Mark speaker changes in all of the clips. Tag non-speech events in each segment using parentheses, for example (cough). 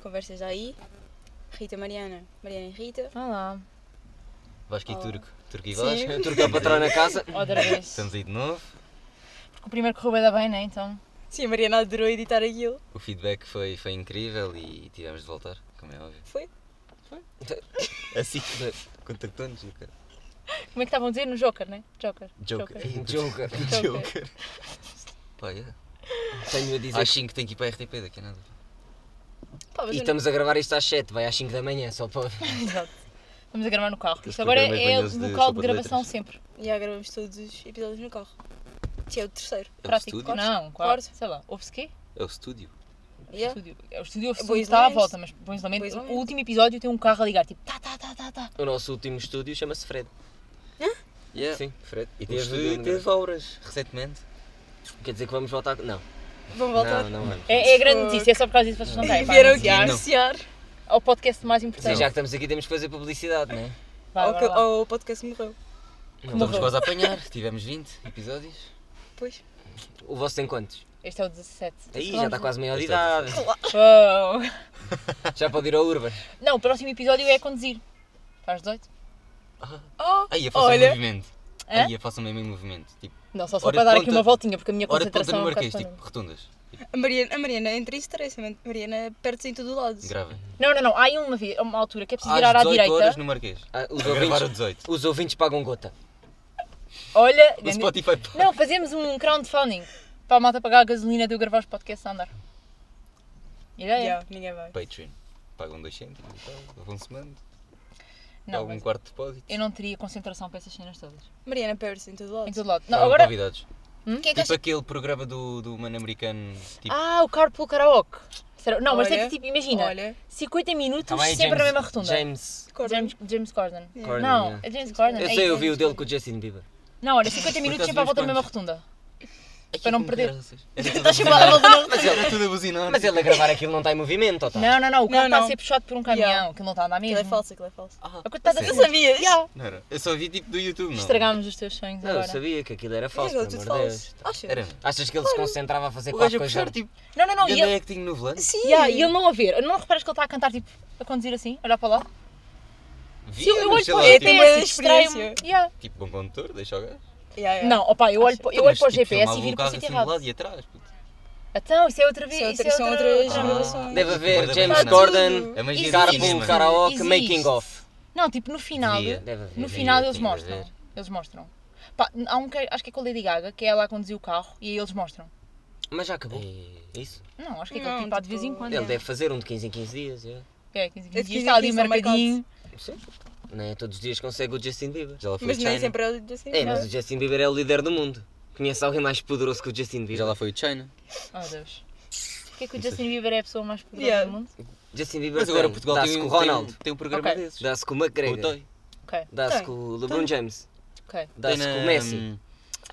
Speaker 1: conversas aí. Rita Mariana, Mariana e Rita.
Speaker 2: Olá,
Speaker 3: Vasco e Turco.
Speaker 2: Oh.
Speaker 3: Turco e
Speaker 1: Sim.
Speaker 2: (laughs)
Speaker 3: Vasco. Turco a patrão na casa.
Speaker 2: outra vez.
Speaker 3: Estamos aí de novo.
Speaker 2: Porque o primeiro correu bué da bem, né? Então,
Speaker 1: Sim, a Mariana adorou editar aquilo.
Speaker 3: O feedback foi, foi incrível e tivemos de voltar, como é óbvio.
Speaker 1: Foi.
Speaker 3: Assim que contactou-nos. e o cara-
Speaker 2: como é que estavam a dizer? No Joker, né? Joker. (laughs)
Speaker 3: Joker.
Speaker 4: Joker.
Speaker 1: Então,
Speaker 2: Joker.
Speaker 3: Pá, yeah.
Speaker 4: Tenho a dizer.
Speaker 3: Às 5 tenho que ir para a RTP daqui a nada.
Speaker 2: Pá, mas
Speaker 4: E
Speaker 2: eu
Speaker 4: estamos a gravar isto às 7, vai às 5 da manhã, só
Speaker 2: não-
Speaker 4: para. (laughs)
Speaker 2: Exato. Estamos a gravar no carro.
Speaker 3: Aqueles
Speaker 2: Isto agora
Speaker 3: programas
Speaker 2: é o
Speaker 3: manhosos de
Speaker 2: local
Speaker 3: sopa
Speaker 2: de
Speaker 3: de
Speaker 2: gravação
Speaker 3: letras. É
Speaker 2: sempre.
Speaker 1: E já gravamos todos os episódios no carro. Este é o terceiro.
Speaker 3: É o
Speaker 2: Prático.
Speaker 3: estúdio.
Speaker 2: Não,
Speaker 1: Quarto.
Speaker 2: quarto. Sei lá, ouve-se quê?
Speaker 3: É o estúdio.
Speaker 1: Yeah.
Speaker 2: Estúdio. É O estúdio ouve-se
Speaker 1: Bom
Speaker 2: está à
Speaker 1: isolamento.
Speaker 2: volta, mas bom isolamento.
Speaker 1: Bom isolamento.
Speaker 2: O último episódio tem um carro a ligar, tipo tá, tá, tá, tá, tá.
Speaker 4: O nosso último estúdio chama-se Fred.
Speaker 3: Yeah.
Speaker 4: Sim.
Speaker 3: Fred. E
Speaker 4: O
Speaker 3: teve,
Speaker 4: estúdio onde
Speaker 3: teve obras recentemente.
Speaker 4: Quer dizer que vamos voltar. Não.
Speaker 1: Vão voltar.
Speaker 4: Não, não vamos.
Speaker 2: É, é a grande notícia, é só por causa disso
Speaker 1: (laughs)
Speaker 2: que vocês não
Speaker 1: E
Speaker 2: têm.
Speaker 1: vieram aqui
Speaker 2: anunciar
Speaker 1: anunciar
Speaker 2: ao podcast mais
Speaker 4: Sim,
Speaker 2: importante.
Speaker 4: já que estamos aqui temos que fazer publicidade, não é?
Speaker 2: Vá,
Speaker 1: ao,
Speaker 2: vá,
Speaker 1: que-
Speaker 2: vá.
Speaker 1: ao podcast que morreu.
Speaker 3: Estamos
Speaker 2: Morreu.
Speaker 3: quase a apanhar.
Speaker 2: (laughs)
Speaker 3: Tivemos 20 episódios.
Speaker 1: Pois.
Speaker 4: O vosso tem quantos?
Speaker 2: Este é o 17.
Speaker 4: Aí já está quase maior de
Speaker 3: Este é o
Speaker 4: idade.
Speaker 2: Uou.
Speaker 4: Já pode ir ao Urban.
Speaker 2: Não, o próximo episódio é conduzir. Faz 18? Oh.
Speaker 3: Ah. Aí eu faço
Speaker 1: Olha.
Speaker 3: um movimento.
Speaker 2: Hã?
Speaker 3: Aí eu faço o mesmo movimento. Tipo,
Speaker 2: Não, só, só
Speaker 3: Hora
Speaker 2: para
Speaker 3: de
Speaker 2: dar aqui
Speaker 3: ponta.
Speaker 2: uma voltinha, porque a minha
Speaker 3: hora de ponta
Speaker 2: concentração
Speaker 3: no
Speaker 2: é um bocado
Speaker 3: Marquês, tipo,
Speaker 2: para-
Speaker 3: rotundas. Tipo,
Speaker 1: A Mariana, a Mariana entra em stress. A Mariana perde-se em todo o lado.
Speaker 3: gravem.
Speaker 2: Não, não, não. Há aí uma, vi- uma altura que é preciso virar à
Speaker 3: Às 18 horas
Speaker 2: direita.
Speaker 3: no Marquês.
Speaker 4: Ah, os,
Speaker 3: A gravar o
Speaker 4: ouvintes,
Speaker 3: 18.
Speaker 4: os ouvintes pagam gota.
Speaker 2: Olha.
Speaker 3: No
Speaker 2: grande-
Speaker 3: Spotify.
Speaker 2: Não, fazemos um crowdfunding para a malta pagar a gasolina de eu gravar os podcasts a andar. Ideia?
Speaker 1: É. Yeah, ninguém vai.
Speaker 3: Patreon. Pagam 2 cêntimos e tal. é? Então, Vão semando.
Speaker 2: Não,
Speaker 3: algum
Speaker 2: mas
Speaker 3: um quarto de depósito.
Speaker 2: eu não teria concentração para essas cenas todas.
Speaker 1: Mariana perde-se em todo o lado.
Speaker 2: Em todo lado. Não,
Speaker 3: Estavam
Speaker 2: agora. hum?
Speaker 3: convidados.
Speaker 1: Quem é que
Speaker 3: Tipo
Speaker 1: acha?
Speaker 3: aquele programa do, do mano americano. Tipo,
Speaker 2: Ah, o carpool karaoke. Será- Não, mas tem
Speaker 1: Olha,
Speaker 2: que tipo, imagina,
Speaker 1: Olha,
Speaker 2: 50 minutos
Speaker 4: Calma aí,
Speaker 2: sempre na mesma retunda.
Speaker 4: Tá James.
Speaker 1: Corden.
Speaker 2: James, James Corden.
Speaker 4: Corden,
Speaker 2: Não,
Speaker 4: yeah.
Speaker 2: é James Corden.
Speaker 4: Eu
Speaker 2: é
Speaker 4: sei, eu
Speaker 2: isso.
Speaker 4: vi o dele com o Justin Bieber.
Speaker 2: Não, olha, 50 minutos
Speaker 3: acaso
Speaker 2: sempre à
Speaker 3: vi uns
Speaker 2: volta na mesma
Speaker 3: quantos.
Speaker 2: retunda.
Speaker 3: "Ai,
Speaker 2: para não
Speaker 3: como
Speaker 2: perder."
Speaker 3: caraças." Era tudo a
Speaker 1: Estás sempre Tá a dar
Speaker 3: buzinar.
Speaker 1: volta no
Speaker 4: Mas ele,
Speaker 3: Era tudo a buzinar.
Speaker 4: mas ele a gravar aquilo não está em movimento, tá? ou está?
Speaker 2: Não, não, não,
Speaker 1: Não,
Speaker 2: o carro está a
Speaker 1: não.
Speaker 2: ser puxado por um caminhão,
Speaker 1: Yeah.
Speaker 2: que não está a andar mesmo.
Speaker 1: Aquilo é falso, aquilo é falso.
Speaker 4: Ah,
Speaker 2: A coitada
Speaker 3: Sério?
Speaker 2: das
Speaker 1: Não sabias?
Speaker 2: Yeah.
Speaker 3: Não era. Eu só vi tipo do YouTube, não.
Speaker 2: Estragámos os teus sonhos
Speaker 4: Não, eu
Speaker 2: agora. é
Speaker 4: sabia que aquilo era falso,
Speaker 1: Mas
Speaker 4: pelo
Speaker 1: aquilo
Speaker 4: amor
Speaker 1: tudo
Speaker 4: de
Speaker 1: falso.
Speaker 4: Deus.
Speaker 1: Achas?
Speaker 3: Era.
Speaker 4: Achas que ele se concentrava um a fazer
Speaker 3: O gajo
Speaker 4: quatro
Speaker 3: a puxar,
Speaker 4: coisas?
Speaker 3: tipo,
Speaker 2: Não, não, não, e
Speaker 3: grande
Speaker 2: ele,
Speaker 3: acting no volante.
Speaker 1: Sim.
Speaker 2: yeah, e ele não a ver. Não reparas que ele está a cantar tipo a conduzir assim, olhar para lá?
Speaker 3: Vi,
Speaker 2: Se eu, eu
Speaker 3: mas
Speaker 2: olho
Speaker 3: sei
Speaker 2: para o
Speaker 3: lá,
Speaker 1: é
Speaker 3: tipo,
Speaker 1: tem uma
Speaker 2: GPS e distraio-me.
Speaker 1: experiência.
Speaker 2: Yeah.
Speaker 3: tipo, bom condutor, deixa o gajo.
Speaker 1: Yeah, yeah.
Speaker 2: Não, opá, eu olho,
Speaker 1: Acho-
Speaker 2: para- eu
Speaker 3: Então,
Speaker 2: olho
Speaker 3: mas,
Speaker 2: para o
Speaker 3: tipo,
Speaker 2: GPS e
Speaker 3: filmava
Speaker 2: viro
Speaker 3: o
Speaker 2: para o
Speaker 3: carro
Speaker 2: sítio
Speaker 3: assim do
Speaker 2: errado.
Speaker 3: lado e atrás. puto.
Speaker 2: Então, isso é outra vez.
Speaker 1: Isso é
Speaker 2: Isso
Speaker 1: outra-
Speaker 2: é
Speaker 1: são
Speaker 2: outra...
Speaker 1: outras
Speaker 2: Ah.
Speaker 1: revelações.
Speaker 4: Deve
Speaker 3: Depois
Speaker 4: haver
Speaker 3: da
Speaker 4: James
Speaker 3: banana.
Speaker 4: Corden,
Speaker 3: A magia do
Speaker 4: Carpool
Speaker 3: cinema.
Speaker 4: Karaoke,
Speaker 2: Existe.
Speaker 4: Making Off.
Speaker 2: Não, tipo, no final,
Speaker 3: Devia,
Speaker 4: Deve haver.
Speaker 2: no final eles
Speaker 3: tinha de
Speaker 2: mostram.
Speaker 3: haver.
Speaker 2: Eles mostram. Pá, há um que acho que é com a Lady Gaga, que é ela a conduzir o carro e aí eles mostram.
Speaker 4: Mas já acabou.
Speaker 3: E-
Speaker 4: Isso.
Speaker 2: Não, acho que é
Speaker 1: Não,
Speaker 2: aquele tipo há de
Speaker 1: tipo,
Speaker 2: vez em quando.
Speaker 4: Ele deve fazer um de 15 em 15 dias, é.
Speaker 2: É, 15,
Speaker 1: Esse
Speaker 2: 15 dias,
Speaker 1: 15
Speaker 2: está ali
Speaker 1: dias são
Speaker 2: marcadinho.
Speaker 4: Sim. Não é todos os dias consegue o Justin Bieber.
Speaker 3: Já lá foi
Speaker 1: Mas
Speaker 3: o
Speaker 1: nem
Speaker 3: China.
Speaker 1: sempre é o Justin
Speaker 4: É,
Speaker 1: Bieber.
Speaker 4: mas o Justin Bieber é o líder do mundo. Conhece alguém mais poderoso que o Justin
Speaker 3: Já
Speaker 4: Bieber?
Speaker 3: lá foi o China.
Speaker 2: Oh Deus. Porquê que o Justin Bieber é a pessoa mais poderosa
Speaker 1: Yeah.
Speaker 2: do mundo?
Speaker 4: Justin Bieber
Speaker 3: Mas agora
Speaker 4: tem.
Speaker 3: Portugal
Speaker 4: é, Dá-se
Speaker 3: tem
Speaker 4: com
Speaker 3: um,
Speaker 4: o
Speaker 3: tem um,
Speaker 4: Ronaldo.
Speaker 3: tem um programa
Speaker 2: Ok.
Speaker 3: desses.
Speaker 4: Dá-se com o
Speaker 3: Com o
Speaker 4: McGregor.
Speaker 3: Toy.
Speaker 2: Ok,
Speaker 4: Dá-se
Speaker 1: Tem.
Speaker 4: com o LeBron James.
Speaker 2: ok.
Speaker 3: Tem
Speaker 4: Dá-se com
Speaker 3: na-
Speaker 4: o Messi.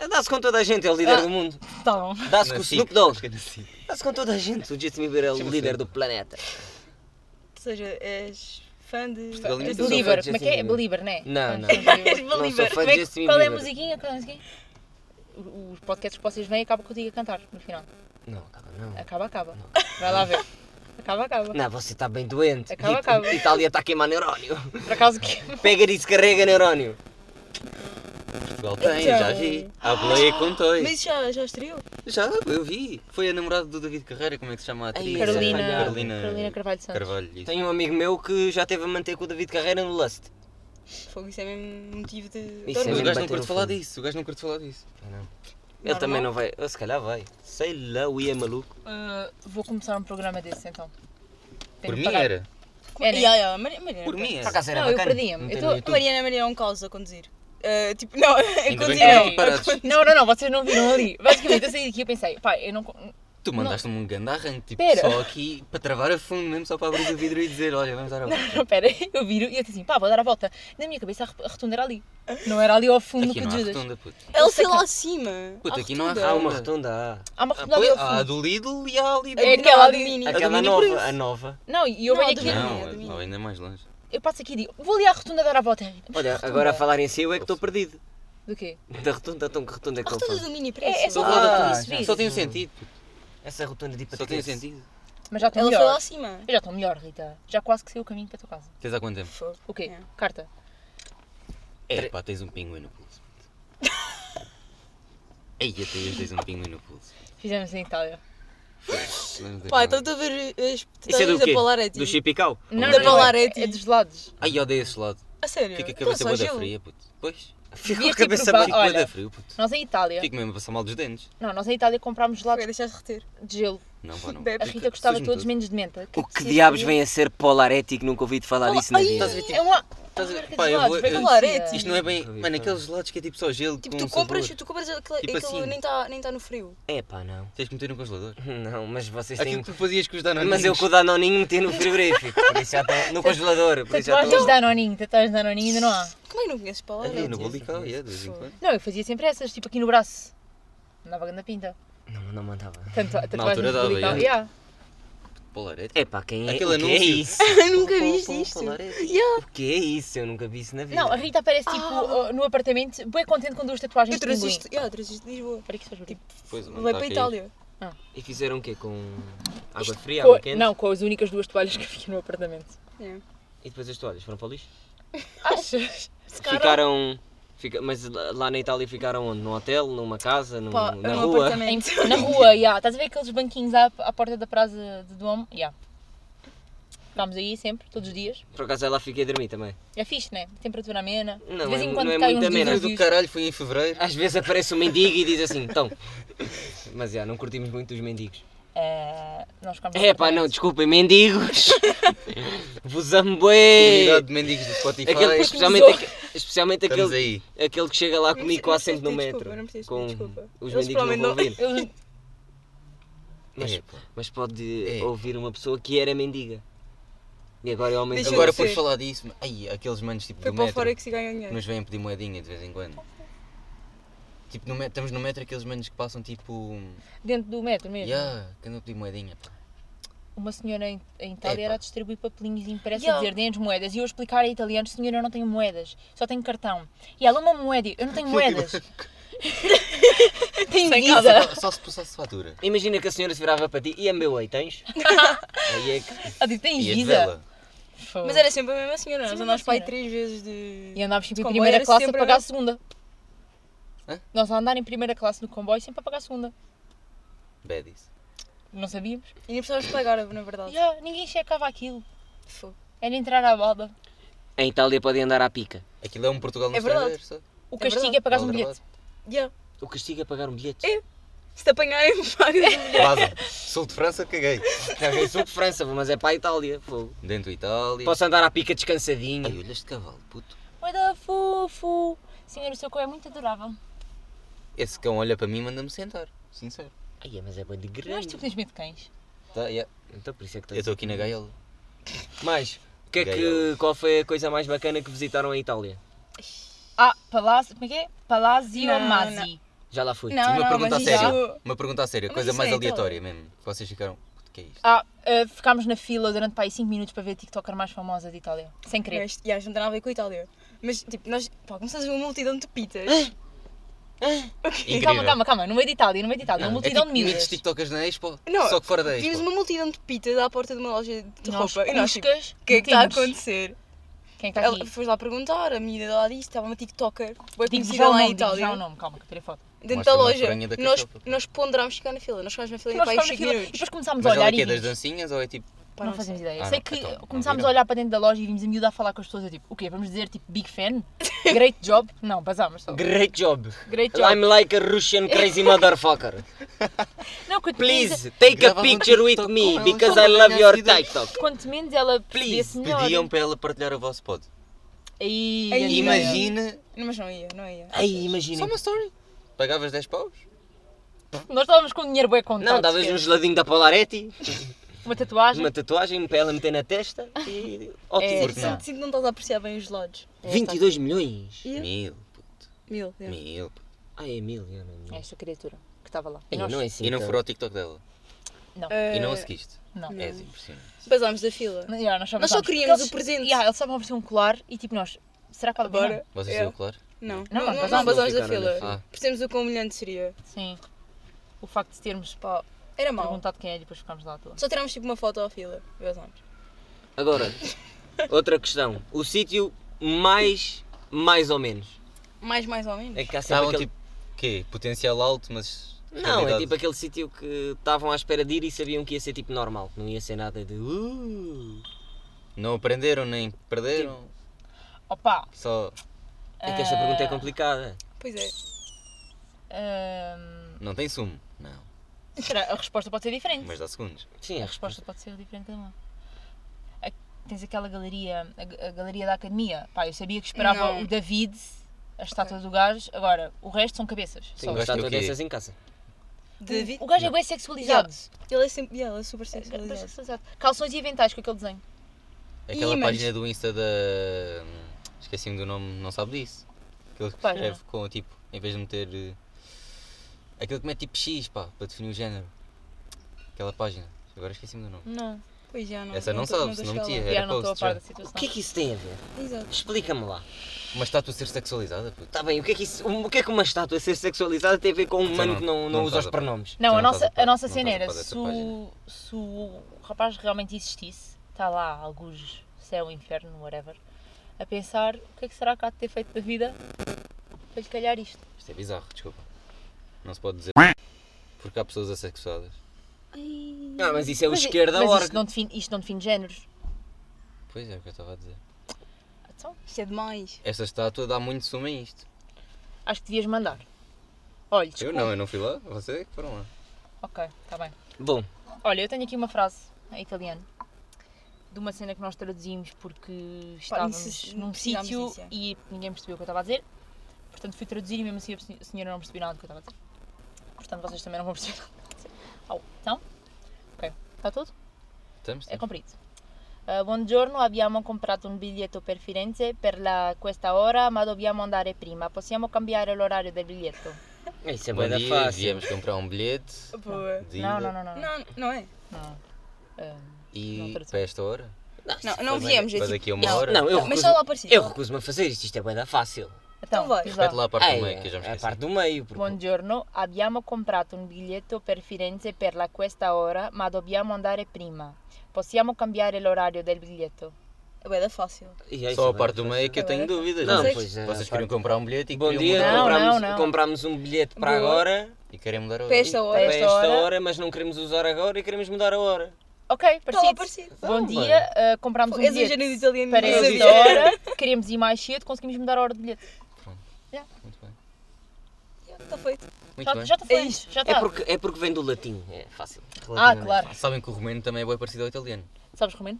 Speaker 4: Dá-se com toda a gente, é o líder
Speaker 2: Ah.
Speaker 4: do mundo.
Speaker 2: Tá bom.
Speaker 4: Dá-se
Speaker 3: na
Speaker 4: com o
Speaker 3: SIC,
Speaker 4: Snoop Dogg.
Speaker 3: acho que é na SIC.
Speaker 4: Dá-se com toda a gente. O Justin Bieber é o
Speaker 3: Chama-se
Speaker 4: líder
Speaker 3: Lembro.
Speaker 4: do planeta.
Speaker 1: Ou seja, és fã de.
Speaker 3: Portugal
Speaker 1: Justin
Speaker 3: imita
Speaker 1: Bieber.
Speaker 2: Belieber,
Speaker 4: Justin
Speaker 2: como é que é?
Speaker 4: Bieber.
Speaker 2: Belieber, né?
Speaker 4: Não, não.
Speaker 1: És
Speaker 4: Não sou
Speaker 1: Belieber.
Speaker 4: fã
Speaker 2: Como é
Speaker 4: de
Speaker 2: que-
Speaker 4: Justin
Speaker 2: qual é a
Speaker 4: Bieber.
Speaker 2: musiquinha? Qual é a musiquinha? O- Os podcasts que vocês veem acaba que eu digo a cantar no final.
Speaker 4: Não, acaba não.
Speaker 2: Acaba, acaba. Vai lá ver. Acaba, acaba.
Speaker 4: Não, você está bem doente.
Speaker 2: Acaba,
Speaker 4: Ita-
Speaker 2: acaba.
Speaker 4: Itália está a queimar neurónio. (laughs)
Speaker 2: Por acaso que.
Speaker 4: Pega e descarrega neurónio.
Speaker 3: Portugal tem,
Speaker 1: Então.
Speaker 3: já vi. A Blay com Toy.
Speaker 1: Mas isso já, já estreou?
Speaker 3: Já, eu vi. Foi a namorada do David Carreira, como é que se chama a atriz?
Speaker 4: Isso é
Speaker 2: Carolina,
Speaker 4: falhado.
Speaker 2: Carolina, Carvalho Santos.
Speaker 3: Carvalho, isso.
Speaker 4: Tenho um amigo meu que já teve a manter com o David Carreira no Lust.
Speaker 1: Fogo, isso é mesmo motivo de.
Speaker 4: Isso é
Speaker 3: Mas
Speaker 1: orgulho.
Speaker 3: o gajo
Speaker 4: mesmo bater
Speaker 3: não
Speaker 4: o
Speaker 3: curte falar
Speaker 4: fundo.
Speaker 3: disso, o gajo não curte falar disso.
Speaker 4: Ele
Speaker 1: Normal.
Speaker 4: também não vai. Ou se calhar vai. Sei lá, o Ian é maluco.
Speaker 2: Ah, vou começar um programa desse então. Tenho
Speaker 3: Por
Speaker 2: que
Speaker 3: mim
Speaker 2: pagar.
Speaker 3: era.
Speaker 2: É, né?
Speaker 1: Ya, ya, Mari- Mariana.
Speaker 3: Por mim
Speaker 4: Por
Speaker 3: era.
Speaker 4: acaso era
Speaker 2: É. Não, eu
Speaker 4: bacana.
Speaker 2: perdia-me.
Speaker 4: Não
Speaker 2: Eu
Speaker 4: tem
Speaker 2: tô-
Speaker 4: no
Speaker 2: a
Speaker 4: YouTube.
Speaker 1: Mariana, Mariana é um caos a conduzir. Eh, tipo, não, (laughs) a
Speaker 3: bem que
Speaker 1: conduzir
Speaker 2: estão
Speaker 1: não.
Speaker 3: separados.
Speaker 1: a conduzir.
Speaker 2: é Não, não, não, vocês não viram ali. Basicamente, eu saí daqui e pensei, pá, eu não. co-
Speaker 3: Tu mandaste-me um grande arranque, tipo,
Speaker 2: Pera.
Speaker 3: só aqui para travar a fundo mesmo, só para abrir o vidro e dizer, olha, vamos dar a volta.
Speaker 2: Não, pera, eu viro e eu disse assim, pá, vou dar a volta. Na minha cabeça a re- a retunda era ali. Não era ali ao fundo
Speaker 3: Aqui
Speaker 2: que
Speaker 3: não há
Speaker 2: Judas.
Speaker 3: rotunda, puto.
Speaker 1: Ele foi lá acima. Ah,
Speaker 3: Puto,
Speaker 1: À
Speaker 3: aqui não há
Speaker 1: rotunda.
Speaker 4: Há uma rotunda. há.
Speaker 2: Há uma
Speaker 3: Ah,
Speaker 2: retunda ali
Speaker 3: pois,
Speaker 2: ao
Speaker 3: Há a
Speaker 2: fundo.
Speaker 3: do Lidl e há a ali do...
Speaker 2: É
Speaker 1: Não,
Speaker 2: aquela
Speaker 1: há
Speaker 2: ali.
Speaker 1: mini.
Speaker 3: A
Speaker 4: Aquela
Speaker 3: domínio por
Speaker 4: nova,
Speaker 3: isso.
Speaker 4: a nova.
Speaker 2: Não, e eu
Speaker 1: Não,
Speaker 2: venho
Speaker 1: do
Speaker 2: aqui,
Speaker 1: Lidl.
Speaker 3: ah, Não,
Speaker 1: é do
Speaker 2: Ah,
Speaker 3: não,
Speaker 1: Lidl.
Speaker 3: ainda mais longe.
Speaker 2: eu passo aqui e digo, vou ali à rotunda dar a volta.
Speaker 4: Olha, agora a falar em si, eu é que estou perdido. (laughs)
Speaker 2: Do quê?
Speaker 4: Da rotunda, então que rotunda
Speaker 1: A
Speaker 4: é que ele
Speaker 1: rotunda
Speaker 4: faz?
Speaker 1: Ah, do mini
Speaker 2: É, é
Speaker 1: preço.
Speaker 2: só-
Speaker 3: Ah,
Speaker 2: isso,
Speaker 3: Só
Speaker 2: isso.
Speaker 3: tem um sentido, puto.
Speaker 4: Essa rotunda de
Speaker 3: Só tem um
Speaker 4: hipótese.
Speaker 3: sentido.
Speaker 2: Mas já estou
Speaker 1: Ela assim. foi lá
Speaker 2: melhor.
Speaker 1: acima.
Speaker 2: Eu já estou melhor, Rita. Já quase que sei o caminho para a tua casa.
Speaker 3: Tens há quanto tempo?
Speaker 1: Fogo.
Speaker 2: O quê?
Speaker 1: É.
Speaker 2: Carta.
Speaker 3: É, pá, tens um pinguim no (laughs) pulso. Ei, até hoje tens um pinguim no pulso.
Speaker 2: Fizemos em Itália.
Speaker 3: Não sei
Speaker 1: Pá,
Speaker 3: como.
Speaker 1: então estou a ver as
Speaker 4: Isso é do
Speaker 1: da
Speaker 4: quê?
Speaker 1: Polaretti.
Speaker 4: Do Chipicau?
Speaker 1: Da
Speaker 2: é-
Speaker 1: Polaretti.
Speaker 2: É, dos lados.
Speaker 3: Ai, odeio esse lado.
Speaker 1: A sério?
Speaker 3: Fica a
Speaker 1: Então, só
Speaker 3: cabeça boa da
Speaker 1: gelo.
Speaker 3: fria, puto. Pois. Fica
Speaker 2: Devias
Speaker 3: a
Speaker 2: ter
Speaker 3: cabeça
Speaker 2: provado-
Speaker 3: boa da
Speaker 2: olha,
Speaker 3: fria, puto.
Speaker 2: Nós em Itália.
Speaker 3: Fico mesmo a passar mal dos dentes.
Speaker 2: Não, nós em Itália comprámos
Speaker 1: Ok,
Speaker 2: gelados
Speaker 1: deixaste reter.
Speaker 2: de gelo.
Speaker 3: Não, vá, não.
Speaker 1: Bebe.
Speaker 2: A
Speaker 1: Porque
Speaker 2: Rita gostava
Speaker 3: sujo-me
Speaker 2: todos
Speaker 3: todo.
Speaker 2: menos de menta.
Speaker 4: O que diabos vem a ser polarético? Nunca ouvi-te falar disso na vida.
Speaker 3: Estás a ver, tipo,
Speaker 2: É uma.
Speaker 3: estás a ver-
Speaker 2: marca de
Speaker 3: pá, eu
Speaker 2: gelados,
Speaker 3: vou-
Speaker 2: bem
Speaker 3: eu-
Speaker 2: conhecida.
Speaker 3: Isto não é bem.
Speaker 4: Nunca vi,
Speaker 3: Mano,
Speaker 4: pá.
Speaker 3: aqueles gelados que é tipo só gelo.
Speaker 1: Tipo,
Speaker 3: com
Speaker 1: tu
Speaker 3: um sabor.
Speaker 1: compras, tu compras aquele,
Speaker 3: Tipo
Speaker 1: aquele
Speaker 3: assim.
Speaker 1: nem está nem tá no frio.
Speaker 4: É pá, não. (laughs)
Speaker 3: Tens que meter no congelador.
Speaker 4: Não, mas vocês
Speaker 3: Aquilo
Speaker 4: têm.
Speaker 3: é que tu fazias com os danoninhos.
Speaker 4: Mas eu com o Danoninho meti no frigorífico. (laughs) Por isso já estão. No congelador. Por isso já
Speaker 2: Tatuagens
Speaker 4: estão.
Speaker 2: de anoninho, tatuagens de anoninho ainda não há.
Speaker 1: Como é que não conheces
Speaker 3: Olha,
Speaker 1: Polaretti?
Speaker 3: no bolicão, é, de vez em quando.
Speaker 2: Não, eu fazia sempre essas, tipo aqui no braço. Andava grande a pinta.
Speaker 4: Não, não mandava.
Speaker 2: Tanto, tatuagens
Speaker 3: altura
Speaker 2: de
Speaker 3: dava,
Speaker 2: bolical.
Speaker 3: já.
Speaker 2: Yeah.
Speaker 3: Polarete.
Speaker 4: É pá, quem é?
Speaker 3: Aquele
Speaker 4: o que é
Speaker 3: anúncio.
Speaker 4: isso?
Speaker 1: Nunca
Speaker 3: Pô,
Speaker 1: viste
Speaker 3: pô,
Speaker 1: isto.
Speaker 3: Polaretti.
Speaker 1: Yeah.
Speaker 4: O que é isso? Eu nunca vi isso na vida.
Speaker 2: Não, a Rita aparece tipo
Speaker 1: Ah.
Speaker 2: uh, no apartamento, bem contente com duas tatuagens
Speaker 1: Eu
Speaker 2: de
Speaker 1: trouxe
Speaker 2: pinguim.
Speaker 1: isto, yeah, eu trouxe isto de Lisboa.
Speaker 2: Olha que se faz barulho.
Speaker 4: Tipo,
Speaker 3: Pois, o
Speaker 1: Levei
Speaker 3: mano tá
Speaker 1: para a
Speaker 3: está a cair.
Speaker 1: Itália.
Speaker 4: E fizeram o quê? Com água fria,
Speaker 2: Com-
Speaker 4: é água quente?
Speaker 2: não, com as únicas duas toalhas que havia no apartamento.
Speaker 1: Yeah.
Speaker 4: E depois as toalhas foram para o lixo?
Speaker 1: Ah,
Speaker 2: (laughs) Achas? Secaram?
Speaker 4: Ficaram. fica- mas lá lá na Itália ficaram onde? Num hotel? Numa casa? Num,
Speaker 1: Pá,
Speaker 4: na
Speaker 1: no
Speaker 4: rua?
Speaker 2: Em-
Speaker 1: apartamento.
Speaker 2: na rua, yeah. estás a ver aqueles banquinhos à, à porta da praça de Duomo? Yeah. Ficámos aí sempre, todos os dias.
Speaker 4: Por acaso lá fiquei a dormir também.
Speaker 2: É fixe, né? Temperatura amena.
Speaker 4: Não,
Speaker 2: de vez em
Speaker 4: é-
Speaker 2: quando
Speaker 4: não é
Speaker 2: cai
Speaker 4: muito
Speaker 2: uns
Speaker 4: amena.
Speaker 3: Filho
Speaker 2: dos
Speaker 3: do
Speaker 2: aviões.
Speaker 3: caralho, foi em fevereiro.
Speaker 4: Às vezes aparece um mendigo e diz assim, então. Mas já, não curtimos muito os mendigos.
Speaker 2: Eh, nós ficámos no
Speaker 4: É pá, não,
Speaker 2: apartamento.
Speaker 4: desculpem, mendigos! Vos amo
Speaker 3: Unidade
Speaker 4: bué!
Speaker 3: de mendigos do Spotify.
Speaker 4: Aquele,
Speaker 2: porque
Speaker 4: especialmente,
Speaker 2: nos
Speaker 4: aque- especialmente
Speaker 3: Estamos
Speaker 4: aquele,
Speaker 3: aí.
Speaker 4: aquele que chega lá
Speaker 1: Não
Speaker 4: comigo
Speaker 1: preciso-
Speaker 4: quase
Speaker 1: não
Speaker 4: sempre no
Speaker 1: preciso
Speaker 4: metro.
Speaker 1: pedir desculpa,
Speaker 4: com
Speaker 1: não preciso pedir desculpa.
Speaker 4: os
Speaker 1: Eles
Speaker 4: mendigos não vão
Speaker 1: provavelmente
Speaker 4: ouvir.
Speaker 2: Eles-
Speaker 4: Mas,
Speaker 3: É, pá.
Speaker 4: mas pode
Speaker 3: É.
Speaker 4: ouvir uma pessoa que era mendiga. E agora é homem
Speaker 1: Deixa eu
Speaker 3: Agora
Speaker 1: dizer.
Speaker 3: por falar disso, mano, ai, aqueles manos tipo
Speaker 1: Foi
Speaker 3: do
Speaker 1: para
Speaker 3: metro
Speaker 1: fora que se ganha
Speaker 3: que
Speaker 1: dinheiro.
Speaker 3: nos vêm pedir moedinha de vez em quando. Tipo, no metro, estamos no metro aqueles manos que passam tipo.
Speaker 2: Dentro do metro
Speaker 1: É.
Speaker 2: mesmo.
Speaker 3: Ya, que andam a pedir moedinha. pá.
Speaker 2: Uma senhora em, em Itália
Speaker 3: Epá.
Speaker 2: era a distribuir papelinhos impressos
Speaker 1: Yeah.
Speaker 2: a dizer deem-nos moedas. E eu a explicar a italianos, senhora, eu não tenho moedas, só tenho cartão. E ela, uma moeda, eu não
Speaker 3: (laughs)
Speaker 2: tenho moedas. (laughs) tenho visa.
Speaker 1: (laughs)
Speaker 3: Tipo, Só, só se passasse fatura.
Speaker 4: Imagina que a senhora se virava para ti e a meu aí
Speaker 1: (laughs)
Speaker 4: tens? aí é que.
Speaker 2: Ela disse, tens
Speaker 3: E a de
Speaker 2: visa.
Speaker 3: vela.
Speaker 2: Fogo.
Speaker 1: Mas era sempre a mesma senhora, nós
Speaker 2: Sim,
Speaker 1: andámos para aí
Speaker 2: senhora.
Speaker 1: três vezes de.
Speaker 2: E andávamos sempre
Speaker 1: De
Speaker 2: em
Speaker 1: comboio
Speaker 2: primeira
Speaker 1: era
Speaker 2: classe a
Speaker 1: sempre
Speaker 2: pagar a
Speaker 1: era-
Speaker 2: segunda.
Speaker 3: Hã?
Speaker 2: Nós a andar em primeira classe no comboio sempre a pagar a segunda.
Speaker 3: Baddies.
Speaker 2: Não sabíamos.
Speaker 1: E nem precisávamos pagar, na verdade.
Speaker 2: Yeah, ninguém checava aquilo.
Speaker 1: Fogo.
Speaker 2: Era entrar à balda.
Speaker 4: Em Itália podem andar à pica.
Speaker 3: Aquilo é um Portugal no
Speaker 1: É verdade.
Speaker 3: estrangeiro, só.
Speaker 2: O
Speaker 1: É verdade.
Speaker 2: castigo é pagar um
Speaker 3: Vale
Speaker 2: bilhete.
Speaker 1: Yeah.
Speaker 4: O castigo é pagar um bilhete.
Speaker 1: É. Se te apanharem (laughs) várias.
Speaker 3: Vaza. Sul de França, caguei.
Speaker 4: Não, eu sou de França, mas é para a Itália. Fogo.
Speaker 3: Dentro da Itália.
Speaker 4: Posso andar à pica descansadinho.
Speaker 3: Ai, olha este cavalo, puto.
Speaker 2: Moeda fofo. Senhor, o seu cão é muito adorável.
Speaker 3: Esse cão olha para mim e manda-me sentar. Sincero.
Speaker 4: Ai, mas é bem de
Speaker 2: Mas tu
Speaker 4: grande.
Speaker 2: tens medo de cães.
Speaker 3: Tá, ya.
Speaker 4: Então por isso é que
Speaker 3: Eu estou aqui na gaiola.
Speaker 4: Mais. O que é que,
Speaker 3: Gaiolas.
Speaker 4: qual foi a coisa mais bacana que visitaram em Itália?
Speaker 2: Ah, Palácio. Como é que é? Palácio
Speaker 1: Não,
Speaker 2: Masi.
Speaker 4: Já lá fui.
Speaker 1: Não,
Speaker 3: uma
Speaker 1: não,
Speaker 3: pergunta
Speaker 1: mas
Speaker 3: a sério.
Speaker 1: isso.
Speaker 3: Uma pergunta a sério, a
Speaker 1: Mas
Speaker 3: coisa
Speaker 1: isso
Speaker 3: mais
Speaker 1: é Itália.
Speaker 3: aleatória mesmo. que Vocês ficaram. "Puto, que é isto?
Speaker 2: Ah, eh, ficámos na fila durante para aí 5 minutos para ver a TikToker mais famosa de Itália. Sem querer.
Speaker 1: Mas, yeah, isto não tem nada a ver com a Itália. Mas, tipo, nós. Pá, começamos a ver uma multidão de pitas.
Speaker 3: Incrível.
Speaker 2: Então, Calma, calma, calma. No meio de Itália, no meio de Itália. uma
Speaker 3: É
Speaker 2: multidão
Speaker 3: tipo
Speaker 2: de
Speaker 3: miúdos
Speaker 2: miúdas.
Speaker 3: tiktokers na Expo,
Speaker 1: Não,
Speaker 3: só que fora da
Speaker 1: Vimos
Speaker 3: Expo.
Speaker 1: uma multidão de pitas à porta de uma loja de
Speaker 2: Nós,
Speaker 1: roupa. E nós, tipo,
Speaker 2: cuscas,
Speaker 1: o que é que está a
Speaker 2: metimos.
Speaker 1: acontecer?
Speaker 2: Quem é tá está
Speaker 1: Ela
Speaker 2: aqui?
Speaker 1: foi lá perguntar, a menina lá disse, estava uma TikToker, bem
Speaker 2: Digo
Speaker 1: conhecida
Speaker 2: Tipo, já o
Speaker 1: lá em
Speaker 2: nome, digo já o
Speaker 1: Itália,
Speaker 2: nome. Calma, que eu tirei foto.
Speaker 1: dentro
Speaker 3: Mostra
Speaker 1: da
Speaker 3: uma
Speaker 1: loja.
Speaker 3: franha da
Speaker 1: Nós,
Speaker 3: Castelo.
Speaker 1: nós ponderámos ficar na fila, nós ficámos na fila em
Speaker 2: Nós
Speaker 1: pais
Speaker 2: ficámos na
Speaker 1: 5
Speaker 2: fila e
Speaker 1: minutos.
Speaker 2: depois começámos a
Speaker 3: Mas ela
Speaker 2: olhar
Speaker 3: que
Speaker 2: e
Speaker 3: é das
Speaker 2: vimos.
Speaker 3: dancinhas ou é tipo.
Speaker 1: Pá,
Speaker 2: Não fazemos ideia.
Speaker 3: Ah,
Speaker 2: Sei
Speaker 3: não,
Speaker 2: que
Speaker 3: então, não
Speaker 2: começámos a
Speaker 3: viram.
Speaker 2: olhar para dentro da loja e vimos a miúda a falar com as pessoas. Eu tipo, o quê? Vamos dizer tipo big fan? Great job? Não, basámos só.
Speaker 4: Great job.
Speaker 2: Great job.
Speaker 4: I'm like a Russian crazy motherfucker.
Speaker 2: Não, quanto menos,
Speaker 4: Please take a
Speaker 3: Gravava um
Speaker 4: picture with
Speaker 3: TikTok com
Speaker 4: me
Speaker 3: ela, só
Speaker 4: because I
Speaker 3: para
Speaker 4: love
Speaker 3: ganhar
Speaker 4: your
Speaker 3: seguidores.
Speaker 4: TikTok.
Speaker 2: quanto menos ela
Speaker 3: Please,
Speaker 2: percebesse melhor.
Speaker 3: pediam para ela partilhar o vosso pod.
Speaker 1: Aí,
Speaker 2: Aí, grande ideia.
Speaker 3: Imagina.
Speaker 1: Não, mas não ia, não ia.
Speaker 4: Ai, imagina.
Speaker 3: Só uma story. Pagavas 10 paus?
Speaker 2: Nós estávamos com o dinheiro bem contado.
Speaker 4: Não, davas um geladinho da Polaretti,
Speaker 2: Uma tatuagem.
Speaker 4: uma tatuagem para ela meter na testa e.
Speaker 2: É,
Speaker 4: Ótimo.
Speaker 3: Porque não?
Speaker 1: Sinto, sinto que não estás a apreciar bem os gelados.
Speaker 4: 22 milhões?
Speaker 1: Ia.
Speaker 3: Mil, puto.
Speaker 1: Mil, é.
Speaker 3: Mil, puto.
Speaker 4: Ah, é mil, é mil.
Speaker 2: Esta criatura que estava lá.
Speaker 4: Ei,
Speaker 2: nós-
Speaker 4: não é assim.
Speaker 3: E não
Speaker 4: tanto.
Speaker 3: furou o TikTok dela. E não a É assim. seguiste. tipo,
Speaker 2: Não.
Speaker 3: És impressionante.
Speaker 1: Eh, Basámos da fila.
Speaker 2: Não, yeah, nós, só
Speaker 1: Nós só
Speaker 2: pensámos,
Speaker 1: queríamos
Speaker 2: porque
Speaker 1: o presente.
Speaker 2: Yeah, eles só me ofereciam um colar e tipo nós, será que ela
Speaker 1: Agora.
Speaker 3: Vocês
Speaker 1: É.
Speaker 3: viram, claro?
Speaker 1: Não,
Speaker 2: Não,
Speaker 1: não,
Speaker 2: nós
Speaker 1: não,
Speaker 2: basámos.
Speaker 1: basámos da
Speaker 4: Não ficaram na
Speaker 1: fila.
Speaker 3: fila.
Speaker 1: Percebemos o quão humilhante seria.
Speaker 2: Sim. O facto de termos, pá,
Speaker 1: Era mau.
Speaker 2: Perguntar de quem é e depois ficámos lá à toa.
Speaker 1: Só tirámos tipo uma foto à fila. Meus amigos.
Speaker 4: Agora, outra questão. O sítio mais, mais ou menos.
Speaker 1: Mais, mais ou menos.
Speaker 4: É que há sempre
Speaker 3: Estavam
Speaker 4: aquele...
Speaker 3: tipo, quê? Potencial alto, mas.
Speaker 4: Não, é
Speaker 3: qualidade-
Speaker 4: tipo aquele sítio que estavam à espera de ir e sabiam que ia ser tipo normal. Não ia ser nada de... "Uh".
Speaker 3: Não aprenderam nem perderam.
Speaker 2: Opa!
Speaker 3: Só
Speaker 4: É que esta
Speaker 2: Ah.
Speaker 4: pergunta é complicada.
Speaker 1: Pois é.
Speaker 2: hum,
Speaker 3: não tem sumo. Não.
Speaker 2: será? A resposta pode ser diferente.
Speaker 3: Mas dá segundos.
Speaker 4: Sim, é a
Speaker 2: A
Speaker 4: resposta.
Speaker 2: resposta pode ser diferente de uma. A- Tens aquela galeria, a, ga- a galeria da academia. Pá, eu sabia que esperava
Speaker 1: Não.
Speaker 2: o David, a estátua do gajo. Agora, o resto são cabeças. só.
Speaker 4: Sim,
Speaker 3: gosto
Speaker 4: gostar
Speaker 3: do
Speaker 4: de
Speaker 3: quê?
Speaker 4: dessas em casa.
Speaker 1: David.
Speaker 2: O gajo é bem sexualizado.
Speaker 1: Ele é sempre. Yeah, ele é super
Speaker 2: É bué
Speaker 1: sensibilizado.
Speaker 2: sexualizado. Calções e aventais com aquele desenho.
Speaker 3: Aquela
Speaker 1: Ih, mas-
Speaker 3: página do Insta da. Esqueci-me do nome, não sabe disso. Aquele que
Speaker 2: página?
Speaker 3: escreve com tipo, em vez de meter. eh, Aquele que mete tipo X, pá, para definir o género. Aquela página. Agora esqueci-me do nome.
Speaker 2: Não.
Speaker 1: Pois já não.
Speaker 3: Essa não
Speaker 1: tô-
Speaker 3: sabe, se
Speaker 1: tô
Speaker 3: não
Speaker 1: chegada.
Speaker 3: metia.
Speaker 2: Já não estou a
Speaker 3: post,
Speaker 2: par
Speaker 3: já.
Speaker 2: da
Speaker 4: O
Speaker 2: situação.
Speaker 4: que é que isso tem a ver?
Speaker 1: Exato.
Speaker 4: Explica-me lá.
Speaker 3: Uma estátua ser sexualizada, puto.
Speaker 4: Está bem, o que, é que isso- o que é que uma estátua ser sexualizada tem a ver com um humano
Speaker 3: não-
Speaker 4: que não, não,
Speaker 3: é não
Speaker 4: usa
Speaker 3: estás
Speaker 4: os
Speaker 3: a par.
Speaker 4: pronomes?
Speaker 2: Não,
Speaker 3: Tu
Speaker 2: a
Speaker 3: não
Speaker 2: nossa,
Speaker 3: estás a par-
Speaker 2: a nossa
Speaker 3: não
Speaker 2: cena
Speaker 3: estás a
Speaker 2: era
Speaker 3: par dessa
Speaker 2: se o, se o rapaz realmente existisse, está lá alguns céu, inferno, whatever, a pensar o que é que será que há de ter feito da vida para lhe calhar isto.
Speaker 3: Isto é bizarro, desculpa. Não se pode dizer. Porque há pessoas assexuadas.
Speaker 4: Não, mas isso é o
Speaker 2: Mas i-
Speaker 4: esquerda
Speaker 2: mas
Speaker 4: org.
Speaker 2: isto não, define, isto não define géneros.
Speaker 3: Pois é, o que eu estava a dizer.
Speaker 2: Então,
Speaker 1: Isto é demais.
Speaker 3: Esta estátua dá muito sumo a isto.
Speaker 2: acho que devias mandar. Olha,
Speaker 3: Eu
Speaker 2: desculpa.
Speaker 3: não, eu não fui lá, vocês é que foram lá.
Speaker 2: Ok, está bem.
Speaker 4: Bom,
Speaker 2: Olha, eu tenho aqui uma frase em italiano de uma cena que nós traduzimos porque estávamos
Speaker 1: necess-
Speaker 2: num
Speaker 1: precisámos
Speaker 2: sítio
Speaker 1: disso, é.
Speaker 2: e ninguém percebeu o que eu estava a dizer. Portanto, fui traduzir e mesmo assim a sen- a senhora não percebeu nada do que eu estava a dizer. Portanto, vocês também não vão perceber (laughs) nada. do que eu estava a dizer. Au, então, ok, está tudo?
Speaker 3: Estamos? tipo,
Speaker 1: É
Speaker 2: È compreso. Eh, buongiorno, abbiamo comprato un biglietto per Firenze per la- questa ora, ma dobbiamo andare prima. Possiamo cambiare l'orario del biglietto?
Speaker 4: isso é
Speaker 3: Bom
Speaker 4: bem da
Speaker 3: dia,
Speaker 4: fácil.
Speaker 3: viemos comprar um bilhete
Speaker 1: Boa.
Speaker 3: de
Speaker 2: No, no,
Speaker 3: ida
Speaker 2: no, no. no.
Speaker 1: Não, não é?
Speaker 2: no. Eh,
Speaker 3: e
Speaker 2: Não, tradução.
Speaker 3: para esta hora.
Speaker 1: Não,
Speaker 4: isso
Speaker 1: não
Speaker 4: foi bué da-
Speaker 1: viemos. É
Speaker 3: Para
Speaker 1: tipo.
Speaker 3: daqui a uma
Speaker 1: não.
Speaker 3: hora.
Speaker 4: Não, eu
Speaker 1: Mas
Speaker 4: recuso,
Speaker 1: só lá aparecido.
Speaker 4: eu recuso-me a fazer isto, isto é bem da fácil.
Speaker 2: então,
Speaker 1: vai.
Speaker 2: diz lá.
Speaker 3: Repete lá a parte
Speaker 4: Ei,
Speaker 3: do meio, que eu já me
Speaker 4: é a
Speaker 3: esqueci.
Speaker 4: parte do meio. porque-
Speaker 2: Buongiorno, abbiamo comprato un biglietto per Firenze per la questa ora, ma dobbiamo andare prima. Possiamo cambiare l'orario del biglietto?
Speaker 1: É bué da fácil.
Speaker 4: E é isso,
Speaker 3: Só a
Speaker 4: bem
Speaker 3: parte
Speaker 4: da
Speaker 3: do meio que eu
Speaker 1: Agora
Speaker 3: tenho
Speaker 1: é fácil.
Speaker 3: dúvidas.
Speaker 4: Não,
Speaker 3: Vocês-
Speaker 4: pois é,
Speaker 3: Vocês
Speaker 4: a
Speaker 3: queriam
Speaker 4: parte-
Speaker 3: comprar um bilhete e
Speaker 4: Bom
Speaker 3: queriam
Speaker 4: dia,
Speaker 3: mudar
Speaker 2: Não,
Speaker 4: comprámos,
Speaker 2: não, não.
Speaker 4: comprámos um bilhete para
Speaker 1: Boa.
Speaker 4: agora,
Speaker 3: e querem mudar a
Speaker 1: Para
Speaker 3: hora.
Speaker 1: esta
Speaker 4: para
Speaker 1: hora.
Speaker 2: Esta
Speaker 4: esta,
Speaker 2: hora.
Speaker 4: hora. mas não queremos usar agora e queremos mudar a hora.
Speaker 2: Ok,
Speaker 1: Está Tá lá
Speaker 2: parecido.
Speaker 1: aparecido.
Speaker 2: Bom
Speaker 4: Então,
Speaker 2: dia, eh, compramos um
Speaker 1: És um
Speaker 2: biglietto
Speaker 1: gênio de italiano.
Speaker 2: para
Speaker 1: não
Speaker 4: Parece-
Speaker 2: esta
Speaker 1: sabia.
Speaker 2: hora, queremos ir mais cedo, conseguimos mudar a hora do bilhete.
Speaker 3: Muito bem.
Speaker 1: Está Tá feito.
Speaker 3: Muito
Speaker 2: Já,
Speaker 3: bem.
Speaker 2: já está
Speaker 1: É
Speaker 2: feito,
Speaker 1: isto.
Speaker 2: já está.
Speaker 4: É porque, é porque vem do latim, é fácil.
Speaker 2: Tá. Ah, claro.
Speaker 3: Sabem que o romeno também é bem parecido ao italiano.
Speaker 2: Sabes romeno?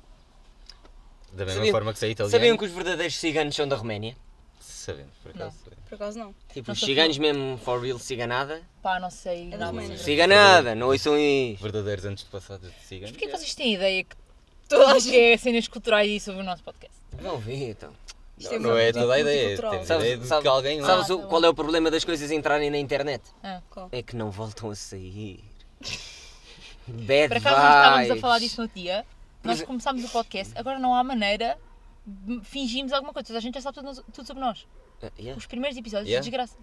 Speaker 3: Da mesma
Speaker 4: Sabiam-
Speaker 3: forma que sei italiano.
Speaker 4: Sabiam que os verdadeiros ciganos são da Roménia?
Speaker 3: Sabemos, por acaso.
Speaker 1: Por acaso não.
Speaker 4: Tipo,
Speaker 2: Não
Speaker 4: os
Speaker 2: sabia.
Speaker 4: ciganos mesmo, for real, ciganada.
Speaker 2: Pá, não sei.
Speaker 1: É
Speaker 2: nada.
Speaker 1: romeno.
Speaker 2: Mas
Speaker 4: Ciganada, não ouçam isso.
Speaker 3: Verdadeiros antepassados de ciganos.
Speaker 2: porquê que vocês têm a ideia que
Speaker 1: (laughs) Toda a
Speaker 2: tudo que é cenas culturais e sobre o nosso podcast?
Speaker 4: Vão ver, então.
Speaker 1: Isto é
Speaker 3: Não é
Speaker 1: muito
Speaker 3: toda a ideia.
Speaker 1: multicultural.
Speaker 3: Temos a
Speaker 4: Sabes-
Speaker 3: ideia de
Speaker 4: sabes-
Speaker 3: que alguém lá.
Speaker 4: Sabes o- qual é o problema das coisas entrarem na internet?
Speaker 2: Ah.
Speaker 1: Qual?
Speaker 4: É que não voltam a
Speaker 2: (laughs)
Speaker 4: sair. Bad
Speaker 2: Por acaso nós estávamos a
Speaker 4: vibes.
Speaker 2: falar disso no outro dia, nós
Speaker 3: é-
Speaker 4: Mas-
Speaker 2: começámos o podcast, agora não há maneira de fingirmos alguma coisa, toda a gente já sabe tudo, nós- tudo sobre nós.
Speaker 4: Ah, yeah.
Speaker 2: Os primeiros episódios
Speaker 3: Yeah.
Speaker 2: de desgraça.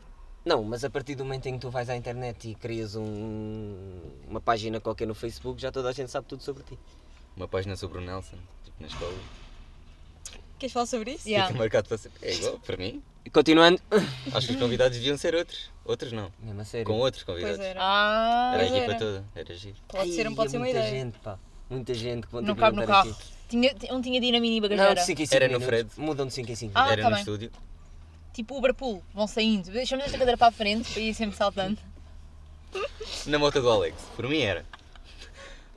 Speaker 4: Não, mas a partir do momento em que tu vais à internet e crias um- uma página qualquer no Facebook, já toda a gente sabe tudo sobre ti.
Speaker 3: Uma página sobre o Nelson, tipo na escola.
Speaker 1: Queres falar sobre isso?
Speaker 2: Yeah.
Speaker 3: Fica marcado para sempre. É igual, para mim.
Speaker 4: E Continuando. ah,
Speaker 3: Acho que os convidados deviam ser outros. Outros não.
Speaker 4: Mesmo a sério.
Speaker 3: Com outros
Speaker 1: Pois
Speaker 3: convidados.
Speaker 1: era.
Speaker 2: Ah,
Speaker 3: Era a
Speaker 1: Pois
Speaker 3: equipa
Speaker 1: era.
Speaker 3: toda. Era giro.
Speaker 1: Pode ser, um,
Speaker 4: Ai,
Speaker 2: um,
Speaker 1: pode
Speaker 4: é
Speaker 1: ser uma
Speaker 4: muita
Speaker 1: ideia.
Speaker 4: gente, pá. Muita gente que vão ter
Speaker 2: não
Speaker 4: que
Speaker 2: cabe no
Speaker 4: aguentar
Speaker 2: carro.
Speaker 4: aqui.
Speaker 2: Tinha, um tinha dinamina e
Speaker 4: Não,
Speaker 2: bagageira.
Speaker 4: de 5 em 5
Speaker 3: Era no
Speaker 4: minutos.
Speaker 3: Fred.
Speaker 4: Mudam de 5 em 5
Speaker 2: Ah,
Speaker 3: era
Speaker 2: tá
Speaker 3: no
Speaker 2: bem.
Speaker 3: estúdio.
Speaker 2: Tipo Uber Pool, vão saindo. Deixamos esta cadeira para a frente para ir sempre saltando.
Speaker 3: Na moto do Alex. Por mim era.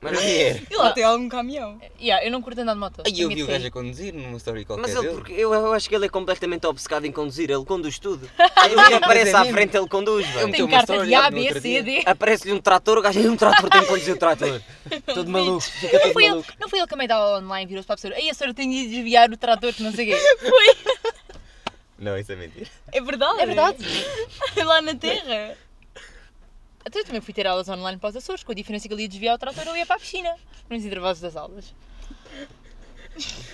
Speaker 3: Mas não
Speaker 4: é
Speaker 3: era.
Speaker 1: E lá tem algum caminhão.
Speaker 2: Yeah, eu não curto andar de moto.
Speaker 3: Aí
Speaker 2: tenho
Speaker 3: eu vi
Speaker 2: medo
Speaker 3: o
Speaker 2: de
Speaker 3: gajo
Speaker 2: cair.
Speaker 3: a conduzir numa story qualquer
Speaker 4: Mas ele,
Speaker 3: dele.
Speaker 4: porque eu, eu acho que ele é completamente obcecado em conduzir, ele conduz
Speaker 2: (laughs)
Speaker 4: tudo. Tudo que
Speaker 2: é
Speaker 4: aparece à frente, ele conduz. velho.
Speaker 3: meteu
Speaker 2: Tenho
Speaker 3: uma
Speaker 2: carta de
Speaker 3: história
Speaker 2: A,
Speaker 3: no
Speaker 2: B,
Speaker 3: outro
Speaker 2: C,
Speaker 3: dia. Ah,
Speaker 2: D.
Speaker 4: Aparece-lhe um trator, o gajo é um trator, tem que conduzir o trator. todo maluco, fica
Speaker 2: Não
Speaker 4: todo
Speaker 3: tá
Speaker 2: foi, ele,
Speaker 4: maluco.
Speaker 2: não foi ele que a meio da online virou-se para a pessoa. Aí a senhora tem de desviar o trator que não sei o quê.
Speaker 3: Não, isso é mentira.
Speaker 1: É verdade.
Speaker 2: É verdade.
Speaker 1: (laughs) lá na terra.
Speaker 2: Até eu também fui ter aulas online para os Açores, com a diferença que ele ia desviar o trator eu ia para a piscina, nos intervalos das aulas.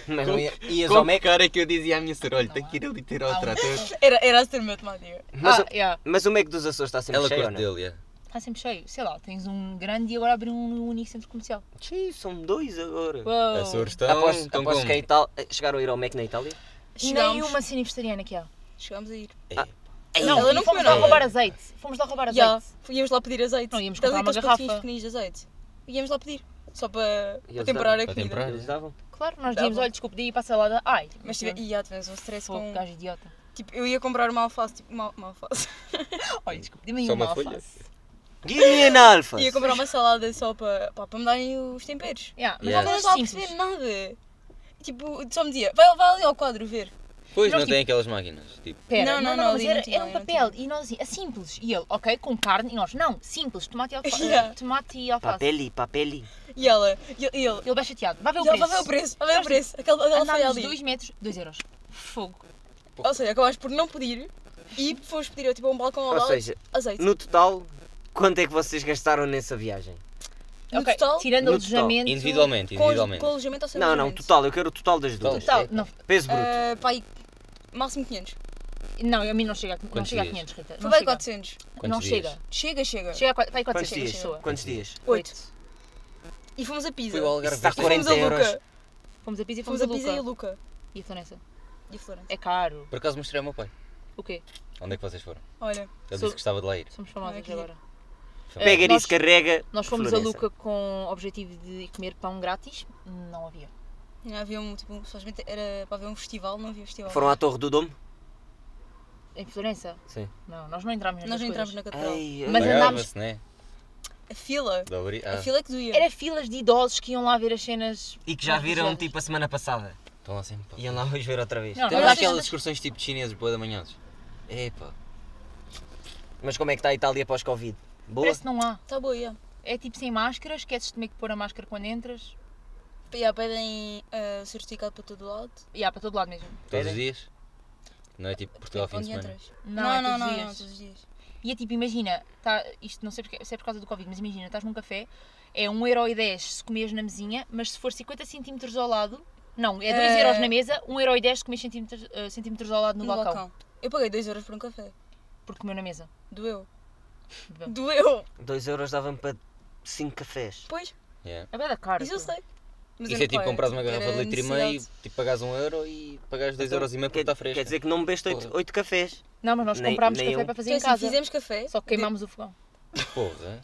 Speaker 4: Mas não ia, ias ao
Speaker 3: Como
Speaker 4: Mac.
Speaker 3: cara é que eu dizia à minha senhora, olha, tem que ir ali ter ao trator.
Speaker 1: Era, era a ser matemática.
Speaker 4: Mas,
Speaker 2: ah, yeah.
Speaker 4: o- mas o Mac dos Açores está sempre
Speaker 3: Ela
Speaker 4: cheio, ou
Speaker 3: gosta
Speaker 4: não?
Speaker 3: dele, é.
Speaker 2: Está sempre cheio. Sei lá, tens um grande e agora abriu um único centro comercial.
Speaker 4: Tchê, são dois agora.
Speaker 2: Uou.
Speaker 3: Açores estão,
Speaker 4: Após
Speaker 3: estão
Speaker 4: aposto
Speaker 3: Então como?
Speaker 4: que a Itália. Chegaram a ir ao Mac na Itália?
Speaker 2: Nem
Speaker 1: Chegámos,
Speaker 2: uma sinistariana que há.
Speaker 1: chegámos a ir.
Speaker 3: É.
Speaker 2: Não,
Speaker 1: ela
Speaker 2: e
Speaker 1: não
Speaker 2: fomos
Speaker 1: comeu
Speaker 2: lá
Speaker 1: nada.
Speaker 2: roubar azeite. Fomos lá roubar azeite.
Speaker 1: Já, íamos lá pedir azeite.
Speaker 2: Não, íamos
Speaker 1: Tens
Speaker 2: comprar uma
Speaker 1: aqueles pacotinhos
Speaker 2: garrafa.
Speaker 1: pequeninos de azeite. Íamos lá pedir. Só para,
Speaker 4: E
Speaker 1: para
Speaker 4: eles
Speaker 1: temperar
Speaker 4: davam?
Speaker 1: a
Speaker 3: Para
Speaker 1: comida.
Speaker 3: temperar.
Speaker 4: Eles davam?
Speaker 2: Claro, nós
Speaker 1: Dá
Speaker 2: dizíamos,
Speaker 1: bom.
Speaker 2: olha, desculpa, daí para a salada. Ai,
Speaker 1: Mas tive,
Speaker 2: tive
Speaker 1: e já tivemos um stress
Speaker 2: pouco,
Speaker 1: com...
Speaker 2: gajo idiota.
Speaker 1: Tipo, eu ia comprar uma alface, tipo, uma, uma alface. (laughs)
Speaker 2: Olha, desculpa, dê-me
Speaker 3: Só
Speaker 2: uma
Speaker 3: uma folha?
Speaker 2: alface.
Speaker 4: Give me an alpha!
Speaker 1: Ia comprar uma salada só para, pá, para me darem os temperos.
Speaker 2: Yeah, mas
Speaker 4: É.
Speaker 1: Não
Speaker 3: Yeah.
Speaker 2: nós
Speaker 1: estava lá a
Speaker 2: éramos
Speaker 1: perceber
Speaker 2: simples.
Speaker 1: nada. E, Tipo, só me dizia, vai, vai ali ao quadro ver.
Speaker 3: Pois,
Speaker 2: Nós,
Speaker 3: não tem aquelas máquinas. Tipo,
Speaker 2: Pera,
Speaker 1: Não,
Speaker 2: não,
Speaker 1: não,
Speaker 2: não,
Speaker 1: não,
Speaker 2: mas
Speaker 1: ali
Speaker 2: era,
Speaker 1: não tinha,
Speaker 2: era um
Speaker 1: ali não
Speaker 2: papel e nós assim, ah, simples. E ele, ok, com carne, e nós, não, simples, tomate e alface.
Speaker 1: Yeah.
Speaker 2: Tomate e alface.
Speaker 4: Papeli, papeli.
Speaker 1: E ela, e ele, e ele,
Speaker 2: Ele vai chateado, vai ver o
Speaker 1: vai
Speaker 2: preço. tipo,
Speaker 1: ver o preço, vai ver o preço. Aquela, aquela foi
Speaker 2: Andámos
Speaker 1: ali.
Speaker 2: 2 metros, 2 euros. Fogo.
Speaker 1: Ou seja, acabaste por não pedir e fomos pedir tipo, a um balcão ao
Speaker 4: Ou
Speaker 1: lado
Speaker 4: seja,
Speaker 1: azeite.
Speaker 4: no total, quanto é que vocês gastaram nessa viagem?
Speaker 1: No
Speaker 2: Ok,
Speaker 1: total,
Speaker 2: tirando
Speaker 4: no
Speaker 2: o alojamento.
Speaker 3: individualmente,
Speaker 1: com,
Speaker 3: individualmente.
Speaker 1: com alojamento ou sem
Speaker 4: Não, não,
Speaker 1: alojamento?
Speaker 4: total, eu quero o total das duas.
Speaker 2: Total, não,
Speaker 4: Peso bruto.
Speaker 1: Ah, pá, aí, máximo 500.
Speaker 2: não, a mim não chega, a- não
Speaker 3: Quantos
Speaker 2: chega a
Speaker 3: dias?
Speaker 2: 500, Rita.
Speaker 1: Foi
Speaker 2: Não
Speaker 1: bem
Speaker 2: chega.
Speaker 1: 400.
Speaker 2: Não
Speaker 3: Quantos dias?
Speaker 2: chega.
Speaker 1: Chega, chega.
Speaker 2: Chega a quatro- vai
Speaker 4: Quantos
Speaker 2: 400
Speaker 4: dias?
Speaker 2: pessoa.
Speaker 4: Quantos dias?
Speaker 1: Oito.
Speaker 2: Oito.
Speaker 1: E fomos a Pisa.
Speaker 3: Fui ao Algarve.
Speaker 4: Isso dá
Speaker 1: E
Speaker 3: ver
Speaker 1: fomos
Speaker 4: 40
Speaker 1: a Luca.
Speaker 4: euros.
Speaker 2: Fomos a Pisa e
Speaker 1: Fomos
Speaker 2: fomos,
Speaker 1: a Pisa e
Speaker 2: Luca.
Speaker 1: a Luca.
Speaker 2: E a Florença?
Speaker 1: E a Florença.
Speaker 2: É caro.
Speaker 3: Por acaso mostrei ao meu pai.
Speaker 2: O quê?
Speaker 3: Onde é que vocês foram?
Speaker 1: Olha,
Speaker 3: Ele
Speaker 2: Sou-
Speaker 3: disse que gostava de lá ir.
Speaker 2: Somos famosas
Speaker 1: Aqui.
Speaker 2: agora.
Speaker 3: Foi
Speaker 2: É,
Speaker 3: mal.
Speaker 4: Pega
Speaker 2: nós-
Speaker 4: nisso, carrega.
Speaker 2: Nós fomos a
Speaker 4: Florença.
Speaker 2: Luca com o objetivo de comer pão grátis. Não havia.
Speaker 1: não havia um, tipo, um- supostamente era para haver um festival, não havia festival.
Speaker 4: Foram à Torre do Dom?
Speaker 2: Em Florença?
Speaker 4: Sim.
Speaker 2: Não, nós não entramos
Speaker 1: Nós
Speaker 2: nessas
Speaker 1: não entramos
Speaker 2: coisas.
Speaker 1: na catedral.
Speaker 4: Ai,
Speaker 2: Mas
Speaker 4: ai.
Speaker 2: andámos-
Speaker 3: Pagava-se, né?
Speaker 1: A fila,
Speaker 3: Da obri-
Speaker 1: a
Speaker 3: Ah,
Speaker 1: fila é que doía.
Speaker 2: Era filas de idosos que iam lá ver as cenas.
Speaker 4: E que já
Speaker 2: mais
Speaker 4: viram
Speaker 2: viciosas.
Speaker 4: tipo a semana passada.
Speaker 3: estão lá sempre. pá.
Speaker 4: Iam lá hoje ver outra vez.
Speaker 2: Não,
Speaker 3: Tem
Speaker 2: nós
Speaker 3: lá
Speaker 2: achamos-
Speaker 3: aquelas excursões tipo de chineses, boa da manhã. Epá.
Speaker 4: Mas como é que está a Itália pós-Covid? Boa?
Speaker 2: Parece que não há.
Speaker 1: Está Tá boa, yeah.
Speaker 2: É tipo sem máscara, esqueces de meio que pôr a máscara quando entras.
Speaker 1: Yeah, pedem ah, certificado para todo lado.
Speaker 2: E há para todo lado mesmo.
Speaker 3: Todos
Speaker 4: Era?
Speaker 3: os dias? Não é tipo Portugal fim de
Speaker 1: Onde
Speaker 3: semana?
Speaker 1: entras?
Speaker 2: Não,
Speaker 1: não,
Speaker 2: é todos
Speaker 1: não,
Speaker 2: os
Speaker 1: não, não,
Speaker 2: dias.
Speaker 1: todos os dias.
Speaker 2: E é tipo, imagina, tá, isto não sei, porque, se é por causa do Covid, mas imagina, estás num café, é 1,10€ se comeres na mesinha, mas se for 50 cm ao lado, não, é 2€
Speaker 1: É.
Speaker 2: euros na mesa, 1,10€ se comeres centímetros, eh, centímetros ao lado no,
Speaker 1: No,
Speaker 2: balcão,
Speaker 1: balcão. Eu paguei 2 euros por um café.
Speaker 2: porque comeu na mesa.
Speaker 1: Doeu.
Speaker 2: Bom.
Speaker 1: Doeu.
Speaker 4: 2 euros davam para 5 cafés.
Speaker 1: Pois,
Speaker 3: Yeah.
Speaker 2: É bem da cara.
Speaker 1: isso eu
Speaker 2: pô.
Speaker 1: sei. Mas eu não
Speaker 3: Isso é tipo
Speaker 1: pago,
Speaker 3: comprar uma garrafa de
Speaker 1: era
Speaker 3: litro e meio,
Speaker 1: necessidade. Então,
Speaker 3: tipo pagares um euro e pagares dois euros e meio porque
Speaker 4: Então, Quer-
Speaker 3: está fresco.
Speaker 4: Quer dizer que não bebeste
Speaker 3: Porra.
Speaker 4: 8 cafés.
Speaker 2: Não, mas nós
Speaker 4: Nem-
Speaker 2: comprámos
Speaker 4: nem
Speaker 2: café
Speaker 4: eu.
Speaker 2: para fazer
Speaker 1: Então,
Speaker 2: em
Speaker 1: assim,
Speaker 2: casa,
Speaker 1: fizemos café.
Speaker 2: só que queimámos o fogão.
Speaker 3: Porra.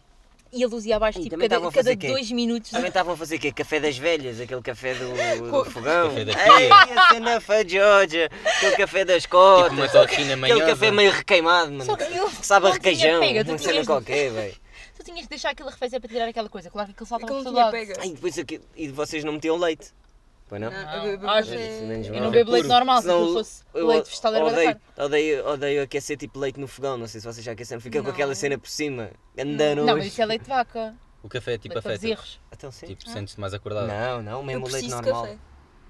Speaker 2: E a luz ia abaixo,
Speaker 4: Ih,
Speaker 2: tipo,
Speaker 4: também
Speaker 2: cada,
Speaker 4: estavam a
Speaker 2: cada
Speaker 4: fazer quê?
Speaker 2: dois minutos.
Speaker 4: Também estavam a fazer o quê? Café das velhas, aquele café do,
Speaker 1: Co-
Speaker 4: do fogão.
Speaker 3: Café da
Speaker 4: Ei, a cena foi de Georgia, aquele café das cotas.
Speaker 3: Tipo uma toquinha
Speaker 4: aquele
Speaker 3: manhosa.
Speaker 4: café meio requeimado, mano.
Speaker 2: (laughs) Só que eu-
Speaker 4: Que sabe a
Speaker 2: não tinha
Speaker 4: requeijão, é
Speaker 2: pega, tu
Speaker 4: uma
Speaker 2: tinhas
Speaker 4: cena
Speaker 2: de-
Speaker 4: qualquer, velho.
Speaker 2: Tu tinhas de deixar aquilo arrefezer para tirar aquela coisa, claro que aquilo saltava
Speaker 1: Aquilo
Speaker 2: para
Speaker 1: não
Speaker 2: todo
Speaker 1: tinha
Speaker 2: lado.
Speaker 1: um pega.
Speaker 4: Ai, depois aquilo... E vocês não metiam leite. Pois não?
Speaker 1: Não, eu bebo
Speaker 2: Ah,
Speaker 1: café-
Speaker 4: isso menos
Speaker 2: Eu
Speaker 4: mal.
Speaker 2: não
Speaker 3: Café
Speaker 2: bebo leite
Speaker 3: puro.
Speaker 2: normal, se
Speaker 4: Senão
Speaker 2: aquilo fosse
Speaker 4: eu
Speaker 2: leite vegetal era bué da
Speaker 4: odeio,
Speaker 2: cara.
Speaker 4: odeio, odeio aquecer tipo leite no fogão, não sei se vocês já aqueceram, fica
Speaker 1: Não.
Speaker 4: com aquela cena por cima, andando
Speaker 2: Não, mas isso é leite de vaca,
Speaker 3: O café é tipo
Speaker 2: leite para
Speaker 3: afeta.
Speaker 2: bezerros.
Speaker 4: Então sim.
Speaker 3: Tipo, sentes-te mais acordado.
Speaker 4: Não, não,
Speaker 1: Eu
Speaker 4: mesmo leite
Speaker 1: preciso de
Speaker 4: normal.
Speaker 1: café.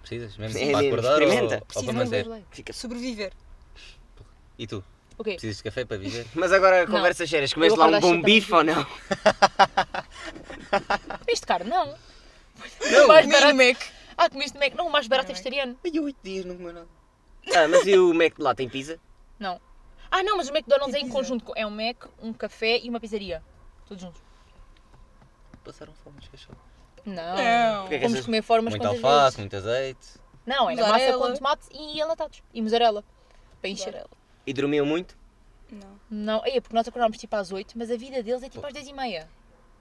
Speaker 3: Precisas mesmo
Speaker 4: É
Speaker 3: para
Speaker 4: mesmo,
Speaker 3: acordar ou,
Speaker 4: experimenta.
Speaker 3: ou
Speaker 1: Preciso
Speaker 3: para
Speaker 1: de um
Speaker 3: manter?
Speaker 2: leite.
Speaker 4: Fica
Speaker 1: Sobreviver.
Speaker 3: E tu?
Speaker 2: O quê?
Speaker 3: Precisas de café para viver?
Speaker 4: Mas agora
Speaker 2: Não.
Speaker 4: conversas sérias,
Speaker 2: Eu
Speaker 4: comeste lá um
Speaker 2: acordo às
Speaker 4: bom
Speaker 2: sete da
Speaker 4: bife ou não?
Speaker 2: Este cara, Ah, não.
Speaker 1: (laughs) Não,
Speaker 2: mais
Speaker 1: mini
Speaker 2: barato.
Speaker 1: Mac.
Speaker 2: Ah, comeste Mac. Não, o mais barato é
Speaker 1: Mac.
Speaker 2: vegetariano.
Speaker 4: Ai, oito dias não comeu nada. Ah, mas e o Mac de lá tem pizza?
Speaker 2: Não. Ah, não, mas o McDonald's
Speaker 1: Que
Speaker 2: é em
Speaker 1: pizza?
Speaker 2: conjunto. com- É um Mac, um café e uma pizzaria. Todos juntos.
Speaker 3: Passaram fome, descaixou.
Speaker 2: Não.
Speaker 1: Não.
Speaker 4: Porquê que
Speaker 2: Fomos
Speaker 4: essas-
Speaker 2: comer fora umas
Speaker 3: Muito
Speaker 2: quantas
Speaker 3: alface,
Speaker 2: vezes.
Speaker 3: muito azeite.
Speaker 2: Não, era massa
Speaker 1: Mussarela.
Speaker 2: com tomate e enlatados. E mussarela. Para encher.
Speaker 1: Mussarela.
Speaker 4: E dormiam muito?
Speaker 1: Não.
Speaker 2: Não, é porque nós acordámos tipo às 8, mas a vida deles é tipo às 10 e meia.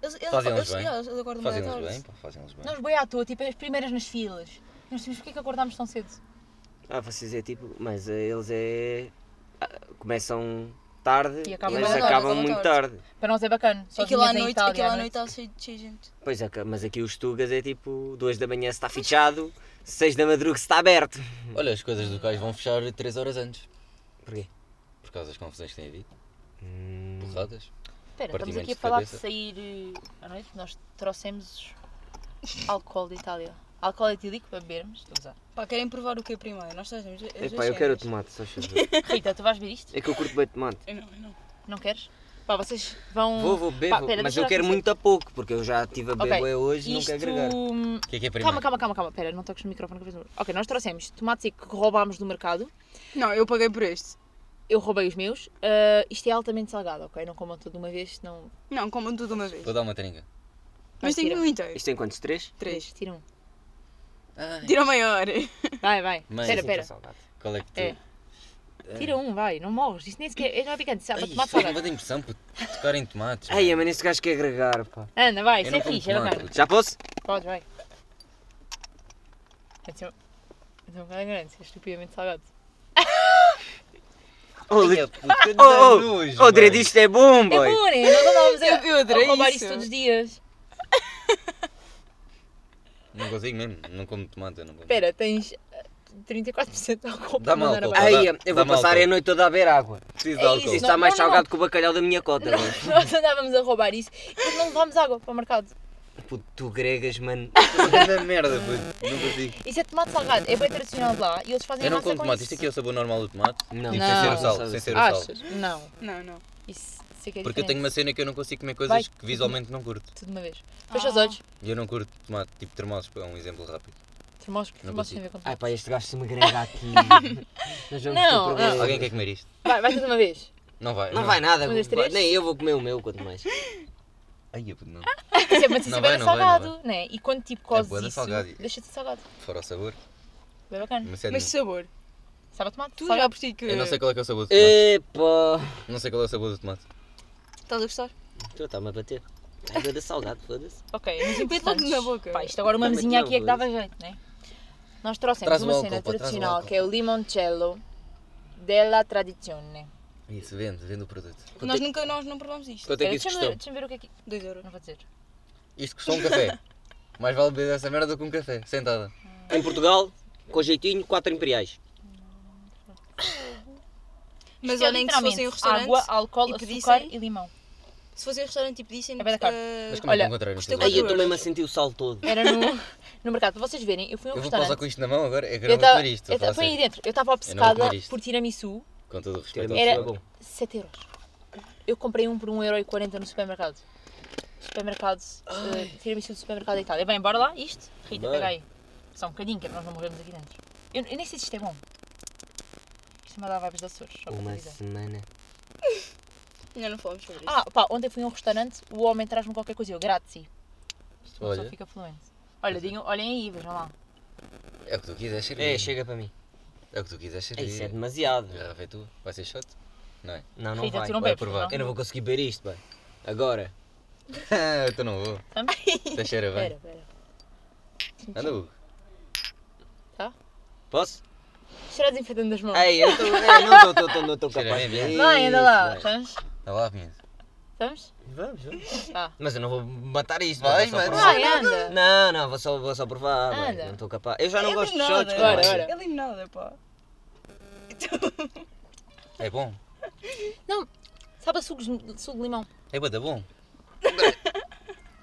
Speaker 1: Eles, eles,
Speaker 3: Fazem-nos
Speaker 1: eles,
Speaker 3: bem.
Speaker 1: yeah, eles acordam bué à
Speaker 3: Fazem-nos
Speaker 1: tarde.
Speaker 3: bem, pá, fazem-nos bem.
Speaker 2: Nós bem à toa, tipo as primeiras nas filas. E Nós temos porquê que acordámos tão cedo?
Speaker 4: Ah, vocês é tipo, mas eh, eles é. ah, Começam tarde,
Speaker 2: E acabam
Speaker 4: mas
Speaker 1: tarde,
Speaker 4: acabam
Speaker 1: acabam
Speaker 4: muito
Speaker 1: tarde.
Speaker 4: tarde.
Speaker 2: Para nós é bacana. Só
Speaker 1: Aquilo à
Speaker 2: vinhas em
Speaker 1: noite,
Speaker 2: Itália é?
Speaker 1: aquilo à
Speaker 2: à noite.
Speaker 1: noite está cheio de cheio de gente.
Speaker 4: Pois é, mas aqui os Tugas é tipo 2 da manhã se está fechado, 6 da madruga se está aberto.
Speaker 3: Olha, as coisas do cais vão fechar 3 horas antes.
Speaker 4: Porquê?
Speaker 3: Por causa das confusões que tem havido. Hum.
Speaker 4: Hum,
Speaker 3: Porradas.
Speaker 2: Espera, estamos
Speaker 3: Partimentos
Speaker 2: aqui a
Speaker 3: de
Speaker 2: falar
Speaker 3: cabeça.
Speaker 2: de sair eh, à noite. Nós trouxemos álcool da Itália. Álcool etílico para bebermos. Estou a usar.
Speaker 1: Pá, querem provar o que primeiro? Nós trazemos as
Speaker 4: Epá,
Speaker 1: duas
Speaker 4: eu quero
Speaker 1: cenas.
Speaker 4: o tomate, só chama.
Speaker 2: Rita, tu vais ver isto?
Speaker 4: É que (laughs) eu curto bem tomate.
Speaker 1: Eu não, eu não.
Speaker 2: Não queres? Pá, vocês vão.
Speaker 4: Vou, vou, bebo,
Speaker 2: Pá, pera,
Speaker 4: mas
Speaker 2: deixa
Speaker 4: eu quero
Speaker 2: começar.
Speaker 4: muito a pouco, porque eu já estive a
Speaker 2: Ok,
Speaker 4: beber bué hoje e não
Speaker 2: Isto... hum,
Speaker 4: quero agregar.
Speaker 3: O que é que é primeiro?
Speaker 2: Calma, calma, calma, calma. Pera, não toques no microfone que eu fiz um barulho. Ok, nós trouxemos tomate seco que roubámos do mercado.
Speaker 1: Não, eu paguei por este.
Speaker 2: eu roubei os meus. Ah, isto é altamente salgado, ok? Não comam tudo de uma vez, senão.
Speaker 1: Não, comam tudo de uma vez.
Speaker 3: Vou dar uma trinca.
Speaker 1: Mas
Speaker 2: Vai,
Speaker 1: tem
Speaker 2: tira.
Speaker 1: um inteiro.
Speaker 4: Isto tem quantos? Três?
Speaker 1: Três.
Speaker 2: Tira um.
Speaker 1: Tira o maior.
Speaker 2: Vai, vai.
Speaker 3: Mas-
Speaker 4: é
Speaker 2: Espera,
Speaker 3: Sim,
Speaker 2: espera.
Speaker 4: Salgado.
Speaker 3: Qual é que tu.
Speaker 2: É. Tira um, vai. Não morres. Isto nem sequer. é- Não é picante. Sabe,
Speaker 3: Ai,
Speaker 2: tomate
Speaker 3: isso não
Speaker 2: salgado.
Speaker 3: dá impressão, puto. Tocar em tomates.
Speaker 4: Ei, mas esse gajo quer agregar, pá.
Speaker 2: Anda, vai.
Speaker 3: Eu
Speaker 2: Isso
Speaker 3: não
Speaker 2: é
Speaker 3: como
Speaker 2: fixe. Era
Speaker 3: tomate.
Speaker 2: bacana.
Speaker 4: Já posso?
Speaker 2: Podes, vai. É de ser- é de ser um bocado grande, é estupidamente salgado.
Speaker 4: Oh,
Speaker 3: Olha,
Speaker 4: li-
Speaker 3: é puta,
Speaker 4: oh,
Speaker 3: dá
Speaker 4: oh,
Speaker 3: nojo,
Speaker 4: oh,
Speaker 3: mano.
Speaker 4: Dredd, isto é bom,
Speaker 2: É
Speaker 4: boy.
Speaker 2: bom, né? Nós andávamos a,
Speaker 1: Eu- eu adorei
Speaker 2: a roubar
Speaker 1: isso.
Speaker 2: isto todos os dias.
Speaker 3: Não consigo mesmo, não como tomate, eu não como.
Speaker 2: Espera, tens eh, 34% de álcool
Speaker 3: Dá
Speaker 2: para
Speaker 3: mal,
Speaker 2: mandar
Speaker 3: pô. (laughs)
Speaker 2: abaixo.
Speaker 4: Ai, eu vou
Speaker 3: Dá-me
Speaker 4: passar
Speaker 3: álcool.
Speaker 4: a noite toda a beber água.
Speaker 3: Preciso
Speaker 2: é
Speaker 3: de álcool.
Speaker 4: Isto
Speaker 2: isso,
Speaker 4: está
Speaker 2: não-
Speaker 4: mais
Speaker 2: não,
Speaker 4: salgado que o bacalhau da minha cota, mano.
Speaker 2: Nós andávamos a roubar isso e depois não levámos água para o mercado.
Speaker 4: Puto, tu gregas, mano.
Speaker 3: Esta é merda, puto. Não consigo.
Speaker 2: Isso é tomate salgado, é bem tradicional de lá e eles fazem
Speaker 3: Eu não
Speaker 2: massa
Speaker 3: como
Speaker 2: com
Speaker 3: tomate,
Speaker 2: isso.
Speaker 3: isto aqui é o sabor normal do tomate.
Speaker 2: Não.
Speaker 3: Tipo,
Speaker 4: Não,
Speaker 3: sem ser o
Speaker 2: Não
Speaker 3: sal, sem ser o sal.
Speaker 2: Achas? Não.
Speaker 1: Não, não.
Speaker 2: Isso, isso é que é
Speaker 3: Porque eu
Speaker 2: diferente.
Speaker 3: tenho uma cena que eu não consigo comer coisas
Speaker 2: Vai.
Speaker 3: que visualmente não curto.
Speaker 2: Tudo de uma vez. Fecha os
Speaker 1: Ah.
Speaker 2: olhos.
Speaker 3: E eu não curto tomate, tipo termosos, é um exemplo rápido.
Speaker 2: Termos, termos tem a ver com
Speaker 4: Ai pá, este gajo se me grega (laughs) aqui. Nós vamos
Speaker 2: Não,
Speaker 4: ter
Speaker 2: não.
Speaker 4: problemas.
Speaker 3: Alguém quer comer isto?
Speaker 2: Vai, vai tudo de uma vez.
Speaker 3: Não vai.
Speaker 4: Não vai nada,
Speaker 2: Um, dois, três.
Speaker 4: nem eu vou comer o meu, quanto mais.
Speaker 3: Ai, eu, puto, não.
Speaker 2: Isso é uma decisão
Speaker 3: vai,
Speaker 2: bem
Speaker 3: não vai, não
Speaker 2: salgado, né? E quando tipo cozes
Speaker 3: bué da
Speaker 2: isso,
Speaker 3: salgado.
Speaker 2: deixa-te salgado.
Speaker 3: Fora o sabor.
Speaker 2: Bem bacana.
Speaker 3: Mas, sério,
Speaker 1: Mas sabor.
Speaker 2: Sabe a tomate?
Speaker 1: Tu
Speaker 2: salgado.
Speaker 1: já por ti que.
Speaker 3: eu não sei qual é, que é o sabor do tomate.
Speaker 2: Eh.
Speaker 4: Epá.
Speaker 3: Não sei qual é o sabor do tomate.
Speaker 1: Estás a gostar?
Speaker 4: Tu está-me Então a bater. Ai, toda salgado, foda-se.
Speaker 2: Ok,
Speaker 1: (laughs)
Speaker 2: mas importantes.
Speaker 1: logo na boca.
Speaker 2: Pá, isto agora uma
Speaker 4: Mete
Speaker 2: mesinha
Speaker 4: na
Speaker 2: aqui é que
Speaker 4: boca.
Speaker 2: dava jeito, né? Nós trouxemos
Speaker 3: Traz o
Speaker 2: uma
Speaker 3: álcool,
Speaker 2: cena
Speaker 3: pá, traz o
Speaker 2: tradicional
Speaker 3: álcool.
Speaker 2: que é o limoncello della tradizione.
Speaker 3: Isso, vende, vende o produto.
Speaker 1: Nós nunca nós não provamos isto.
Speaker 4: Quanto é que isso
Speaker 2: Espera, Deixa-me ver, deixa-me
Speaker 4: custou?
Speaker 2: ver o que é que.
Speaker 1: 2 euros.
Speaker 2: Não vou dizer.
Speaker 3: Isto
Speaker 2: (laughs)
Speaker 3: custou um café. Mais vale beber essa merda do que um café, sentada.
Speaker 4: Em Portugal, com jeitinho, 4 imperiais.
Speaker 1: Mas
Speaker 2: Isto é
Speaker 1: olhem que se fossem
Speaker 2: literalmente
Speaker 1: um restaurante.
Speaker 2: Água, álcool,
Speaker 1: e
Speaker 2: açúcar
Speaker 1: pedissem-
Speaker 2: e limão.
Speaker 1: Se fossem um restaurante e pedissem.
Speaker 2: É bem da cara.
Speaker 1: ah,
Speaker 3: Mas como é que
Speaker 2: Olha,
Speaker 3: encontrei no
Speaker 1: custou
Speaker 3: sabor?
Speaker 4: Ai, eu
Speaker 1: Quatro
Speaker 4: também me senti o sal todo.
Speaker 2: Era no, (laughs) no mercado. Para vocês verem, eu fui a um
Speaker 3: Eu vou
Speaker 2: restaurante.
Speaker 3: pausar com isto na mão agora, é que eu
Speaker 2: eu
Speaker 3: não vou
Speaker 2: tava,
Speaker 3: comer isto.
Speaker 2: eu
Speaker 3: vou falar
Speaker 2: ta- foi aí
Speaker 3: sério.
Speaker 2: dentro. Eu estava
Speaker 3: Eu não vou
Speaker 2: obcecada
Speaker 3: comer isto.
Speaker 2: por tiramisu,
Speaker 3: Com todo o respeito.
Speaker 4: Tiramisu
Speaker 3: ao
Speaker 2: Era-
Speaker 4: é
Speaker 3: sabor.
Speaker 4: bom.
Speaker 2: 7 euros. Eu comprei um por 1,40€ no supermercado. Supermercado, uh, tiramisu do supermercado e tal. E bem, bora lá, isto. Rita,
Speaker 4: Bem.
Speaker 2: pega aí. Só um bocadinho, que é para nós não morrermos aqui dentro. Eu, eu nem sei se isto é bom. Isto me dá vibes de Açores, só para te
Speaker 4: Uma
Speaker 2: avisar.
Speaker 4: semana.
Speaker 1: Ainda não falamos sobre isso.
Speaker 2: Ah, pá, ontem fui a um restaurante, o homem traz-me qualquer coisa, eu, grazie. Isto uma pessoa
Speaker 3: Olha.
Speaker 2: fica fluente. Olha, digam, olhem aí, vejam lá.
Speaker 3: É o que tu quiseres servir.
Speaker 4: É, chega para mim.
Speaker 3: É o que tu quiseres
Speaker 4: É,
Speaker 3: servir.
Speaker 4: Isso é demasiado.
Speaker 3: A garrafa é tua. Vai ser shot? Não é?
Speaker 4: Não, não
Speaker 2: Rita,
Speaker 4: vai.
Speaker 2: tu não
Speaker 3: vai
Speaker 2: bebes,
Speaker 3: provar.
Speaker 4: Eu não vou conseguir beber isto, bem. Agora.
Speaker 3: então não vou.
Speaker 2: Vamos?
Speaker 3: Está Tá cheira
Speaker 2: Espera,
Speaker 3: bem.
Speaker 2: espera.
Speaker 3: Anda, Hugo.
Speaker 4: Posso?
Speaker 2: Cheira a desinfetante das mãos.
Speaker 4: Ei, eu tô, ei, não estou tô, tô, não tô
Speaker 3: Cheira
Speaker 4: capaz.
Speaker 3: bem, bem.
Speaker 2: Vai, anda lá.
Speaker 4: Isso, vai.
Speaker 2: Estamos?
Speaker 3: Está Tá lá, menino.
Speaker 2: Estamos?
Speaker 4: Vamos, vamos.
Speaker 2: Tá.
Speaker 4: Mas eu não vou matar isto,
Speaker 3: Vai,
Speaker 4: vou só
Speaker 3: mas-
Speaker 4: provar.
Speaker 2: Vai, anda.
Speaker 4: Não, não, vou só, vou só provar. bem,
Speaker 2: Anda.
Speaker 4: Ah, Não estou capaz. Eu
Speaker 1: É
Speaker 4: já não gosto de shots. é
Speaker 1: nada.
Speaker 4: bem.
Speaker 2: Bora, bora.
Speaker 1: Ele nada, É pá.
Speaker 3: É bom.
Speaker 2: Sabe a suco, suco de limão.
Speaker 3: É bada bom.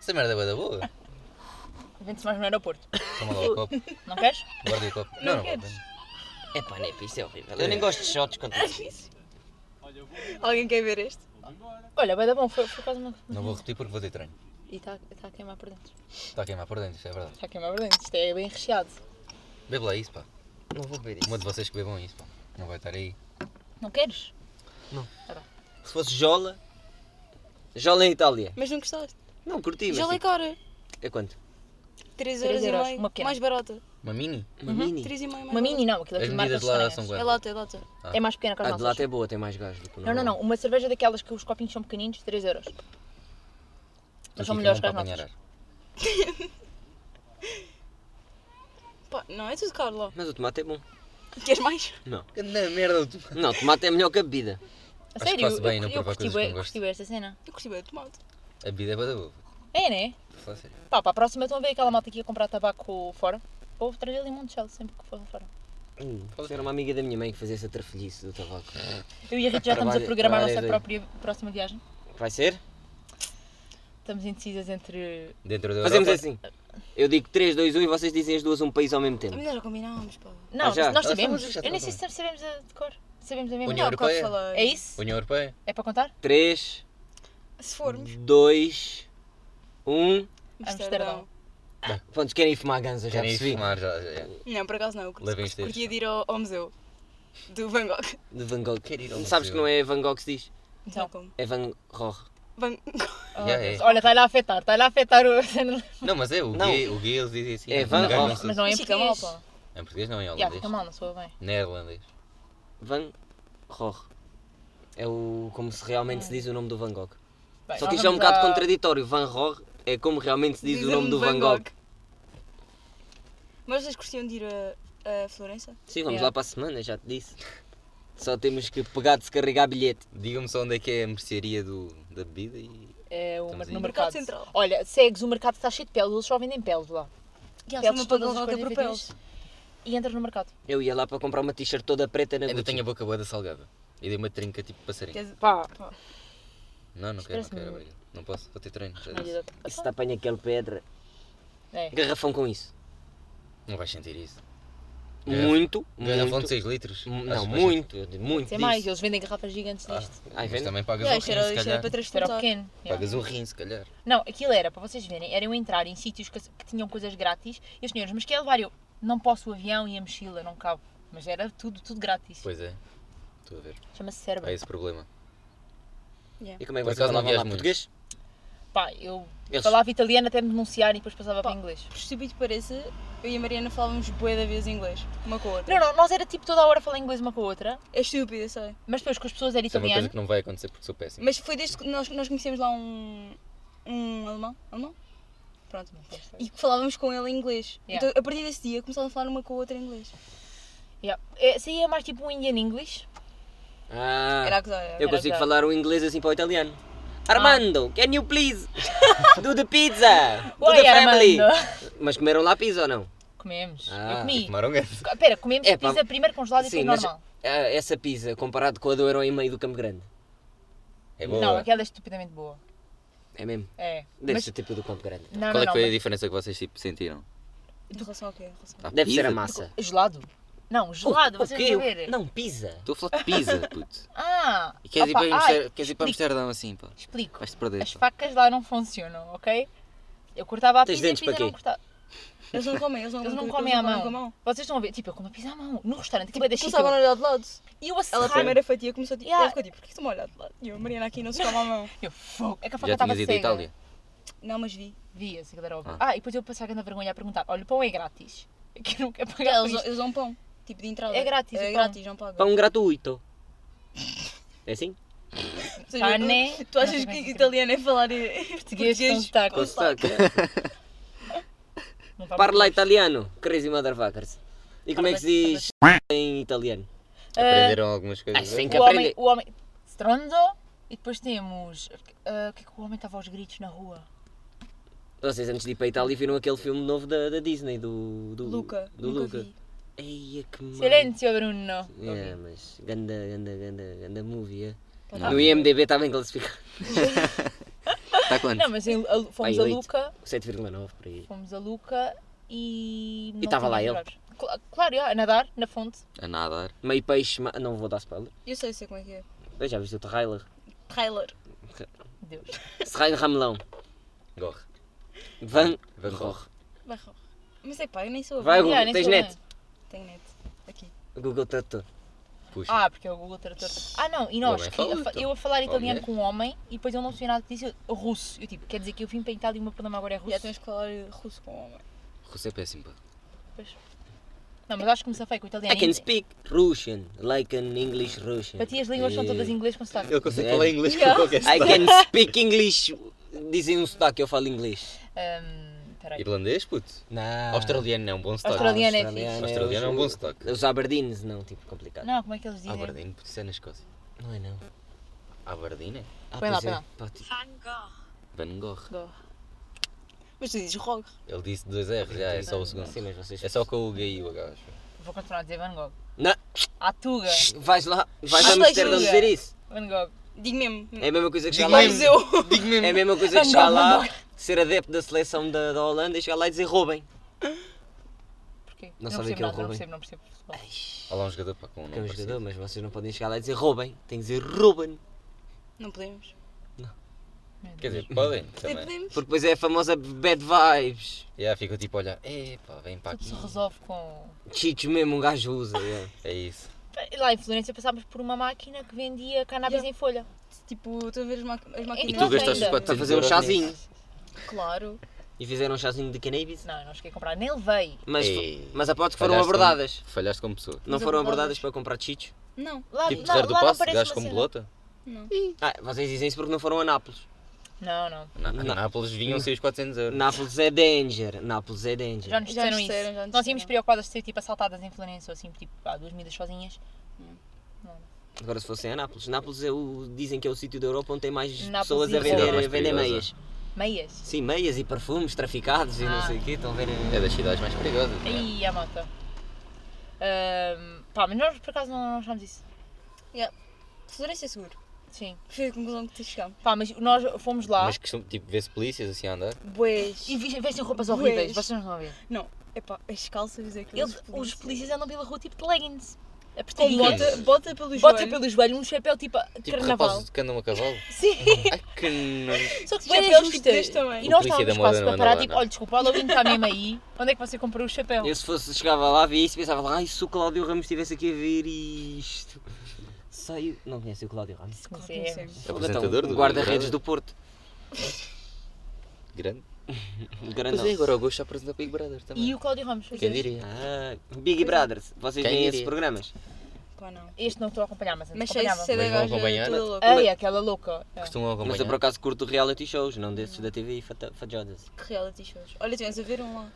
Speaker 3: Essa merda é bada boa.
Speaker 2: Vende-se mais no aeroporto.
Speaker 3: Toma lá o copo.
Speaker 2: Não queres?
Speaker 3: Guarda aí o copo.
Speaker 1: Não
Speaker 3: Não, não, vou.
Speaker 1: queres?
Speaker 4: É pá, Nepe, isto é horrível. Eu nem gosto de shots quanto a isso.
Speaker 1: Alguém quer ver este?
Speaker 2: Olha, vai dar bom, foi por causa de uma.
Speaker 3: Não vou repetir porque vou ter treino.
Speaker 2: E está a queimar por dentro.
Speaker 3: Está a queimar por dentro, isso é verdade.
Speaker 2: Está a queimar por dentro. Isto é bem recheado.
Speaker 3: Bebe lá isso, pá.
Speaker 4: Não vou beber
Speaker 3: Uma
Speaker 4: isso.
Speaker 3: de vocês que bebam isso, pá. Não vai estar aí.
Speaker 2: Não queres?
Speaker 4: Se fosse Jola. Jola em Itália.
Speaker 1: Mas não gostaste?
Speaker 4: Não, curti, mas.
Speaker 1: Já é
Speaker 4: tipo,
Speaker 1: cara.
Speaker 4: é quanto?
Speaker 1: 3
Speaker 2: Três
Speaker 1: euros e
Speaker 2: euros,
Speaker 1: meio.
Speaker 2: uma pequena.
Speaker 1: Mais barata.
Speaker 3: Uma mini?
Speaker 4: Uma mini.
Speaker 1: 3 e meio mais
Speaker 2: Uma mini não, aquilo
Speaker 3: As
Speaker 2: aqui marca
Speaker 3: medidas de lá são Ah,
Speaker 1: barata. É
Speaker 3: quantas?
Speaker 1: lata, é lata.
Speaker 2: É mais pequena que as
Speaker 4: A de lá
Speaker 2: nossas.
Speaker 4: até é boa, tem mais gás do que o
Speaker 2: Não, não,
Speaker 4: normal.
Speaker 2: não. Uma cerveja daquelas que os copinhos são pequeninos, 3 euros.
Speaker 3: Aqui
Speaker 2: Mas são
Speaker 3: que
Speaker 2: melhores que
Speaker 3: não
Speaker 2: as
Speaker 3: para apanhar
Speaker 2: nossas.
Speaker 3: ar.
Speaker 1: Pá, não é tudo caro lá.
Speaker 4: Mas o tomate é bom.
Speaker 1: (laughs) Queres mais?
Speaker 3: Grande merda, tu.
Speaker 4: Não, o tomate é melhor que a bebida.
Speaker 2: A
Speaker 3: que
Speaker 2: sério?
Speaker 3: faz bem não
Speaker 2: eu, eu
Speaker 3: provar
Speaker 2: curti
Speaker 3: coisas que
Speaker 2: bué-
Speaker 3: não
Speaker 2: curti
Speaker 3: gosto.
Speaker 2: bué esta cena.
Speaker 1: Eu curti bem de tomate.
Speaker 3: A bebida é bada boa.
Speaker 2: É, né?
Speaker 3: Vou falar sério.
Speaker 2: Pá, para a próxima estão a ver aquela malta que ia comprar tabaco fora. Vou trazer limoncello sempre que for fora.
Speaker 4: Hum,
Speaker 3: Pode
Speaker 4: era uma amiga da minha mãe que fazia essa trafolhice do tabaco.
Speaker 2: Eu e a Rita já estamos a
Speaker 4: Trabalha-
Speaker 2: programar a nossa
Speaker 4: trabalha
Speaker 2: própria próxima viagem.
Speaker 4: Vai ser?
Speaker 2: Estamos indecisas entre.
Speaker 3: Dentro da
Speaker 4: Fazemos
Speaker 3: Europa-
Speaker 4: assim. Eu digo 3, 2, 1 e vocês dizem as duas um país ao mesmo tempo.
Speaker 1: Ainda já combinámos, pá.
Speaker 2: Não,
Speaker 4: Ah, já?
Speaker 2: nós
Speaker 3: Ah,
Speaker 2: sabemos.
Speaker 3: estamos- já
Speaker 2: eu nem
Speaker 3: estamos.
Speaker 2: sei se sabemos a de cor. Sabemos a mesma.
Speaker 3: União
Speaker 1: Não, bocado
Speaker 3: Europeia?
Speaker 1: falei.
Speaker 2: É
Speaker 4: assim.
Speaker 2: isso?
Speaker 3: União Europeia?
Speaker 2: É para contar?
Speaker 4: 3,
Speaker 1: Se formos.
Speaker 4: 2, 1.
Speaker 2: Amsterdão.
Speaker 4: Prontos, querem ir fumar ganza,
Speaker 3: Tá.
Speaker 4: já
Speaker 3: Querem ir
Speaker 4: percebi.
Speaker 3: fumar já. já.
Speaker 1: Não, por acaso não. Eu curti,
Speaker 3: Levem os dedos.
Speaker 1: curtia de ir ao, ao museu. do Van Gogh.
Speaker 4: De Van Gogh.
Speaker 3: Querido,
Speaker 4: Sabes que não é Van Gogh que se diz?
Speaker 1: Não
Speaker 2: Então,
Speaker 1: como.
Speaker 4: É Van Gogh.
Speaker 1: Van (laughs)
Speaker 2: oh,
Speaker 3: Yeah,
Speaker 2: Deus.
Speaker 3: é.
Speaker 2: olha, está-lhe a afetar, está-lhe a afetar o. (laughs)
Speaker 3: Não, mas é, o
Speaker 4: Não.
Speaker 3: guia, o guia eles dizem assim.
Speaker 4: É
Speaker 3: um
Speaker 4: Van
Speaker 3: gajo
Speaker 4: Gogh.
Speaker 3: não se-
Speaker 2: Mas não é em
Speaker 1: Chiquês.
Speaker 2: Portugal, pá.
Speaker 3: Em português não, em
Speaker 2: Yeah,
Speaker 3: holandês.
Speaker 2: fica mal, não sou bem.
Speaker 3: Neerlandês.
Speaker 4: Van Gogh. É o, como se realmente se diz o nome do Van Gogh.
Speaker 2: Bem,
Speaker 4: Só
Speaker 2: nós
Speaker 4: que isto é um
Speaker 2: vamos
Speaker 4: bocado
Speaker 2: à-
Speaker 4: contraditório. Van Gogh é como realmente se diz o
Speaker 1: Dizem-me
Speaker 4: nome do Van Gogh.
Speaker 1: Mas vocês curtiam de ir a, a Florença?
Speaker 4: Sim, vamos
Speaker 2: Yeah.
Speaker 4: lá para a semana, já te disse. Só temos que pegar, descarregar bilhete.
Speaker 3: Digam-me só onde é que é a mercearia do, da bebida e.
Speaker 2: É o
Speaker 3: Estamos
Speaker 2: mer-
Speaker 3: aí.
Speaker 2: no mercado.
Speaker 1: Mercado Central.
Speaker 2: Olha, segues o mercado está cheio de peles, eles só vendem peles lá.
Speaker 1: Já,
Speaker 2: Peles
Speaker 1: para
Speaker 2: todas as
Speaker 1: volta
Speaker 2: cores
Speaker 1: para
Speaker 2: diferentes.
Speaker 1: peles.
Speaker 2: E entras no mercado.
Speaker 4: Eu ia lá para comprar uma t-shirt toda preta na
Speaker 3: Ainda
Speaker 4: Gucci.
Speaker 3: tenho a boca boa da salgada. E dei uma trinca tipo passarinho.
Speaker 1: Queres-
Speaker 2: Pá,
Speaker 3: Não, não quero, não
Speaker 2: Parece-me-
Speaker 3: quero. obrigado. Não posso, vou ter treino. já disse.
Speaker 4: Isso te apanha aquele pedra.
Speaker 2: É.
Speaker 4: Garrafão com isso.
Speaker 3: Não vais sentir isso. Garraf-
Speaker 4: Muito,
Speaker 3: Garrafão de
Speaker 4: muito.
Speaker 3: 6 litros.
Speaker 4: Mu-
Speaker 3: Acho
Speaker 4: Não,
Speaker 3: que vais
Speaker 4: muito, eu digo muito.
Speaker 2: Isso é mais,
Speaker 4: disso.
Speaker 2: eles vendem garrafas gigantes
Speaker 3: Ah,
Speaker 2: disto.
Speaker 4: Ai,
Speaker 3: Mas
Speaker 4: vendo?
Speaker 3: também pagas
Speaker 1: Já,
Speaker 3: o
Speaker 1: isto
Speaker 3: rim,
Speaker 1: era,
Speaker 3: se
Speaker 1: isto era
Speaker 3: calhar.
Speaker 1: para
Speaker 2: Isto era o
Speaker 1: transportar.
Speaker 2: pequeno. yeah.
Speaker 3: Pagas o rim, se calhar.
Speaker 2: Não, aquilo era, para vocês verem, era eu entrar em sítios que, que tinham coisas grátis e os senhores, mas quer levar eu? Não posso o avião e a mochila, não cabo. Mas era tudo, tudo grátis.
Speaker 3: Pois é. Estou a ver.
Speaker 2: Chama-se
Speaker 3: Há
Speaker 2: cérebro.
Speaker 3: esse problema.
Speaker 4: E como é que
Speaker 3: Por
Speaker 4: vocês
Speaker 3: acaso não
Speaker 4: falavam lá?
Speaker 3: viajo muito.
Speaker 4: Português?
Speaker 2: Pá, eu
Speaker 4: Eles-
Speaker 2: falava italiano até me denunciar e depois passava
Speaker 1: Pá.
Speaker 2: para inglês.
Speaker 1: Por estúpido que pareça, eu e a Mariana falávamos bué da vez inglês, uma com a outra.
Speaker 2: Não, não, nós era tipo toda a hora falar inglês uma com a outra,
Speaker 1: É estúpido, eu sei.
Speaker 2: mas depois com as pessoas era
Speaker 3: Isso é uma
Speaker 2: italiano.
Speaker 3: coisa que não vai acontecer porque sou péssimo.
Speaker 1: Mas foi desde que nós, nós conhecemos lá um, um alemão, alemão? Pronto. E que falávamos com ele em inglês.
Speaker 2: Yeah.
Speaker 1: Então, a partir desse dia, começámos a falar uma com a outra em inglês.
Speaker 2: Yeah. É, saía mais tipo um Indian English.
Speaker 4: Ah,
Speaker 1: Era a gozar, era.
Speaker 4: eu consigo
Speaker 2: Era-
Speaker 4: falar o inglês assim para o italiano. Armando, can you please (laughs) do the pizza? Do
Speaker 2: Ah. Oi,
Speaker 4: the family.
Speaker 2: Armando. (laughs)
Speaker 4: Mas comeram lá pizza ou não?
Speaker 2: Comemos.
Speaker 4: Ah,
Speaker 2: eu comi.
Speaker 3: Tomaram ganso.
Speaker 2: Espera, comemos
Speaker 4: É, pá.
Speaker 2: pizza primeiro congelada e
Speaker 4: Sim,
Speaker 2: depois
Speaker 4: mas
Speaker 2: normal.
Speaker 4: ah, essa pizza comparado com a do euro e meio do Campo Grande.
Speaker 3: É boa.
Speaker 2: Não, aquela é estupidamente boa.
Speaker 4: É mesmo?
Speaker 2: É.
Speaker 4: Deve
Speaker 2: Mas-
Speaker 4: ser tipo do Campo Grande.
Speaker 2: Não,
Speaker 3: Qual é
Speaker 2: não,
Speaker 3: que foi a
Speaker 2: não,
Speaker 3: diferença que vocês tipo, sentiram?
Speaker 1: Em relação ao quê? Em relação
Speaker 3: À
Speaker 4: Deve ser
Speaker 3: Ah, pizza?
Speaker 4: a massa. Uh,
Speaker 2: mas- Gelado? Não, gelado,
Speaker 4: O- o
Speaker 2: vocês
Speaker 4: quê?
Speaker 2: vão ver.
Speaker 4: Não, pizza.
Speaker 3: Estou a falar de pizza, (laughs) puto.
Speaker 2: Ah!
Speaker 3: E queres,
Speaker 2: opa,
Speaker 3: ir, para
Speaker 2: ai,
Speaker 3: Amster- queres ir para
Speaker 2: explico,
Speaker 3: Amsterdão assim, pá?
Speaker 2: Explico.
Speaker 3: Vais-te perder.
Speaker 2: As
Speaker 3: pá.
Speaker 2: facas lá não funcionam, ok? Eu cortava a
Speaker 4: Tens
Speaker 2: pizza e a
Speaker 4: dentes
Speaker 2: pizza
Speaker 4: para
Speaker 2: não
Speaker 4: quê?
Speaker 2: cortava.
Speaker 1: ao- Eles não comem, eles não,
Speaker 2: Eles não
Speaker 1: eles
Speaker 2: comem à mão.
Speaker 1: com a mão.
Speaker 2: Vocês estão a ver, tipo, eu como a pizza à mão, no restaurante, aquilo é da
Speaker 1: Tipo, começavam a
Speaker 2: chica.
Speaker 1: olhar de lado.
Speaker 2: E eu a
Speaker 1: Ela, a
Speaker 2: serrar,
Speaker 1: primeira fatia, começou a tipo,
Speaker 2: Yeah.
Speaker 1: ela ficou tipo, porquê estão a olhar de lado? E eu, a Mariana aqui não se come à mão.
Speaker 2: eu, fogo, é que a faca
Speaker 3: Já
Speaker 2: estava
Speaker 3: tinhas ido à
Speaker 2: cega.
Speaker 3: Itália?
Speaker 1: Não, mas vi.
Speaker 2: Via-se, galera, óbvio.
Speaker 3: Ah.
Speaker 2: Ah. e depois eu passava a grande vergonha a perguntar, olha, o pão é grátis? (laughs) É Que eu não quero pagar por
Speaker 1: Eles,
Speaker 2: isto.
Speaker 1: eles dão pão, tipo de entrada.
Speaker 2: É grátis,
Speaker 1: É
Speaker 2: o pão.
Speaker 1: grátis, não pagam.
Speaker 4: Pão gratuito. É assim?
Speaker 1: Ou seja,
Speaker 2: Pane.
Speaker 1: tu- Tu achas
Speaker 2: Não sei
Speaker 1: que
Speaker 2: bem o que é.
Speaker 1: italiano é falar em
Speaker 2: Português com um sotaque.
Speaker 4: Com sotaque. (laughs)
Speaker 2: Não tá
Speaker 4: Parla italiano. Crazy motherfuckers. E como é que se diz em italiano?
Speaker 2: Eh,
Speaker 3: Aprenderam algumas
Speaker 4: Ah,
Speaker 3: coisas?
Speaker 4: isso tem
Speaker 2: bom.
Speaker 4: que
Speaker 2: o homem,
Speaker 4: aprender.
Speaker 2: o homem, strondo, e depois temos, ah, o que é que o homem estava aos gritos na rua?
Speaker 4: Vocês antes de ir para a Itália viram aquele filme novo da, da Disney, do, do
Speaker 1: Luca.
Speaker 4: Do
Speaker 1: nunca
Speaker 4: Luca.
Speaker 1: vi.
Speaker 4: Eia que mal.
Speaker 2: Silêncio, Bruno!
Speaker 4: É, mas ganda, ganda, ganda, ganda movie. é?
Speaker 2: Tá
Speaker 1: Pode
Speaker 3: Não.
Speaker 4: No IMDB está tá bem classificado. (laughs)
Speaker 3: Está quanto?
Speaker 2: Não, mas em- a- fomos
Speaker 4: Ai,
Speaker 2: a
Speaker 4: oito.
Speaker 2: Luca,
Speaker 4: 7,9 por aí.
Speaker 2: fomos a Luca e... não
Speaker 4: estava lá
Speaker 2: tinha
Speaker 4: ele?
Speaker 2: horários. Cla- Claro, já, a nadar, na fonte.
Speaker 3: A nadar.
Speaker 4: Meio peixe, ma- não vou dar spoiler.
Speaker 1: Eu sei, sei como é que é.
Speaker 4: Eu já viste
Speaker 2: (laughs)
Speaker 4: o trailer?
Speaker 1: Trailer.
Speaker 2: Deus.
Speaker 4: Serrain Ramelão.
Speaker 3: Gorre.
Speaker 4: Van,
Speaker 3: Van Gogh.
Speaker 4: Gogh.
Speaker 1: Barro. Mas é pá, eu nem sou
Speaker 4: Vai,
Speaker 1: avó.
Speaker 4: Google,
Speaker 2: Yeah, nem
Speaker 4: tens
Speaker 2: sou
Speaker 4: net?
Speaker 1: Tenho net. Aqui.
Speaker 4: Google Tradutor.
Speaker 3: Puxa.
Speaker 2: Ah, porque é o Google Tradutor. Ah, não, e
Speaker 3: O
Speaker 2: nós,
Speaker 4: é
Speaker 3: homem
Speaker 2: que-
Speaker 3: fala,
Speaker 2: a fa-
Speaker 3: então.
Speaker 2: eu a falar italiano
Speaker 3: Homem.
Speaker 2: com um homem e depois eu não percebi nada disso, eu- russo. Eu tipo, quer dizer que eu vim para a Itália e o meu problema agora é russo.
Speaker 1: Já temos que falar russo com o homem.
Speaker 3: Russo é péssimo, pá.
Speaker 2: Não, mas acho que me safei com o italiano.
Speaker 4: I can speak Russian, like an English Russian.
Speaker 2: Para ti as línguas são
Speaker 4: Eh,
Speaker 2: todas em inglês tá. com sotaque.
Speaker 3: Ele consegue falar inglês com qualquer
Speaker 4: I
Speaker 3: sotaque.
Speaker 2: (laughs)
Speaker 4: can speak English. Dizem um sotaque, eu falo inglês.
Speaker 2: Ahm,
Speaker 3: (laughs)
Speaker 2: Peraí.
Speaker 3: Irlandês, puto?
Speaker 4: Não.
Speaker 3: Australiano não, bom sotaque.
Speaker 2: Australiano. é fixe.
Speaker 3: Australiano é um
Speaker 4: os-
Speaker 3: bom sotaque.
Speaker 4: Os Aberdeens, não, tipo, complicado.
Speaker 2: Não, como é que eles dizem?
Speaker 3: Aberdeen, puto, isso é na Escócia.
Speaker 4: Não é não.
Speaker 3: Aberdeen é?
Speaker 4: Ah,
Speaker 2: Põe lá,
Speaker 4: pois
Speaker 2: põe
Speaker 4: é.
Speaker 2: lá.
Speaker 4: Pá, tipo,
Speaker 3: Van Gogh.
Speaker 1: Mas tu dizes rock.
Speaker 3: Ele disse dois R's, já, é só o segundo.
Speaker 4: Sim, mas vocês...
Speaker 3: É só com o G e o H, acho.
Speaker 2: Vou continuar a dizer Van Gogh.
Speaker 4: Não,
Speaker 2: A Tuga.
Speaker 4: vais lá, vais
Speaker 1: Ah,
Speaker 4: a Amsterdã
Speaker 1: Tuga.
Speaker 4: dizer isso.
Speaker 2: Van Gogh.
Speaker 1: Digo mesmo.
Speaker 4: É a mesma coisa que chegar lá e
Speaker 1: Mas
Speaker 4: dizer...
Speaker 1: eu.
Speaker 2: (laughs)
Speaker 3: Digo
Speaker 4: É a
Speaker 3: mesmo.
Speaker 4: mesma coisa que chegar lá, ser adepto da seleção da, da Holanda e chegar lá e dizer roubem.
Speaker 2: Porquê?
Speaker 4: Não sabem
Speaker 2: percebo
Speaker 4: quem é o
Speaker 2: nada, não
Speaker 4: Ruben.
Speaker 2: percebo, não percebo.
Speaker 4: (laughs)
Speaker 2: futebol.
Speaker 3: Há lá um jogador, pá, com um
Speaker 4: Que
Speaker 3: nome
Speaker 4: é um
Speaker 3: parecido.
Speaker 4: jogador, mas vocês não podem chegar lá e dizer roubem. Tem que dizer roubem.
Speaker 1: Não podemos.
Speaker 2: Meu Deus.
Speaker 3: Quer dizer, podem
Speaker 1: Não
Speaker 3: também.
Speaker 1: podemos.
Speaker 4: Porque depois é a famosa bad vibes.
Speaker 3: Já ficam tipo a olhar, é pá, vem para
Speaker 2: Tudo
Speaker 3: aqui.
Speaker 2: se resolve com...
Speaker 4: Cheats mesmo, um gajo usa. é.
Speaker 3: É isso.
Speaker 2: Lá em Florença passámos por uma máquina que vendia cannabis
Speaker 1: Yeah.
Speaker 2: em folha.
Speaker 1: Tipo, estou a ver as, maqui- as
Speaker 3: E
Speaker 1: máquinas.
Speaker 3: tu
Speaker 2: Não
Speaker 3: gastaste os
Speaker 2: É ainda.
Speaker 3: 400
Speaker 4: Para fazer um
Speaker 3: euros
Speaker 4: chazinho.
Speaker 3: nisso.
Speaker 1: Claro.
Speaker 4: E fizeram um chazinho de cannabis.
Speaker 2: Não, eu não cheguei a comprar, nem levei.
Speaker 4: Mas,
Speaker 3: Ei.
Speaker 4: mas aposto que foram
Speaker 3: Falhaste como-
Speaker 4: abordadas.
Speaker 3: Falhaste como pessoa.
Speaker 4: Não
Speaker 1: Mas
Speaker 4: foram
Speaker 1: abordadas.
Speaker 4: abordadas para comprar chichos?
Speaker 1: Não.
Speaker 2: Lá,
Speaker 3: Tipo,
Speaker 2: lá-
Speaker 3: Terreiro do
Speaker 2: lá não
Speaker 3: Passo,
Speaker 2: aparece
Speaker 3: gajos
Speaker 2: uma
Speaker 3: com
Speaker 2: cena.
Speaker 3: pelota.
Speaker 4: Ah, vocês dizem isso porque não foram a Nápoles.
Speaker 2: Não, não.
Speaker 3: Na
Speaker 4: Não.
Speaker 3: na Nápoles vinham-se os 400 euros.
Speaker 4: Nápoles é danger. Nápoles é danger.
Speaker 1: Já
Speaker 2: Já nos
Speaker 1: nos
Speaker 2: disseram isso.
Speaker 1: disseram, já nos
Speaker 2: Nós tínhamos
Speaker 1: disseram.
Speaker 2: preocupadas de ser tipo assaltadas em Florença ou assim, tipo, há duas miúdas sozinhas.
Speaker 4: Agora se fossem a Nápoles. Nápoles é o, dizem que é o sítio da Europa onde tem mais
Speaker 2: Nápoles
Speaker 4: pessoas
Speaker 2: e
Speaker 4: a vender,
Speaker 2: Roma.
Speaker 4: a vender
Speaker 3: Mais
Speaker 4: meias.
Speaker 3: perigosa.
Speaker 2: Meias.
Speaker 4: Sim, meias e perfumes traficados e não
Speaker 2: Ah.
Speaker 4: sei o quê. Estão a ver.
Speaker 3: É das cidades mais perigosas. não é?
Speaker 2: Aí a moto. Ahm, pá, mas nós por acaso não, não achámos isso.
Speaker 1: Florença é seguro.
Speaker 2: Sim.
Speaker 1: Foi a conclusão que te chegamos.
Speaker 2: Pá, mas nós fomos lá
Speaker 3: Mas costum- tipo, vê-se polícias assim a andar.
Speaker 1: Boas.
Speaker 2: e vi- vestem roupas horríveis,
Speaker 1: Pois.
Speaker 2: vocês não estão a ver.
Speaker 1: Não. Epá, as calças é aqueles.
Speaker 2: Eles, os polícias andam pela rua tipo de leggings.
Speaker 1: Com
Speaker 2: Apertadinhas.
Speaker 1: bota, bota pelo
Speaker 2: Bota
Speaker 1: É joelho.
Speaker 2: pelo joelho, um chapéu tipo, de
Speaker 3: Tipo
Speaker 2: carnaval.
Speaker 3: rapazes que andam
Speaker 2: (laughs)
Speaker 3: a cavalo.
Speaker 1: (laughs)
Speaker 2: Sim.
Speaker 3: Ai que nojo.
Speaker 2: Só que
Speaker 1: Chapéus
Speaker 2: bem
Speaker 1: tipo
Speaker 2: justa.
Speaker 1: deste tamanho.
Speaker 2: E
Speaker 3: O
Speaker 2: nós
Speaker 3: polícia da
Speaker 2: estávamos
Speaker 3: moda
Speaker 2: quase
Speaker 3: não
Speaker 2: para
Speaker 3: anda
Speaker 2: parar,
Speaker 3: lá,
Speaker 2: tipo,
Speaker 3: não. é?
Speaker 2: olha, desculpa, o Halloween está mesmo aí. Onde é que você comprou o chapéu?
Speaker 4: Eu se fosse, chegava lá, via isso e pensava lá, ai, se o Cláudio Ramos estivesse aqui a ver isto. Saiu. Não conheci o Cláudio Ramos.
Speaker 1: Claro que
Speaker 2: Sim. é.
Speaker 1: conhecemos.
Speaker 3: Apresentador
Speaker 4: Então,
Speaker 3: do
Speaker 4: o guarda-redes do
Speaker 3: Big
Speaker 4: Porto.
Speaker 3: Brother. Grande. Mas é,
Speaker 4: Grandão.
Speaker 3: agora o Gosto apresenta Big Brother
Speaker 2: E
Speaker 3: também.
Speaker 2: o Cláudio Ramos.
Speaker 3: Quem diria?
Speaker 4: Ah, Big Brothers. Vocês
Speaker 3: é. Quem
Speaker 4: veem
Speaker 3: diria?
Speaker 4: esses programas?
Speaker 1: Pá, não.
Speaker 2: Este não estou a acompanhar, mas antes
Speaker 1: Mas sei
Speaker 2: acompanhava.
Speaker 1: se é da
Speaker 3: Mas vão
Speaker 1: gaja
Speaker 3: acompanhar?
Speaker 4: né?
Speaker 1: toda louca.
Speaker 2: Ei, aquela louca. É.
Speaker 3: Costumam
Speaker 4: Mas eu por
Speaker 3: acompanhar.
Speaker 4: acaso curto reality shows, não desses da TV e fata- fajodas.
Speaker 1: Que reality shows. Olha, tivemos a ver um lá.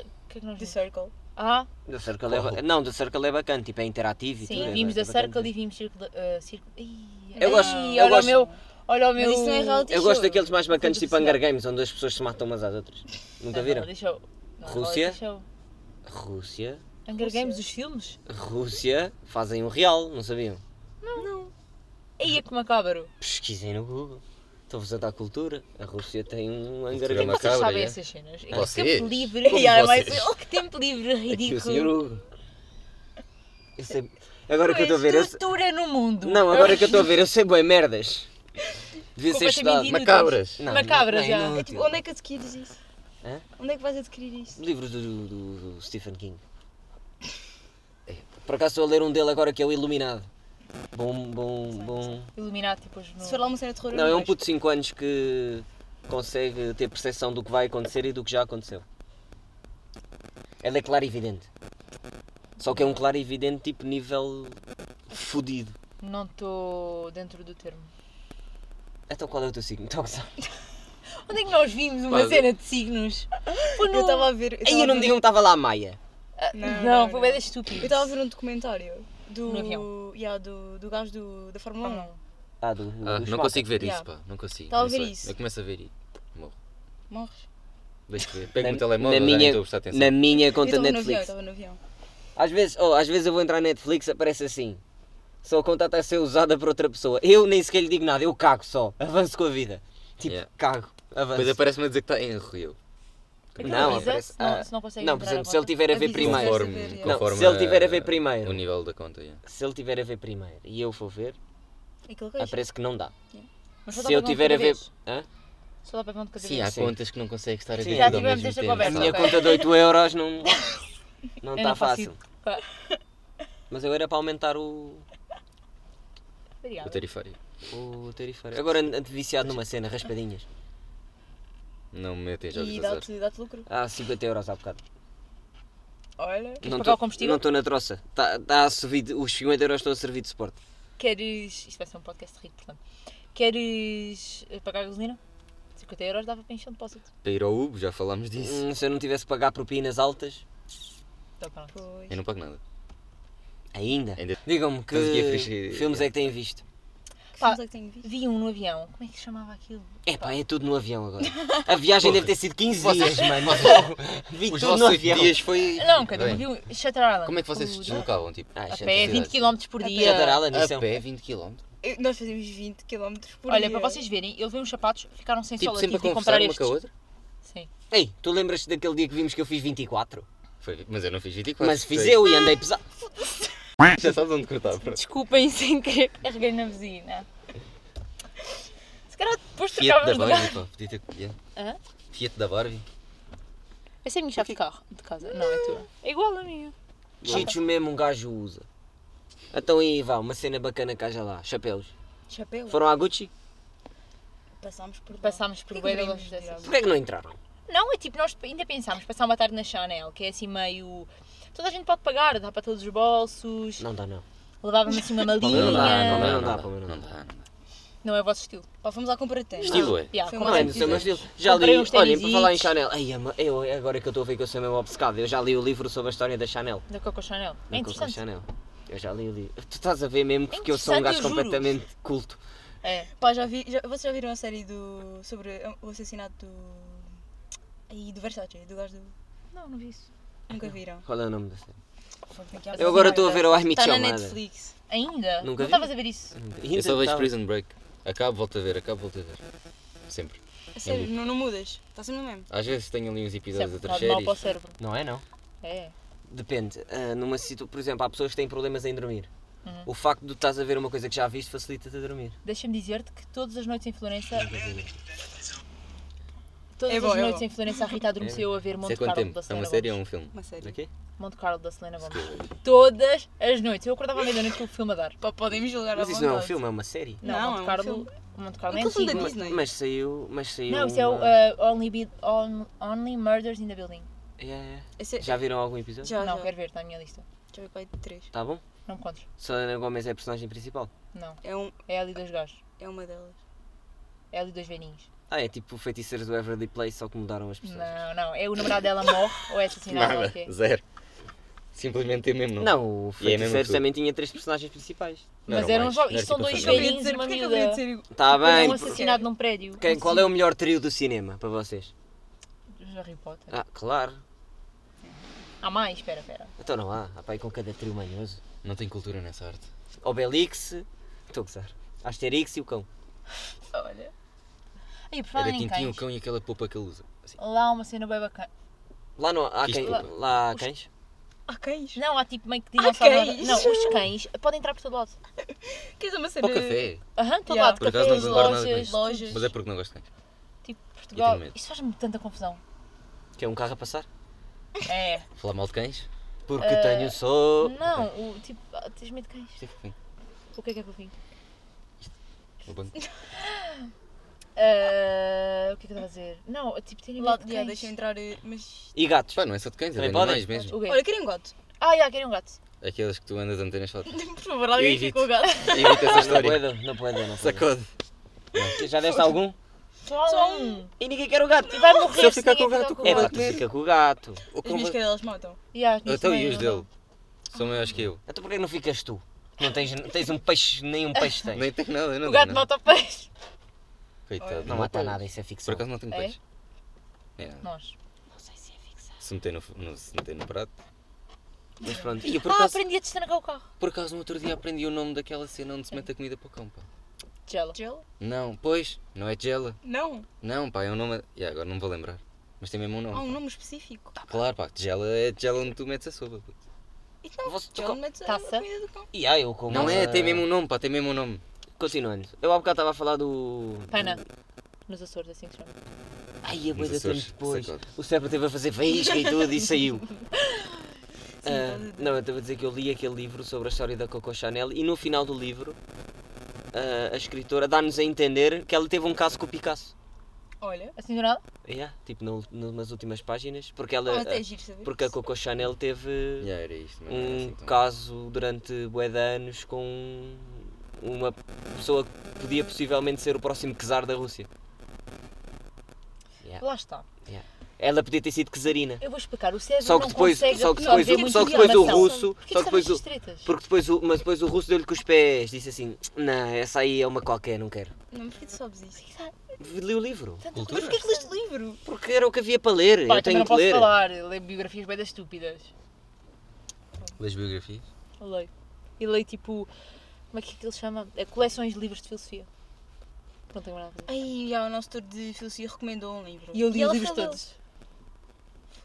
Speaker 2: O que é que nós
Speaker 1: The
Speaker 2: vimos?
Speaker 1: Circle.
Speaker 2: Ah,
Speaker 4: Da Circle é ba- Não, da Circle é bacana, tipo, é interativo e tudo.
Speaker 2: sim,
Speaker 4: é
Speaker 2: vimos
Speaker 4: ba-
Speaker 2: da
Speaker 4: é bacana.
Speaker 2: Circle e vimos Círculo. eh, Círculo- Ih,
Speaker 4: Eu gosto-
Speaker 2: ei,
Speaker 4: eu
Speaker 2: olha
Speaker 4: gosto.
Speaker 2: o meu. Olha o meu.
Speaker 1: isso não é reality
Speaker 4: Eu
Speaker 1: show.
Speaker 4: gosto daqueles mais bacanas, tipo
Speaker 2: Tudo
Speaker 4: Hunger Games, onde as pessoas se matam umas às outras.
Speaker 2: Não,
Speaker 1: É
Speaker 4: Nunca
Speaker 2: não,
Speaker 4: viram?
Speaker 2: Deixa eu. não,
Speaker 4: Rússia?
Speaker 2: Deixa eu.
Speaker 4: Rússia.
Speaker 2: Hunger
Speaker 1: Rússia.
Speaker 2: Games, os filmes?
Speaker 4: Rússia fazem um real, não sabiam?
Speaker 1: Não.
Speaker 2: Ei, é que macabro.
Speaker 4: Pesquisem no Google. Estou-vos a dar cultura. A Rússia tem um Hunger
Speaker 3: Cultura
Speaker 4: Games.
Speaker 3: macabra.
Speaker 2: Vocês sabem
Speaker 3: é?
Speaker 2: essas cenas. É
Speaker 3: Vocês?
Speaker 2: tempo livre. (laughs)
Speaker 3: Como
Speaker 2: Ei, é mais-
Speaker 3: vocês?
Speaker 2: Oh, que tempo livre
Speaker 4: Aqui o
Speaker 2: ridículo.
Speaker 4: senhor Hugo. Eu sei... Agora que
Speaker 1: é
Speaker 4: eu estou a ver. Eu... sei-
Speaker 2: Estrutura no mundo.
Speaker 4: Não, agora que eu estou a ver, eu sei bem merdas. Devia ser estudado.
Speaker 2: Completamente
Speaker 3: Macabras.
Speaker 4: Não,
Speaker 2: Macabras,
Speaker 4: não,
Speaker 2: já.
Speaker 4: não.
Speaker 1: É tipo, onde é que adquires isso?
Speaker 4: Hã?
Speaker 1: Onde é que vais adquirir isso?
Speaker 4: Livros do, do- do Stephen King. É, Por acaso estou a ler um dele agora que é o Iluminado. Bom, bom, bom.
Speaker 2: Iluminado, tipo, os no...
Speaker 1: Se for lá uma cena de terror, eu
Speaker 4: Não, é um
Speaker 1: vejo.
Speaker 4: puto de 5 anos que consegue ter percepção do que vai acontecer e do que já aconteceu. Ele é claro e evidente. Só que é um claro e evidente tipo nível fudido.
Speaker 2: Não estou dentro do termo.
Speaker 4: Então qual é o teu signo? Então, sabe?
Speaker 2: Onde é que nós vimos uma
Speaker 3: Pá,
Speaker 2: cena de signos? Foi no- Ah,
Speaker 1: Eu estava a ver.
Speaker 4: Aí eu não me digam que estava lá a Maia.
Speaker 1: Não,
Speaker 2: Não,
Speaker 1: não,
Speaker 2: foi
Speaker 1: não.
Speaker 2: bem
Speaker 1: Eu
Speaker 2: estúpido.
Speaker 1: estava a ver um documentário do.
Speaker 2: No avião.
Speaker 1: Yeah, do, do gajo do, da
Speaker 2: Tá
Speaker 1: Fórmula 1.
Speaker 2: Não.
Speaker 4: Ah, do,
Speaker 3: Ah,
Speaker 4: do
Speaker 3: não consigo ver
Speaker 2: Yeah. Tá
Speaker 3: isso, pá. Não consigo.
Speaker 1: Estava a
Speaker 3: não
Speaker 1: ver
Speaker 3: sei.
Speaker 1: isso.
Speaker 3: Eu começo a ver e morro.
Speaker 2: um.
Speaker 1: Morres.
Speaker 3: Deixa eu ver. Pego
Speaker 4: Na-
Speaker 3: o telemóvel,
Speaker 4: na
Speaker 3: já nem
Speaker 4: minha-
Speaker 3: estou a prestar atenção.
Speaker 4: Na minha
Speaker 1: Eu
Speaker 4: conta
Speaker 1: estava no avião, eu
Speaker 4: Netflix.
Speaker 1: estava no avião.
Speaker 4: Às vezes, oh, às vezes eu vou entrar na Netflix aparece assim. Só a conta está a ser usada por outra pessoa. Eu nem sequer lhe digo nada, eu cago só. (laughs) Avanço com a vida. Tipo,
Speaker 3: Yeah.
Speaker 4: cago, avanço.
Speaker 3: Depois aparece-me a dizer que está em erro.
Speaker 2: Então
Speaker 4: Não,
Speaker 2: avisa,
Speaker 4: aparece-
Speaker 2: se não,
Speaker 4: ah,
Speaker 2: se não consegue
Speaker 4: Não, por exemplo, se ele estiver a ver
Speaker 1: Avisa-se.
Speaker 4: primeiro.
Speaker 1: Não, se
Speaker 3: Conforme,
Speaker 1: ele
Speaker 3: conforme
Speaker 4: tiver a ver primeiro.
Speaker 3: O nível da conta, yeah.
Speaker 4: Se ele estiver a ver primeiro e eu for ver,
Speaker 1: Aquilo
Speaker 4: Ah,
Speaker 1: que eu acho.
Speaker 4: aparece que não dá.
Speaker 2: Mas só dá
Speaker 4: Se eu
Speaker 2: para ver um de
Speaker 4: estiver a
Speaker 2: cada
Speaker 4: ver.
Speaker 2: vez.
Speaker 4: Hã?
Speaker 2: Só dá para ver um de cada
Speaker 3: Sim,
Speaker 2: vez.
Speaker 3: há
Speaker 4: Sim.
Speaker 3: contas que não consegues estar a
Speaker 4: Sim,
Speaker 3: ver
Speaker 4: já
Speaker 3: tudo ao
Speaker 2: tivemos
Speaker 3: mesmo
Speaker 2: esta
Speaker 3: tempo.
Speaker 4: A
Speaker 2: conversa.
Speaker 4: minha
Speaker 2: Ok.
Speaker 4: conta de 8
Speaker 2: (laughs)
Speaker 4: euros não. Não
Speaker 2: Eu
Speaker 4: está
Speaker 2: não tá faço
Speaker 4: fácil.
Speaker 2: isso. Pá,
Speaker 4: Mas agora é para aumentar o.
Speaker 2: Obrigada.
Speaker 3: O tarifário.
Speaker 4: o tarifário. Agora ando viciado numa cena, raspadinhas.
Speaker 3: Não me metem jogos
Speaker 1: E
Speaker 3: de azar.
Speaker 1: dá-te dá lucro.
Speaker 4: Ah, 50 euros há bocado.
Speaker 1: Olha.
Speaker 2: Queres pagar o combustível?
Speaker 4: Não estou na troça. Está a servir. de- Os 50 euros estão a servir de suporte.
Speaker 2: Queres. Isto vai ser um podcast rico, portanto. Queres eh, pagar a gasolina? 50 euros dava para encher um depósito.
Speaker 3: Para ir ao Ubo, já falámos disso.
Speaker 4: Hum, se eu não tivesse que pagar propinas altas,
Speaker 2: Então pronto.
Speaker 1: Pois.
Speaker 3: Eu não pago nada.
Speaker 4: ainda.
Speaker 3: Ainda-
Speaker 4: Digam-me que
Speaker 3: Mas o que é fixe-
Speaker 4: filmes é que têm visto.
Speaker 1: Que
Speaker 2: Pá.
Speaker 1: filmes é que tenho visto?
Speaker 2: Vi um no avião. Como é que se chamava aquilo?
Speaker 4: É pá, é tudo no avião
Speaker 3: (laughs)
Speaker 4: agora. A viagem deve ter sido 15 dias, mano. Vi
Speaker 3: Os
Speaker 4: tudo no
Speaker 3: vossos
Speaker 4: avião.
Speaker 3: oito dias foi.
Speaker 2: Não, cada um
Speaker 3: Bem,
Speaker 2: viu Shutter Island.
Speaker 3: Como é que vocês se
Speaker 2: O-
Speaker 3: deslocavam? Tipo,
Speaker 4: Ah,
Speaker 2: A
Speaker 4: já
Speaker 2: pé,
Speaker 4: te-
Speaker 2: 20 km por dia.
Speaker 4: Já dará lá nisso. é um
Speaker 3: a pé 20 km.
Speaker 1: Eu- Nós fazíamos 20 km por
Speaker 2: Olha,
Speaker 1: dia.
Speaker 2: para vocês verem, ele veio uns sapatos, ficaram sem
Speaker 3: Tipo,
Speaker 2: sola,
Speaker 3: sempre
Speaker 2: tive
Speaker 3: a
Speaker 2: de comprar
Speaker 3: conversar uma
Speaker 2: estes.
Speaker 3: com a outra.
Speaker 2: Sim.
Speaker 4: Ei, tu lembras-te daquele dia que vimos que eu fiz 24?
Speaker 3: Foi, mas eu não fiz 24.
Speaker 4: Mas fiz
Speaker 3: sei.
Speaker 4: eu e
Speaker 2: Ah.
Speaker 4: andei pesado.
Speaker 3: (laughs) Já sabes onde cortar. pronto.
Speaker 2: Desculpem, (laughs) sem querer carreguei na vizinha. Se calhar depois
Speaker 3: Fiat
Speaker 2: trocávamos
Speaker 3: da
Speaker 2: de lugar.
Speaker 3: Barbie, pá. Podia ter. yeah.
Speaker 2: Hã?
Speaker 3: Fiat da Barbie.
Speaker 2: Essa é a minha chave de carro, de casa. Não, é tua. É igual a minha.
Speaker 4: Chicho mesmo um gajo usa. Então aí vá, uma cena bacana que haja lá. Chapéus.
Speaker 1: Chapéu?
Speaker 4: Foram à Gucci?
Speaker 1: Passámos por lá.
Speaker 2: Passámos por
Speaker 1: Porquê que
Speaker 2: bué de
Speaker 1: deveríamos
Speaker 2: lojas
Speaker 1: ir à
Speaker 2: dessas.
Speaker 4: Porquê é que não entraram?
Speaker 2: Não, é tipo, nós ainda pensámos passar uma tarde na Chanel, que é assim meio. Toda a gente pode pagar, dá para todos os bolsos,
Speaker 4: Não dá, não.
Speaker 2: levávamos assim uma
Speaker 3: Não dá,
Speaker 2: malinha.
Speaker 3: não dá,
Speaker 4: Não,
Speaker 3: não
Speaker 4: não dá,
Speaker 3: dá,
Speaker 4: pá, não
Speaker 3: não dá, não
Speaker 4: dá.
Speaker 3: dá. não dá.
Speaker 2: Não é o vosso estilo.
Speaker 1: Pá, fomos à compra de ténis.
Speaker 3: Estilo é.
Speaker 2: Yeah,
Speaker 1: Foi
Speaker 2: como
Speaker 1: uma
Speaker 4: Não é
Speaker 2: é
Speaker 4: do
Speaker 2: que
Speaker 4: seu
Speaker 3: Comprei
Speaker 4: meu
Speaker 2: dizes?
Speaker 4: estilo. Já li.
Speaker 2: Comprei uns
Speaker 4: Olhem, para
Speaker 2: tenisitos.
Speaker 4: falar em Chanel. Ai, ama- eu, agora que eu estou a ver que eu sou mesmo obcecado. Eu já li o livro sobre a história da Chanel.
Speaker 2: Da Coco Chanel.
Speaker 4: Da
Speaker 2: É
Speaker 4: Coco
Speaker 2: interessante.
Speaker 4: Chanel. Eu já li o livro. Tu estás a ver mesmo que eu sou um
Speaker 1: interessante,
Speaker 4: gajo
Speaker 1: eu juro.
Speaker 4: completamente culto.
Speaker 2: É.
Speaker 1: Ah, Pá, já vi. Já, vocês já viram a série do. sobre o assassinato do. Aí, do Versace, do gajo do.
Speaker 2: Não, não vi isso.
Speaker 1: Nunca viram.
Speaker 4: Qual é o nome da série?
Speaker 2: Mas assim, tá
Speaker 4: Eu agora
Speaker 2: não,
Speaker 4: estou a ver é o I Me
Speaker 1: Está Tá na
Speaker 4: Chamada.
Speaker 1: Netflix.
Speaker 2: Ainda?
Speaker 4: Nunca
Speaker 2: não
Speaker 4: vi.
Speaker 2: estavas a ver isso.
Speaker 3: Eu só
Speaker 4: então?
Speaker 3: vejo Prison Break. Acabo, volto a ver, acabo, volto a ver. Sempre.
Speaker 1: A sério, não, não mudas. Está sempre no mesmo.
Speaker 3: Às vezes tenho ali uns
Speaker 2: Isso é
Speaker 3: episódios de outras
Speaker 2: bocado mau para o
Speaker 3: séries.
Speaker 2: cérebro.
Speaker 4: Não é, não?
Speaker 2: É.
Speaker 4: Depende. Ah, numa situ... Por exemplo, há pessoas que têm problemas em dormir.
Speaker 2: Uhum.
Speaker 4: O facto de estás a ver uma coisa que já viste facilita-te a dormir.
Speaker 2: Deixa-me dizer-te que todas as noites em Florença. Todas
Speaker 1: É bom,
Speaker 2: as
Speaker 1: é
Speaker 2: noites
Speaker 1: bom.
Speaker 2: em Florença a Rita adormeceu a ver
Speaker 3: Isso é
Speaker 2: Monte
Speaker 3: quanto
Speaker 2: Carlo
Speaker 3: tempo?
Speaker 2: da
Speaker 3: É
Speaker 2: Selena
Speaker 3: uma série ou
Speaker 2: Gomes.
Speaker 3: um filme?
Speaker 1: Uma série.
Speaker 4: Daqui?
Speaker 2: Monte Carlo da Selena Gomes. Todas as noites. Eu acordava à meia-noite com o filme a dar.
Speaker 1: Pá, podem me julgar
Speaker 4: Mas
Speaker 1: à
Speaker 4: isso
Speaker 1: vontade.
Speaker 4: não é um filme, é uma série.
Speaker 2: Não,
Speaker 1: Não,
Speaker 2: Monte
Speaker 1: é um
Speaker 2: Carlo.
Speaker 1: filme.
Speaker 2: Monte Carlo é
Speaker 1: Aquele filme da
Speaker 2: antigo.
Speaker 1: Disney. Não é?
Speaker 4: Mas saiu. Mas saiu.
Speaker 2: Não, isso é o
Speaker 4: uma-
Speaker 2: uh, only, Be- On- only Murders in the Building.
Speaker 4: Yeah, yeah.
Speaker 1: Esse é-
Speaker 4: Já viram algum episódio?
Speaker 1: Já,
Speaker 2: não,
Speaker 1: já.
Speaker 2: quero ver, está na minha lista.
Speaker 1: Já vi pai é de três.
Speaker 4: Tá bom?
Speaker 2: Não me contes.
Speaker 4: Selena Gomez é a personagem principal.
Speaker 2: Não.
Speaker 1: É, um,
Speaker 2: É ali dois gajos.
Speaker 1: é uma delas.
Speaker 2: É ali dois velhinhos.
Speaker 4: Ah, é tipo feiticeiros do Everly Place, só que mudaram as pessoas.
Speaker 2: Não, não. É o namorado dela morre ou é assassinado ou
Speaker 3: Nada,
Speaker 2: o quê?
Speaker 3: zero. Simplesmente tem mesmo nome.
Speaker 4: Não, o
Speaker 3: E é mesmo
Speaker 4: feiticeiros
Speaker 3: tudo.
Speaker 4: também tinha três personagens principais.
Speaker 3: Não
Speaker 2: Mas eram
Speaker 3: mais,
Speaker 2: jovens.
Speaker 3: não
Speaker 2: Isto são
Speaker 3: tipo a
Speaker 4: assim.
Speaker 2: dois
Speaker 3: família.
Speaker 2: velhinhos,
Speaker 1: dizer,
Speaker 2: uma
Speaker 1: porquê que eu
Speaker 2: miúda.
Speaker 1: queria dizer igual?
Speaker 4: Tá
Speaker 2: Houve
Speaker 4: bem.
Speaker 2: um assassinato num prédio.
Speaker 4: Quem, qual é o melhor trio do cinema para vocês?
Speaker 2: Os Harry Potter.
Speaker 4: Ah, claro.
Speaker 2: Há mais? Espera, espera.
Speaker 4: Então não há. Há pai com cada trio manhoso.
Speaker 3: Não tem cultura nessa arte.
Speaker 4: Obelix. Estou a gozar. Asterix e o cão.
Speaker 1: Olha.
Speaker 2: Aí, por falar
Speaker 3: Era
Speaker 2: em
Speaker 3: Tintin, o
Speaker 2: cães,
Speaker 3: cão e aquela polpa que ele usa. Assim.
Speaker 2: lá há uma cena bem bacana.
Speaker 4: Lá não há
Speaker 3: Que
Speaker 4: quem.
Speaker 3: estúpido.
Speaker 4: Lá há cães?
Speaker 1: Ah, cães.
Speaker 2: Não, há tipo meio que dinossauros.
Speaker 1: cães.
Speaker 2: Não, os cães podem entrar por todo lado.
Speaker 1: Queres uma cena?
Speaker 3: Para o café.
Speaker 2: Aham, todo
Speaker 1: Yeah.
Speaker 2: lado.
Speaker 3: Por acaso não
Speaker 2: Cafés,
Speaker 3: vou levar nada
Speaker 2: lojas,
Speaker 3: disso.
Speaker 2: lojas.
Speaker 3: Mas é porque não gosto de cães.
Speaker 2: Tipo, Portugal.
Speaker 3: medo.
Speaker 2: Isso faz-me tanta confusão.
Speaker 4: Que é um carro a passar?
Speaker 2: É.
Speaker 3: Falar mal de cães?
Speaker 4: Porque tenho só.
Speaker 2: Não, o tipo, ah, tens medo de cães.
Speaker 3: Isto é fofinho.
Speaker 2: O que é que é fofinho?
Speaker 3: O banco.
Speaker 2: Ah, o que é que eu estava a dizer? Não, eu, tipo, tenho
Speaker 1: Lá,
Speaker 2: medo de
Speaker 1: já,
Speaker 2: cães.
Speaker 1: deixa eu entrar. eh, Mas.
Speaker 4: E gatos?
Speaker 3: Pá, não é só de cães, é de
Speaker 4: Também podem?
Speaker 3: animais mesmo.
Speaker 2: O quê?
Speaker 1: Olha, querem um gato.
Speaker 2: Ah, já, queria um gato.
Speaker 3: Aqueles que tu andas antenas só.
Speaker 1: (laughs)
Speaker 2: (laughs)
Speaker 1: Por favor, alguém fica
Speaker 3: evito.
Speaker 1: com o gato.
Speaker 3: Evita É essa
Speaker 4: Ah, Não
Speaker 3: história.
Speaker 4: puedo, não puedo, não puedo.
Speaker 3: Sacode.
Speaker 4: Já deste algum?
Speaker 2: Só,
Speaker 1: Só
Speaker 2: um.
Speaker 4: E ninguém quer o gato.
Speaker 2: E vai morrer
Speaker 3: Se eu ficar
Speaker 2: ninguém
Speaker 3: com o gato,
Speaker 2: ficar
Speaker 3: eu
Speaker 4: É,
Speaker 3: vou
Speaker 4: pá, tu
Speaker 3: comer.
Speaker 4: fica com o gato.
Speaker 3: O
Speaker 1: As
Speaker 3: cão
Speaker 1: minhas
Speaker 3: vai-
Speaker 1: cadelas matam.
Speaker 2: Yeah, é um. as minhas
Speaker 3: Então
Speaker 2: também,
Speaker 3: e os
Speaker 2: não dá.
Speaker 3: dele? São maiores que eu.
Speaker 4: Então porquê que não ficas tu? Não tens, não tens um peixe, nem um peixe tens.
Speaker 3: Nem tenho nada, eu não é, né?
Speaker 2: O
Speaker 3: tenho
Speaker 2: gato
Speaker 3: nada.
Speaker 2: mata o peixe.
Speaker 3: Coitado.
Speaker 4: Não mata nada, isso é
Speaker 3: Por
Speaker 4: ficção.
Speaker 3: acaso não tenho
Speaker 2: É?
Speaker 3: peixe. É nada.
Speaker 2: Nós.
Speaker 3: Se meter no, no, se meter no prato.
Speaker 4: Mas pronto. E eu, por,
Speaker 2: Ah,
Speaker 4: acaso,
Speaker 2: aprendi a destrancar o carro.
Speaker 3: Por acaso no outro dia aprendi o nome daquela cena onde se mete a comida para o cão, pá.
Speaker 2: Gelo.
Speaker 1: Gelo?
Speaker 3: Não, pois, não é Jella.
Speaker 1: Não.
Speaker 3: Não, pá, é um nome. Yeah, agora não me vou lembrar. Mas tem mesmo um nome.
Speaker 1: Há um nome específico.
Speaker 3: Claro, pá, Jella é Jella onde tu metes a sopa. puto.
Speaker 1: E não,
Speaker 4: Você-
Speaker 1: gelo metes a a
Speaker 2: Taça?
Speaker 1: comida do cão.
Speaker 4: e aí, eu como
Speaker 3: Não é,
Speaker 4: eh,
Speaker 3: tem mesmo um nome, pá, tem mesmo um nome.
Speaker 4: Continuando. Eu há bocado estava a falar do...
Speaker 2: Pana. Nos Açores, é assim que se chama.
Speaker 4: Ai, a
Speaker 3: Nos
Speaker 4: coisa temos
Speaker 3: Açores,
Speaker 4: depois.
Speaker 3: sacode.
Speaker 4: O cérebro esteve a fazer faísca e tudo e saiu. Ah,
Speaker 1: estás a dizer.
Speaker 4: não, eu estava a dizer que eu li aquele livro sobre a história da Coco Chanel e no final do livro ah, a escritora dá-nos a entender que ela teve um caso com o Picasso.
Speaker 1: Olha.
Speaker 2: Assim do nada?
Speaker 4: Yeah, tipo no, no- nas últimas páginas, porque ela
Speaker 1: Ah, até é
Speaker 4: ah,
Speaker 1: giro saber.
Speaker 4: porque a
Speaker 1: isso.
Speaker 4: Coco Chanel teve
Speaker 3: Yeah, era isto, não era
Speaker 4: um
Speaker 3: assim tão-
Speaker 4: caso durante bué de anos com uma pessoa que podia possivelmente ser o próximo czar da Rússia.
Speaker 3: É.
Speaker 4: Yeah.
Speaker 2: Lá está.
Speaker 4: Ela podia ter sido czarina.
Speaker 2: Eu vou explicar. O cérebro
Speaker 4: Só que
Speaker 2: não
Speaker 4: depois,
Speaker 2: consegue
Speaker 4: só que
Speaker 1: não
Speaker 4: depois,
Speaker 1: vê
Speaker 4: o,
Speaker 1: muita
Speaker 4: só que depois o
Speaker 1: informação.
Speaker 4: russo,
Speaker 2: Por que
Speaker 4: só que depois o,
Speaker 2: tretas?
Speaker 4: porque depois o, mas depois o russo deu-lhe com os pés, disse assim: "Não, essa aí é uma qualquer, não quero".
Speaker 1: Não, porque tu sabes isso?
Speaker 4: Li o livro,
Speaker 3: Cultura?
Speaker 1: Mas porquê que leste livro?
Speaker 4: porque era o que havia para ler,
Speaker 2: Pá,
Speaker 4: É,
Speaker 2: também
Speaker 4: eu tenho
Speaker 2: não
Speaker 4: que
Speaker 2: posso
Speaker 4: ler.
Speaker 2: falar. Eu leio biografias bem estúpidas.
Speaker 3: Lês biografias?
Speaker 2: Eu leio. E leio tipo. Como é que ele chama? É coleções de livros de filosofia. Não tenho mais nada a dizer.
Speaker 1: Ai, já, o nosso tutor de filosofia recomendou um livro.
Speaker 2: Ah, E eu li
Speaker 1: ela
Speaker 2: os livros
Speaker 1: falou.
Speaker 2: todos.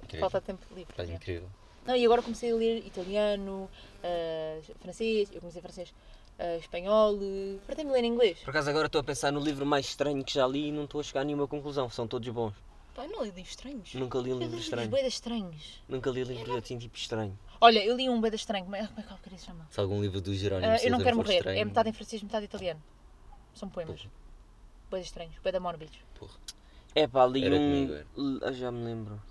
Speaker 3: Incrível.
Speaker 2: Falta tempo livre.
Speaker 3: Estás
Speaker 2: né?
Speaker 3: incrível.
Speaker 2: Não, e agora comecei a ler italiano, ah, francês, eu comecei francês, ah, espanhol, eh, para também ler em inglês.
Speaker 4: Por acaso agora estou a pensar no livro mais estranho que já li e não estou a chegar a nenhuma conclusão, são todos bons.
Speaker 1: Pá, eu não li livros estranhos.
Speaker 4: Nunca li um
Speaker 2: Eu li
Speaker 4: livro
Speaker 2: livros
Speaker 4: estranho.
Speaker 2: bué de estranhos.
Speaker 4: Nunca li livro assim tipo estranho.
Speaker 2: Olha, eu li um beda estranho. Como é, como é que eu queria se chama?
Speaker 3: Se algum livro do Jerónimo
Speaker 2: Ah, eu não
Speaker 3: Silva
Speaker 2: quero
Speaker 3: for
Speaker 2: morrer.
Speaker 3: estranho,
Speaker 2: É metade em francês, metade italiano. São poemas.
Speaker 3: Porra.
Speaker 2: Beda estranhos, beda mórbidos.
Speaker 3: porra.
Speaker 4: É pá, li
Speaker 3: Era
Speaker 4: um.
Speaker 3: comigo, era.
Speaker 4: Ah, já me lembro.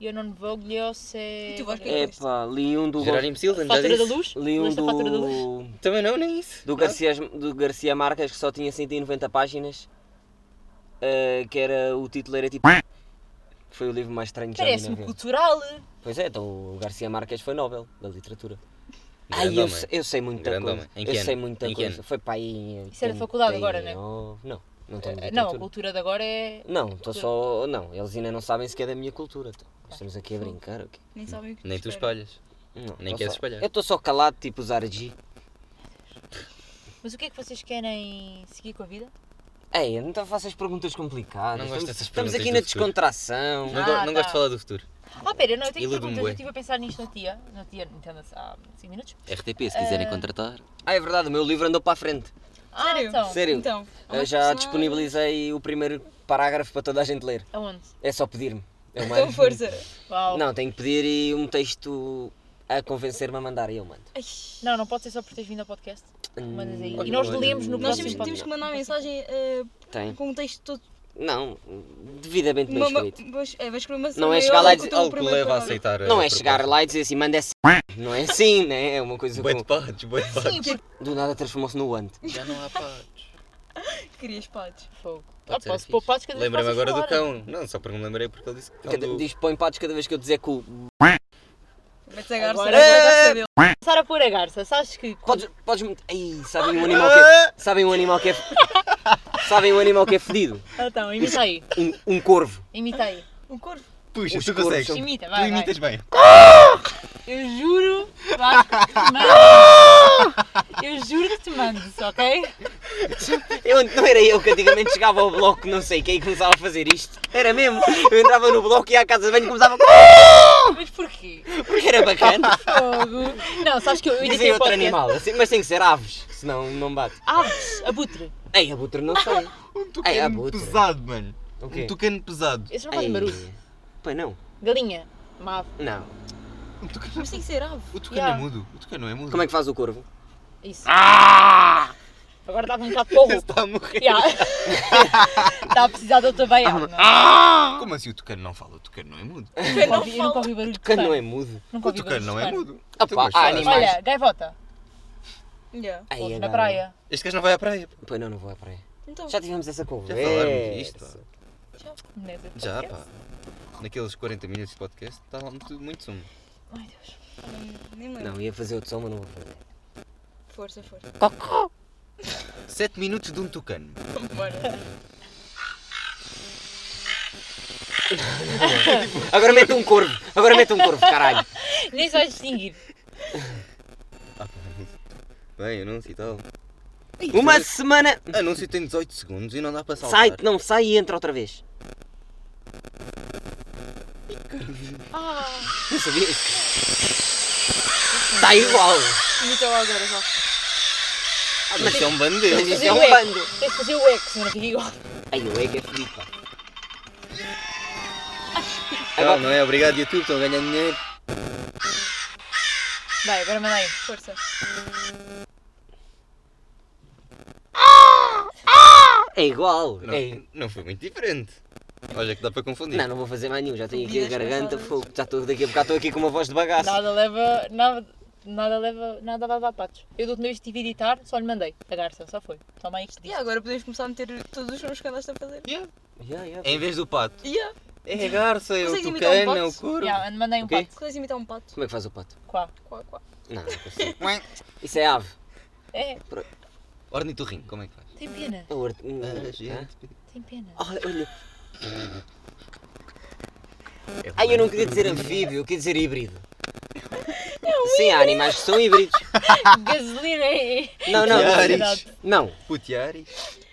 Speaker 2: Eu não vou lhe ser.
Speaker 1: E tu vais
Speaker 4: É pá, li um do.
Speaker 3: Jerónimo Silva, já
Speaker 2: Fatura da
Speaker 3: disse?
Speaker 2: luz?
Speaker 4: Li um
Speaker 2: Leste a fatura da luz?
Speaker 4: do.
Speaker 3: Também não, nem isso.
Speaker 4: do Garcia, do Garcia Marques que só tinha 190 páginas, eh, que era o título era tipo. Foi o livro mais estranho que já vi na
Speaker 2: Parece-me
Speaker 4: vida.
Speaker 2: é assim, cultural. eh,
Speaker 4: Pois é, então o Garcia Marques foi Nobel da literatura.
Speaker 3: Um
Speaker 4: Ai,
Speaker 3: grande
Speaker 4: eu,
Speaker 3: homem.
Speaker 4: sei- eu sei muita
Speaker 3: grande
Speaker 4: coisa.
Speaker 3: homem. Em que
Speaker 4: eu
Speaker 3: ano?
Speaker 4: sei muita
Speaker 3: Em que
Speaker 4: coisa.
Speaker 3: ano?
Speaker 4: Foi para aí. em
Speaker 2: Isso era faculdade
Speaker 4: 80
Speaker 2: agora, né? Eh,
Speaker 4: ou- Não, não estou na
Speaker 2: Não, a
Speaker 4: literatura.
Speaker 2: cultura de agora é.
Speaker 4: Não, estou só. Não, eles ainda não sabem sequer da minha cultura. então. Estamos aqui a brincar, ok?
Speaker 1: Nem sabem o que
Speaker 3: Nem tu
Speaker 1: espera.
Speaker 3: espalhas.
Speaker 4: Não,
Speaker 3: Nem
Speaker 4: tô
Speaker 3: queres
Speaker 4: só-
Speaker 3: espalhar.
Speaker 4: Eu estou só calado, tipo usar G.
Speaker 2: Mas o que é que vocês querem seguir com a vida?
Speaker 4: Ei, não faço as perguntas complicadas.
Speaker 3: Não gosto
Speaker 4: estamos,
Speaker 3: dessas
Speaker 4: estamos
Speaker 3: perguntas
Speaker 4: aqui
Speaker 3: do
Speaker 4: na
Speaker 3: futuro.
Speaker 4: descontração.
Speaker 3: Não, go-
Speaker 2: Ah,
Speaker 3: não
Speaker 2: tá.
Speaker 3: gosto de falar do futuro.
Speaker 2: Ah, pera, não, eu tenho
Speaker 3: Ilude-me,
Speaker 2: perguntas. Eu
Speaker 3: bué.
Speaker 2: estive a pensar nisto na tia. Na tia, entenda-se, há 5 minutos.
Speaker 3: RTP, se quiserem contratar.
Speaker 4: Ah, é verdade, o meu livro andou para a frente.
Speaker 2: Ah,
Speaker 1: Sério?
Speaker 2: então.
Speaker 4: Sério?
Speaker 1: Então, há
Speaker 4: Eu
Speaker 1: uma
Speaker 4: já
Speaker 1: personagem.
Speaker 4: disponibilizei o primeiro parágrafo para toda a gente ler.
Speaker 2: Aonde?
Speaker 4: É só pedir-me. Eu mando.
Speaker 1: Então força.
Speaker 2: Uau. Não.
Speaker 4: Não, tenho que pedir e um texto a convencer-me a mandar e eu mando.
Speaker 1: Ai.
Speaker 2: não, pode ser só por teres vindo ao podcast. Mandas aí. e
Speaker 4: olha,
Speaker 2: nós
Speaker 4: olha,
Speaker 2: lemos no
Speaker 1: Nós
Speaker 4: Não,
Speaker 1: temos,
Speaker 4: sim,
Speaker 2: próximo
Speaker 1: que- temos
Speaker 2: podcast.
Speaker 1: que mandar mensagem eh,
Speaker 4: Tem.
Speaker 1: com um texto todo.
Speaker 4: Não, devidamente bem
Speaker 1: Uma, uma,
Speaker 4: escrito.
Speaker 1: vais- é, vais escrever uma
Speaker 4: Não é
Speaker 1: sobre
Speaker 4: chegar lá
Speaker 1: com o
Speaker 4: e dizer
Speaker 1: teu
Speaker 3: Algo que
Speaker 1: primeiro
Speaker 3: leva a
Speaker 1: trabalho.
Speaker 3: aceitar. a
Speaker 4: Não é chegar
Speaker 3: proposta.
Speaker 4: lá e dizer assim, manda essa. Não é assim, né? É uma coisa
Speaker 3: Bué de
Speaker 4: como...
Speaker 3: patos, bué de patos.
Speaker 4: Do nada transformou-se no ante.
Speaker 3: Já não há patos.
Speaker 1: Querias patos.
Speaker 2: Fogo.
Speaker 3: Pode
Speaker 2: Ah,
Speaker 3: ser
Speaker 2: posso
Speaker 3: fixe.
Speaker 2: pôr podes que eu depois
Speaker 3: Lembrei-me
Speaker 2: possas
Speaker 3: agora do
Speaker 2: falar.
Speaker 3: cão. Não, só porque me lembrei porque ele disse que cão do...
Speaker 4: Diz põe patos cada vez que eu dizer que o...
Speaker 1: Metes a garça, agora
Speaker 2: Agora-
Speaker 4: é!
Speaker 1: já sabemos.
Speaker 2: Começar a pôr a garça, sabes que.
Speaker 4: Podes... Podes... Ai, sabem um animal
Speaker 3: (laughs)
Speaker 4: que é... Sabem um animal que é... Sabem um animal que é fedido?
Speaker 2: Ah, Então, imita aí.
Speaker 4: Um, um corvo.
Speaker 2: Imita aí.
Speaker 1: Um corvo.
Speaker 3: Puxa,
Speaker 4: Os
Speaker 3: tu
Speaker 4: corvos
Speaker 3: consegues.
Speaker 4: são-
Speaker 2: Imita,
Speaker 3: Tu
Speaker 2: vai. vai.
Speaker 3: imitas bem.
Speaker 2: Eu juro. Vasco, que te mando. Eu juro que te mando, ok?
Speaker 4: Eu, não era eu que antigamente chegava ao bloco, não sei quem, e começava a fazer isto. Era mesmo. Eu entrava no bloco, ia à casa de banho e começava
Speaker 2: Mas porquê?
Speaker 4: (laughs) porque era bacana.
Speaker 2: Fogo. Não, sabes que (laughs) eu
Speaker 4: Dizem
Speaker 2: editei o
Speaker 4: outro
Speaker 2: podcast.
Speaker 4: animal, assim, mas tem que ser aves, senão não bate.
Speaker 2: Aves, abutre.
Speaker 4: Ei, abutre não sei.
Speaker 3: Um
Speaker 4: tucano Ei, abutre.
Speaker 3: pesado, mano. Um
Speaker 4: O quê?
Speaker 3: tucano pesado.
Speaker 2: Esses não fazem
Speaker 4: Ei,
Speaker 2: barulho.
Speaker 4: Pois não.
Speaker 2: Galinha. Uma ave.
Speaker 4: Não.
Speaker 3: Um tucano...
Speaker 1: Mas tem que ser ave. (laughs)
Speaker 3: O tucano
Speaker 2: Yeah.
Speaker 3: é mudo. O tucano é mudo. Ah!
Speaker 4: Como é que faz o corvo?
Speaker 2: Isso. Agora dá-me um bocado de porro.
Speaker 3: Está a morrer.
Speaker 2: Ya. Está Tá a precisar de outra baiana. não é?
Speaker 3: Como assim o tucano não fala? O tucano ah, não é mudo.
Speaker 2: Eu nunca
Speaker 1: não
Speaker 2: ouvi- eu nunca ouvi barulho de
Speaker 4: Cano não
Speaker 2: tucano.
Speaker 4: é mudo.
Speaker 2: Nunca
Speaker 3: O
Speaker 2: ouvi barulho
Speaker 3: tucano
Speaker 2: de
Speaker 3: não é
Speaker 2: tucano.
Speaker 3: mudo.
Speaker 4: Ah
Speaker 3: Então,
Speaker 4: pá,
Speaker 3: mas
Speaker 4: há
Speaker 3: faz.
Speaker 4: animais.
Speaker 2: Olha, gaivota.
Speaker 1: Yeah.
Speaker 4: Ei,
Speaker 2: Ouve na
Speaker 4: agora-
Speaker 2: praia.
Speaker 3: Este gajo não vai à praia. pá.
Speaker 4: Pois não, não vou à praia.
Speaker 1: Então,
Speaker 4: Já tivemos essa conversa.
Speaker 3: Já falaram disto, pá.
Speaker 2: Não é esse
Speaker 3: Já,
Speaker 2: podcast?
Speaker 3: pá. Naqueles 40 minutos de podcast está lá muito, muito sumo.
Speaker 2: Ai, Deus.
Speaker 1: hum, nem me lembro.
Speaker 4: Não, ia fazer outro som, mas não vou fazer.
Speaker 1: Força, força.
Speaker 3: 7 minutos de um tucano.
Speaker 4: Agora mete um corvo. Agora mete um corvo, caralho.
Speaker 2: Nem se vai distinguir.
Speaker 3: Ah, é Bem, anúncio e tal.
Speaker 4: Uma semana.
Speaker 3: Anúncio tem 18 segundos e não dá para saltar.
Speaker 4: Sai, não, sai e entra outra vez.
Speaker 2: Ah,
Speaker 4: Não sabias? Está igual.
Speaker 2: imita lá agora, já.
Speaker 3: Ah, mas isso é um
Speaker 4: Mas
Speaker 3: bandeiro.
Speaker 4: isso é um
Speaker 2: Fazer o
Speaker 4: bando.
Speaker 2: eco. Tens de fazer o eco, senhora Rigo.
Speaker 4: Ai, o ego é fedido, pá.
Speaker 3: Não, não é? Obrigado, YouTube, estão a ganhar dinheiro.
Speaker 2: Vai, agora manda aí.
Speaker 1: Força.
Speaker 4: É igual.
Speaker 3: Não,
Speaker 4: É.
Speaker 3: não foi muito diferente. Olha que dá para confundir.
Speaker 4: Não, não vou fazer mais nenhum. Já tenho aqui a
Speaker 1: Vidas
Speaker 4: garganta,
Speaker 1: passadas.
Speaker 4: fogo. Já estou daqui a bocado estou aqui com uma voz de bagaço.
Speaker 2: Nada leva. Nada. Nada leva, nada leva a patos. Eu da última vez que tive a editar, só lhe mandei a garça, só foi. Toma aí isto
Speaker 1: E
Speaker 2: diz.
Speaker 1: agora podemos começar a meter todos os sons que andaste a fazer.
Speaker 4: Yeah, yeah.
Speaker 3: Em vez do pato.
Speaker 1: Yeah.
Speaker 3: É a garça, é o
Speaker 1: Consegues imitar um
Speaker 3: tucano, é o
Speaker 1: pato?
Speaker 3: couro.
Speaker 2: Yeah, mandei um
Speaker 4: Ok.
Speaker 2: pato.
Speaker 1: Consegues imitar um pato?
Speaker 4: Como é que faz o pato?
Speaker 2: Quá.
Speaker 1: Quá, quá.
Speaker 4: Não, não consigo. Isso é ave.
Speaker 2: É,
Speaker 3: Ornitorrinco, como é que faz?
Speaker 2: tem pena,
Speaker 4: É o arte- Hum,
Speaker 3: Ah,
Speaker 4: hã?
Speaker 2: tem
Speaker 3: (laughs)
Speaker 2: pena.
Speaker 4: Ai, Ah, olha. Ai, eu não queria dizer anfíbio, eu queria dizer híbrido. Sim, há animais que são híbridos.
Speaker 2: Gasolina é.
Speaker 3: Oh,
Speaker 4: Não, não,
Speaker 3: Tiaris.
Speaker 4: não.
Speaker 3: Putiaris.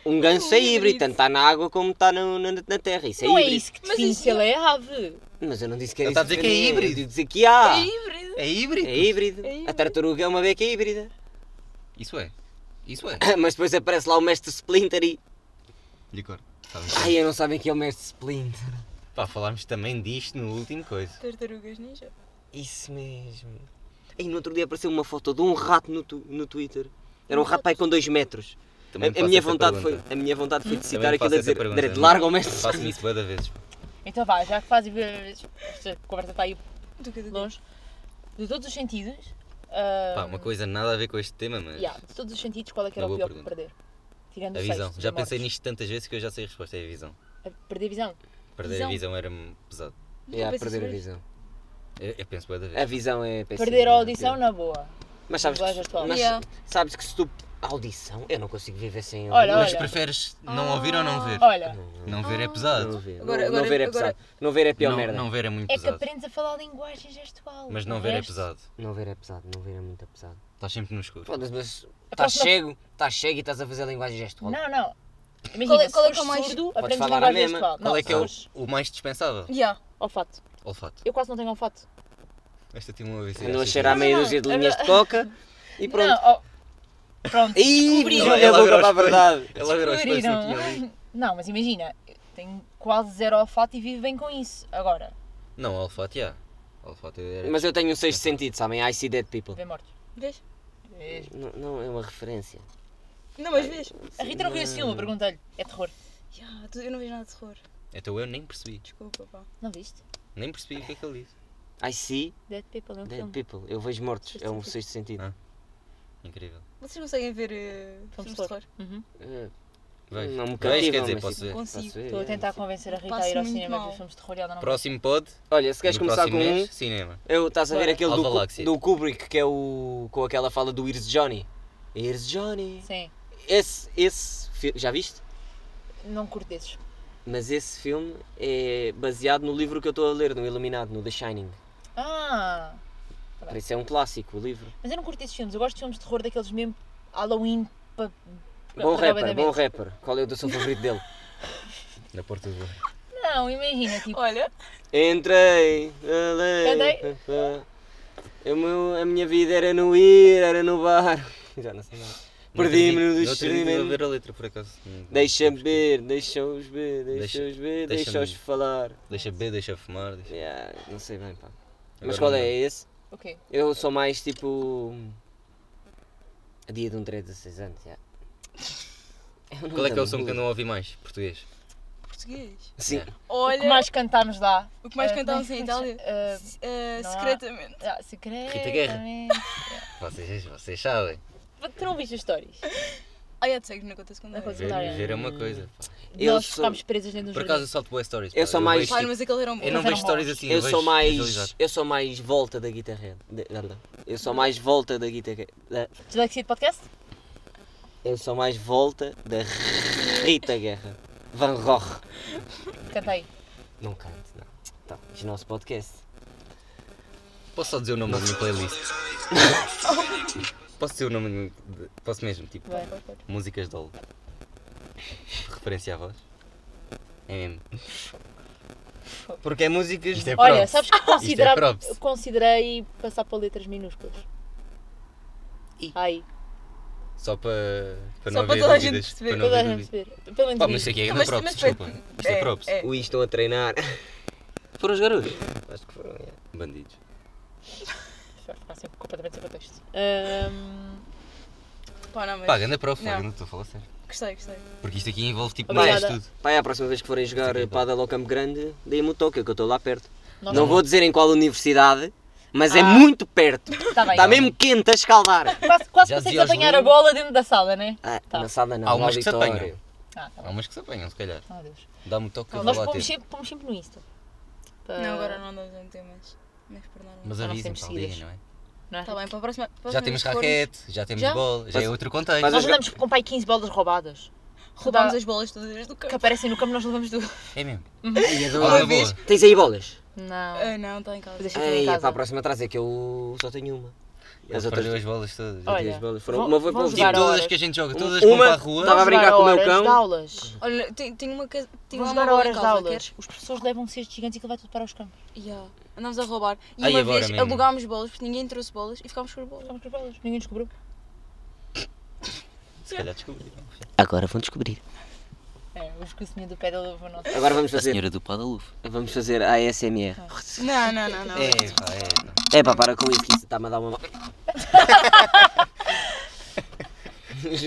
Speaker 4: Um ganso é híbrido, tanto está na água como está no- na, na terra. Isso é
Speaker 2: Não é
Speaker 4: híbrido.
Speaker 2: isso que
Speaker 1: Mas
Speaker 2: define
Speaker 1: isso
Speaker 2: se ele é ave.
Speaker 4: Mas eu não disse que era
Speaker 3: Ele está a dizer que é
Speaker 4: Eu
Speaker 3: híbrido.
Speaker 4: disse dizer que há.
Speaker 1: É híbrido.
Speaker 3: É híbrido?
Speaker 4: É híbrido.
Speaker 1: É híbrido.
Speaker 4: A tartaruga é uma beca híbrida. (coughs)
Speaker 3: Isso é. Isso é.
Speaker 4: Mas depois aparece lá o mestre Splinter e.
Speaker 3: Licor. Sabes?
Speaker 4: Ai, eu não sabem que é o mestre Splinter.
Speaker 3: Pá, falámos também disto no último coisa.
Speaker 1: Tartarugas ninja.
Speaker 4: Isso mesmo. Aí no outro dia apareceu uma foto de um rato no, tu- no Twitter. Era um rato pai com 2 metros. A,
Speaker 3: Também
Speaker 4: a
Speaker 3: me faço
Speaker 4: minha
Speaker 3: essa
Speaker 4: vontade foi,
Speaker 3: pergunta. Hum?
Speaker 4: a minha vontade foi de citar
Speaker 3: Também
Speaker 4: aquilo
Speaker 3: faço
Speaker 4: a
Speaker 3: essa
Speaker 4: dizer,
Speaker 3: pergunta,
Speaker 4: "Dredd,
Speaker 3: não é?
Speaker 4: larga o mestre
Speaker 3: Faço
Speaker 4: (laughs)
Speaker 3: isso bué da vezes. pá.
Speaker 2: Então vá, já que fazes esta conversa está aí
Speaker 1: Do que do que?
Speaker 2: longe, de todos os sentidos, ah,
Speaker 3: Pá, uma coisa nada a ver com este tema, mas.
Speaker 2: yeah, de todos os sentidos, qual é que era
Speaker 3: Uma
Speaker 2: o
Speaker 3: boa
Speaker 2: pior que
Speaker 3: pergunta.
Speaker 2: perder? Tirando
Speaker 3: A
Speaker 2: o
Speaker 3: visão.
Speaker 2: sexto,
Speaker 3: Já
Speaker 2: a
Speaker 3: pensei
Speaker 2: mortes.
Speaker 3: nisto tantas vezes que eu já sei a resposta, é a visão.
Speaker 2: A perder visão.
Speaker 3: Perder
Speaker 1: Visão.
Speaker 3: a visão era-me pesado.
Speaker 1: Nunca
Speaker 4: É, a
Speaker 1: pensei
Speaker 4: perder a
Speaker 1: sobre
Speaker 4: visão.
Speaker 3: Eu, eu penso bué da
Speaker 4: A
Speaker 3: vez.
Speaker 4: visão é péssima.
Speaker 2: Perder a
Speaker 4: é
Speaker 2: audição,
Speaker 4: pior.
Speaker 2: na boa.
Speaker 4: Mas sabes
Speaker 2: Linguagem
Speaker 4: que,
Speaker 2: atual.
Speaker 4: mas
Speaker 1: Yeah.
Speaker 4: sabes que se tu... Audição? Eu não consigo viver sem
Speaker 2: Olha,
Speaker 4: ouvir.
Speaker 3: Mas preferes não ouvir ou não ver?
Speaker 2: Olha,
Speaker 3: Não ver é
Speaker 4: Não
Speaker 3: pesado.
Speaker 4: ver.
Speaker 1: Agora-
Speaker 4: Não- não
Speaker 1: agora-
Speaker 4: ver é
Speaker 1: agora-
Speaker 4: pesado. Não ver é Ah, pior
Speaker 3: Não,
Speaker 4: merda.
Speaker 3: não ver é muito
Speaker 2: é que
Speaker 3: pesado.
Speaker 2: aprendes a falar linguagem gestual.
Speaker 3: Mas não
Speaker 2: O
Speaker 3: ver é
Speaker 2: resto-
Speaker 3: pesado.
Speaker 4: Não ver é pesado. Não ver é muito pesado.
Speaker 3: Estás sempre no escuro.
Speaker 4: Foda-se, mas
Speaker 2: próxima-
Speaker 4: estás cego, estás cego e estás a fazer linguagem gestual.
Speaker 2: Não, não. Imagina,
Speaker 1: Qual é-
Speaker 2: se
Speaker 1: qual é que
Speaker 2: fores
Speaker 1: é o mais-
Speaker 2: surdo,
Speaker 4: Podes
Speaker 2: aprendes
Speaker 4: falar à
Speaker 2: linguagem
Speaker 4: mesma.
Speaker 2: gestual.
Speaker 3: Qual
Speaker 2: Não,
Speaker 3: é que é o,
Speaker 2: se fores
Speaker 3: o mais dispensável?
Speaker 1: Yeah.
Speaker 2: Olfato.
Speaker 3: Olfato.
Speaker 2: Eu quase não tenho olfato.
Speaker 3: Esta tinha uma vez. assim
Speaker 4: Andam a cheirar meia
Speaker 2: não,
Speaker 4: dúzia de
Speaker 2: não.
Speaker 4: linhas de coca e pronto.
Speaker 2: Não, oh,
Speaker 4: (laughs)
Speaker 2: Pronto.
Speaker 4: Ih,
Speaker 2: descobri.
Speaker 4: não, é a boca para a verdade.
Speaker 3: Ela virou os pés aqui ali.
Speaker 2: Descobriram. Não, mas imagina, eu tenho quase zero olfato e vivo bem com isso. Agora,
Speaker 3: Não, olfato, já. Olfato era.
Speaker 4: Mas eu tenho um sexto sentido, sabem? I see dead people.
Speaker 2: vê mortos.
Speaker 1: Vês?
Speaker 2: É-
Speaker 4: Não, não é uma referência.
Speaker 1: Não, mas vês?
Speaker 2: A Rita não conhece filme, perguntei-lhe. É terror.
Speaker 1: Yeah, tu- eu não vejo nada de terror.
Speaker 3: Então eu nem percebi.
Speaker 1: Desculpa, pá.
Speaker 2: Não viste?
Speaker 3: Nem percebi o que é que ele disse.
Speaker 4: I see
Speaker 2: Dead People é um
Speaker 4: dead
Speaker 2: filme.
Speaker 4: people. Eu vejo mortos. É um
Speaker 2: tipo-
Speaker 1: Sexto
Speaker 4: sexto sentido.
Speaker 3: Ah. Incrível.
Speaker 1: Vocês conseguem ver eh,
Speaker 2: Filmes
Speaker 1: filmes
Speaker 2: de
Speaker 1: de terror?
Speaker 2: Uhum.
Speaker 4: Eh,
Speaker 3: Ah. Vejo.
Speaker 4: Não me
Speaker 3: Vejo, quer
Speaker 4: cativam,
Speaker 3: dizer,
Speaker 4: mas
Speaker 3: posso
Speaker 4: tipo-
Speaker 3: ver.
Speaker 1: Consigo.
Speaker 4: Posso ver,
Speaker 2: Estou a
Speaker 4: é.
Speaker 2: tentar convencer a Rita a
Speaker 1: Passo
Speaker 2: ir ao
Speaker 1: muito
Speaker 2: cinema e ver
Speaker 1: mal.
Speaker 2: os filmes de terror e ela não
Speaker 3: Próximo pod.
Speaker 4: Olha, se queres
Speaker 3: no
Speaker 4: começar com
Speaker 3: próximo
Speaker 4: um,
Speaker 3: mês, cinema.
Speaker 4: eu estás a ver
Speaker 2: Bora.
Speaker 4: aquele do,
Speaker 3: Alva
Speaker 4: Ku-
Speaker 3: Láxia.
Speaker 4: do Kubrick que é o. com aquela fala do Here's Johnny. Here's Johnny.
Speaker 2: Sim,
Speaker 4: Esse, esse fi- já viste?
Speaker 2: não curto desses.
Speaker 4: Mas esse filme é baseado no livro que eu estou a ler, no Iluminado, no The Shining.
Speaker 2: Ah!
Speaker 4: Por isso é um clássico o livro.
Speaker 2: Mas eu não curto esses filmes. Eu gosto de filmes de terror daqueles mesmo Halloween. Pa...
Speaker 4: Bom
Speaker 2: pa-
Speaker 4: rapper, bom rapper. Qual é o teu som favorito dele?
Speaker 3: Na Porta do
Speaker 2: Não, imagina, tipo.
Speaker 1: Olha,
Speaker 4: Entrei,
Speaker 2: Cantei.
Speaker 4: alei. Eu, meu- a minha vida era no ir, era no bar. (laughs) Já não sei nada. Perdi-me no
Speaker 3: Não a
Speaker 4: discernimento.
Speaker 3: ver a letra, por acaso.
Speaker 4: Deixa-me ver, deixa-os ver,
Speaker 3: Deixa-
Speaker 4: deixa-os ver,
Speaker 3: deixa-me-
Speaker 4: deixa-os falar.
Speaker 3: Deixa beber, deixa fumar. Deixa...
Speaker 4: Yeah, não sei bem, pá. Mas
Speaker 3: Agora
Speaker 4: qual
Speaker 3: não
Speaker 4: é
Speaker 3: lembro.
Speaker 4: esse?
Speaker 2: O quê?
Speaker 4: Eu sou mais tipo. A dia de um 13 a 16 anos, (laughs) yeah. não
Speaker 3: Qual é que é o som
Speaker 4: lembro.
Speaker 3: que eu não ouvi mais? Português.
Speaker 1: português.
Speaker 4: Sim,
Speaker 2: O
Speaker 1: Olha,
Speaker 2: que mais cantámos lá?
Speaker 1: o que mais
Speaker 2: Ah,
Speaker 1: cantámos
Speaker 2: (laughs) como
Speaker 1: em
Speaker 2: é que se-
Speaker 1: Itália?
Speaker 2: Ah,
Speaker 1: Se- eh,
Speaker 2: não há-
Speaker 1: secretamente.
Speaker 2: Ah, secretamente.
Speaker 3: Rita Guerra. Vocês, vocês sabem.
Speaker 2: Tu não viste as histórias?
Speaker 1: Ah, é, tu segues, não acontece quando
Speaker 2: Não
Speaker 1: é.
Speaker 2: acontece.
Speaker 3: Ver,
Speaker 2: Claro.
Speaker 3: ver é uma coisa. pá.
Speaker 4: Eu
Speaker 2: Nós
Speaker 4: sou-
Speaker 2: ficámos presas dentro do
Speaker 3: Por acaso eu salto boas stories. pá.
Speaker 4: Eu sou mais-
Speaker 3: vejo,
Speaker 1: Claro,
Speaker 3: tipo,
Speaker 1: mas aquele era um
Speaker 3: Eu não
Speaker 2: Mas eram
Speaker 3: vejo stories
Speaker 2: boas.
Speaker 3: assim.
Speaker 4: eu
Speaker 3: vejo
Speaker 4: sou mais.
Speaker 3: visualizado.
Speaker 4: Eu sou mais volta da guitarra. de- da- da- Eu sou mais volta da guitarra. da-
Speaker 2: Dislexia de podcast?
Speaker 4: Eu sou mais volta da Rita Guerra. Van Gogh.
Speaker 2: Canta aí.
Speaker 4: Não canto, não. Tá, isto não é nosso podcast.
Speaker 3: Posso só dizer o nome da minha playlist? Posso dizer o nome. de- Posso mesmo, tipo.
Speaker 2: Vai, vai, vai.
Speaker 3: Músicas Doll. Referência à voz. É mesmo. Porque é músicas. Isto é
Speaker 2: Olha,
Speaker 3: props.
Speaker 2: sabes que considera...
Speaker 3: props.
Speaker 2: eu considerei passar para letras minúsculas.
Speaker 3: Ih.
Speaker 2: Aí,
Speaker 3: Só para. Para
Speaker 1: Só
Speaker 3: não
Speaker 1: para
Speaker 3: haver
Speaker 1: toda a gente
Speaker 3: dúvidas.
Speaker 1: perceber.
Speaker 3: Para não
Speaker 2: toda a
Speaker 3: haver
Speaker 2: gente
Speaker 3: dúvidas.
Speaker 2: perceber. Pelo menos
Speaker 3: Pá, mas
Speaker 2: isso.
Speaker 3: isto aqui é grande
Speaker 1: Mas-
Speaker 3: props,
Speaker 1: mas-
Speaker 3: desculpa. Isto é props.
Speaker 1: é.
Speaker 4: Ui, estão a treinar. (laughs) Foram os garotos? Acho que foram, yeah.
Speaker 3: Bandidos.
Speaker 2: Vai ficar sempre completamente sem contexto. Ahm,
Speaker 1: Pá, não, mas.
Speaker 3: Pá, ganda prof,
Speaker 1: Não.
Speaker 3: ganda, estou a falar sério.
Speaker 1: Gostei, gostei.
Speaker 2: Eh,
Speaker 3: Porque isto aqui envolve tipo
Speaker 2: Obrigada.
Speaker 3: mais tudo.
Speaker 4: Pá, é a próxima vez que forem jogar
Speaker 3: Sim, então.
Speaker 4: Padel ao Campo Grande, deem-me o Tóquio, que eu estou lá perto.
Speaker 2: nós
Speaker 4: Não vou dizer em qual universidade, mas é
Speaker 2: Ah.
Speaker 4: muito perto.
Speaker 2: Tá bem.
Speaker 4: Está mesmo quente a escaldar.
Speaker 2: Quase, quase
Speaker 3: Já
Speaker 2: consegues
Speaker 3: dizia os
Speaker 2: apanhar a
Speaker 3: Lula.
Speaker 2: bola dentro da sala, né?
Speaker 4: Ah,
Speaker 2: Tá.
Speaker 4: Na sala não,
Speaker 3: Há
Speaker 4: no
Speaker 3: umas que se
Speaker 4: auditório.
Speaker 3: apanham.
Speaker 2: Ah, tá
Speaker 3: Há
Speaker 2: bem.
Speaker 3: umas que se apanham, se calhar.
Speaker 2: Oh, Deus.
Speaker 3: Dá-me o toque que eu Então, vou
Speaker 2: Nós
Speaker 3: lá
Speaker 2: pomos
Speaker 3: ter.
Speaker 2: sempre, pomos sempre no Insta. Para-
Speaker 1: Não, agora não andamos a ter mais. Mas por normal.
Speaker 3: Mas
Speaker 2: Ah, Nós
Speaker 3: avisem,
Speaker 2: temos
Speaker 3: pá,
Speaker 2: seguidas.
Speaker 3: liguem, não é?
Speaker 2: não é?
Speaker 1: Tá bem, para a próxima. para a
Speaker 3: Já
Speaker 1: próxima
Speaker 3: temos
Speaker 1: vez que formos,
Speaker 3: raquete, já temos
Speaker 1: Já?
Speaker 3: bola, já é outro contexto.
Speaker 4: Mas
Speaker 2: Nós
Speaker 4: eu já-
Speaker 2: andamos com pai 15 bolas roubadas.
Speaker 1: Roubámos
Speaker 2: Dá-
Speaker 1: as bolas todas do
Speaker 2: que
Speaker 1: campo.
Speaker 2: aparecem no campo, nós levamos do.
Speaker 3: É mesmo.
Speaker 4: Ai, adoro.
Speaker 3: Olha,
Speaker 1: vez-
Speaker 3: boa.
Speaker 4: Tens aí bolas?
Speaker 2: Não.
Speaker 1: Ah, não, está em casa.
Speaker 2: Deixa tudo em
Speaker 4: Ei,
Speaker 2: casa.
Speaker 4: para a próxima traz é que eu só tenho uma. As
Speaker 3: Ele
Speaker 4: outras
Speaker 3: perdeu as bolas todas.
Speaker 2: (laughs) Olha,
Speaker 4: as bolas foram.
Speaker 2: vão-
Speaker 4: uma foi
Speaker 2: vão
Speaker 4: para o
Speaker 2: jogar
Speaker 3: Tipo,
Speaker 4: Tipo,
Speaker 3: todas
Speaker 2: horas.
Speaker 3: as que a gente joga, todas as que
Speaker 4: Uma-
Speaker 3: vão para a rua.
Speaker 4: Tava a brincar
Speaker 2: jogar
Speaker 4: com o meu
Speaker 2: horas
Speaker 4: cão.
Speaker 2: de aulas.
Speaker 1: Olha, tem, tem uma casa. Tem
Speaker 2: Vão
Speaker 1: lá
Speaker 2: jogar
Speaker 1: uma bola em
Speaker 2: horas de
Speaker 1: casa,
Speaker 2: aulas.
Speaker 1: queres?
Speaker 2: Os professores levam cestos gigantes e aquilo vai tudo para os campos.
Speaker 1: Yeah. Andámos a roubar. E
Speaker 3: Ai,
Speaker 1: uma
Speaker 3: agora
Speaker 1: vez
Speaker 3: mesmo.
Speaker 1: alugámos bolas, porque ninguém trouxe bolas e ficámos com as bolas.
Speaker 2: Ficamos com as bolas. Ninguém descobriu.
Speaker 3: Se calhar descobriram.
Speaker 4: Agora vão descobrir.
Speaker 2: É, Hoje que o senhor do pé da luva não
Speaker 4: Agora vamos
Speaker 3: A
Speaker 4: fazer.
Speaker 3: senhora do Padaluf.
Speaker 4: Vamos fazer ASMR.
Speaker 1: Não, não, não, não.
Speaker 3: É, pá, é. pá.
Speaker 4: É pá, para com isso, que isso está-me a
Speaker 3: (laughs)
Speaker 4: dar uma.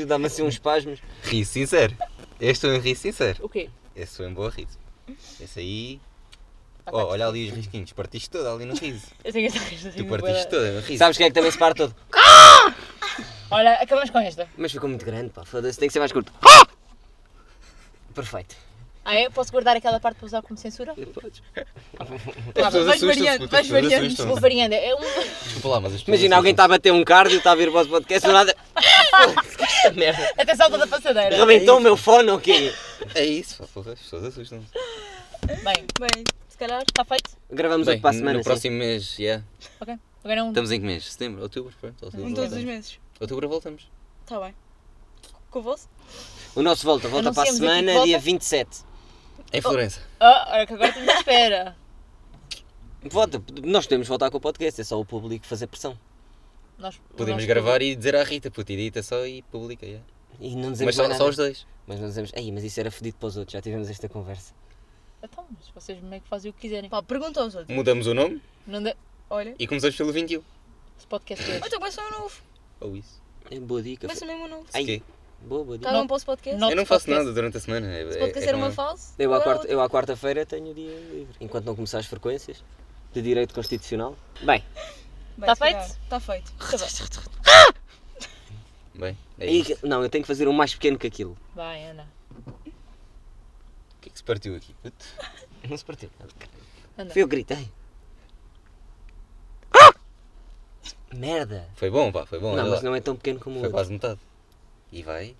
Speaker 4: Dá-me assim uns espasmos.
Speaker 3: Riso sincero. Este foi um riso sincero.
Speaker 2: O quê?
Speaker 3: Esse foi um bom riso. Esse aí.
Speaker 2: Tá
Speaker 3: Oh, olha ali os risquinhos. Partiste toda ali no riso.
Speaker 2: Eu tenho essa assim é resta.
Speaker 3: Tu partiste toda no riso.
Speaker 4: Sabes quem é que também se para todo?
Speaker 2: Olha, acabamos com esta.
Speaker 4: Mas ficou muito grande, pá, foda-se, tem que ser mais curto.
Speaker 3: Ah!
Speaker 4: Perfeito.
Speaker 2: Ah, é? Posso guardar aquela parte para usar como
Speaker 3: (laughs)
Speaker 2: censura?
Speaker 4: Podes.
Speaker 3: As pessoas
Speaker 1: Vais
Speaker 3: assustam-se,
Speaker 1: variando, vais
Speaker 3: puta, as pessoas
Speaker 1: variando.
Speaker 3: assustam-se.
Speaker 2: Vou variando. É um.
Speaker 3: Desculpa lá, mas as pessoas
Speaker 4: Imagina, alguém está a bater um cardio, está a vir o vosso podcast
Speaker 3: (laughs)
Speaker 4: do nada. Foda-se, que Esta merda.
Speaker 2: Até salta da passadeira.
Speaker 4: (laughs) Rebentou o meu fone ou quê?
Speaker 3: assustam-se. É isso, pá, porra, as pessoas assustam-se.
Speaker 2: Bem,
Speaker 1: Bem, se calhar.
Speaker 2: está feito.
Speaker 4: Gravamos
Speaker 3: Bem,
Speaker 4: outro para a semana.
Speaker 3: no
Speaker 4: sim.
Speaker 3: próximo mês, yeah.
Speaker 2: Ok. Agora é um.
Speaker 3: Estamos em que mês? Setembro, outubro, pronto.
Speaker 1: Em
Speaker 3: Outubro
Speaker 1: Um todos os
Speaker 3: voltamos.
Speaker 1: meses.
Speaker 3: Outubro voltamos.
Speaker 1: Tá bem. Com o vosso?
Speaker 4: O nosso volta, volta para a
Speaker 2: Anunciamos aqui que
Speaker 4: semana,
Speaker 2: volta.
Speaker 4: dia 27.
Speaker 3: Em É Florença.
Speaker 2: Ah, olha que agora estamos à espera.
Speaker 4: Volta, nós podemos voltar com o podcast, é só o público fazer pressão.
Speaker 2: Nós,
Speaker 3: Podemos
Speaker 2: nós-
Speaker 3: gravar e dizer à Rita, puta, edita só e publica, yeah.
Speaker 4: E não
Speaker 3: Mas
Speaker 4: dizemos
Speaker 3: só,
Speaker 4: mais
Speaker 3: só
Speaker 4: nada.
Speaker 3: os dois.
Speaker 4: Mas não dizemos, ei, mas isso era fedido para os outros, já tivemos esta conversa.
Speaker 2: Então, mas vocês meio que fazem o que quiserem.
Speaker 1: Pá, pergunta aos outros.
Speaker 3: Mudamos o nome
Speaker 2: Não dá.
Speaker 1: Olha.
Speaker 3: e começamos pelo 21.
Speaker 2: Esse podcast é.
Speaker 1: Ou então começa um novo.
Speaker 3: Ou isso.
Speaker 4: É boa dica.
Speaker 1: Começa mesmo um novo.
Speaker 4: Ai,
Speaker 3: Quê?
Speaker 4: boa, boa dica.
Speaker 1: Cada um para o podcast.
Speaker 2: Não.
Speaker 3: Eu não faço
Speaker 2: podcast.
Speaker 3: nada durante a semana. É,
Speaker 1: Se
Speaker 3: é-
Speaker 1: podcast
Speaker 3: é
Speaker 1: era
Speaker 3: com
Speaker 1: uma
Speaker 3: ela.
Speaker 1: fase.
Speaker 4: Eu à,
Speaker 1: agora é
Speaker 4: quarta, eu à quarta-feira tenho o dia livre. Enquanto não começar as frequências de direito constitucional. Bem,
Speaker 1: outra. Bem,
Speaker 2: Tá
Speaker 1: se calhar.
Speaker 2: feito?
Speaker 1: Tá feito. Tá
Speaker 3: Bem, é
Speaker 4: aí
Speaker 3: isso.
Speaker 4: que- não, eu tenho que fazer um mais pequeno que aquilo.
Speaker 2: Vai, Ana.
Speaker 3: O que é que se partiu aqui? puto?
Speaker 4: Não se partiu nada.
Speaker 2: Anda.
Speaker 4: Foi eu que gritei. Merda!
Speaker 3: Foi bom, pá, foi bom.
Speaker 4: não,
Speaker 3: olha
Speaker 4: mas
Speaker 3: lá.
Speaker 4: não é tão pequeno como o
Speaker 3: Foi
Speaker 4: outro.
Speaker 3: quase metade. E vai.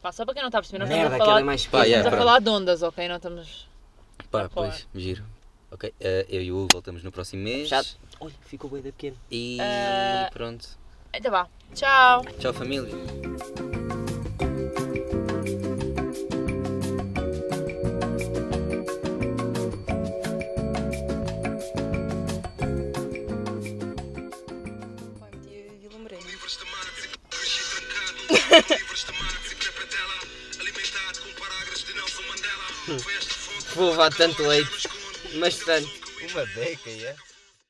Speaker 2: Pá, só para quem não está a perceber, nós
Speaker 4: Merda,
Speaker 2: estamos a falar,
Speaker 4: aquela é mais
Speaker 3: Pá,
Speaker 4: pequena.
Speaker 3: yeah,
Speaker 2: estamos a
Speaker 3: pronto.
Speaker 2: falar de ondas, ok? Não estamos.
Speaker 3: Pá,
Speaker 2: Pá.
Speaker 3: pois, giro. Ok, eh, eu e o Hugo voltamos no próximo mês.
Speaker 4: Chato. Olha, ficou bem da pequena.
Speaker 3: E
Speaker 2: Eh.
Speaker 3: pronto.
Speaker 2: Então vá. Tchau.
Speaker 3: Tchau, família.
Speaker 1: (laughs) Vai, meti a Vila Moreira.
Speaker 5: Livros de Marx, cresci trancado. Livros de Marx e Capatella, alimentado com parágrafos de Nelson Mandela. Foi esta fonte
Speaker 4: Vou levar tanto
Speaker 5: que
Speaker 4: leite,
Speaker 5: nos conta
Speaker 4: mas tanto.
Speaker 3: Uma beca, yeah.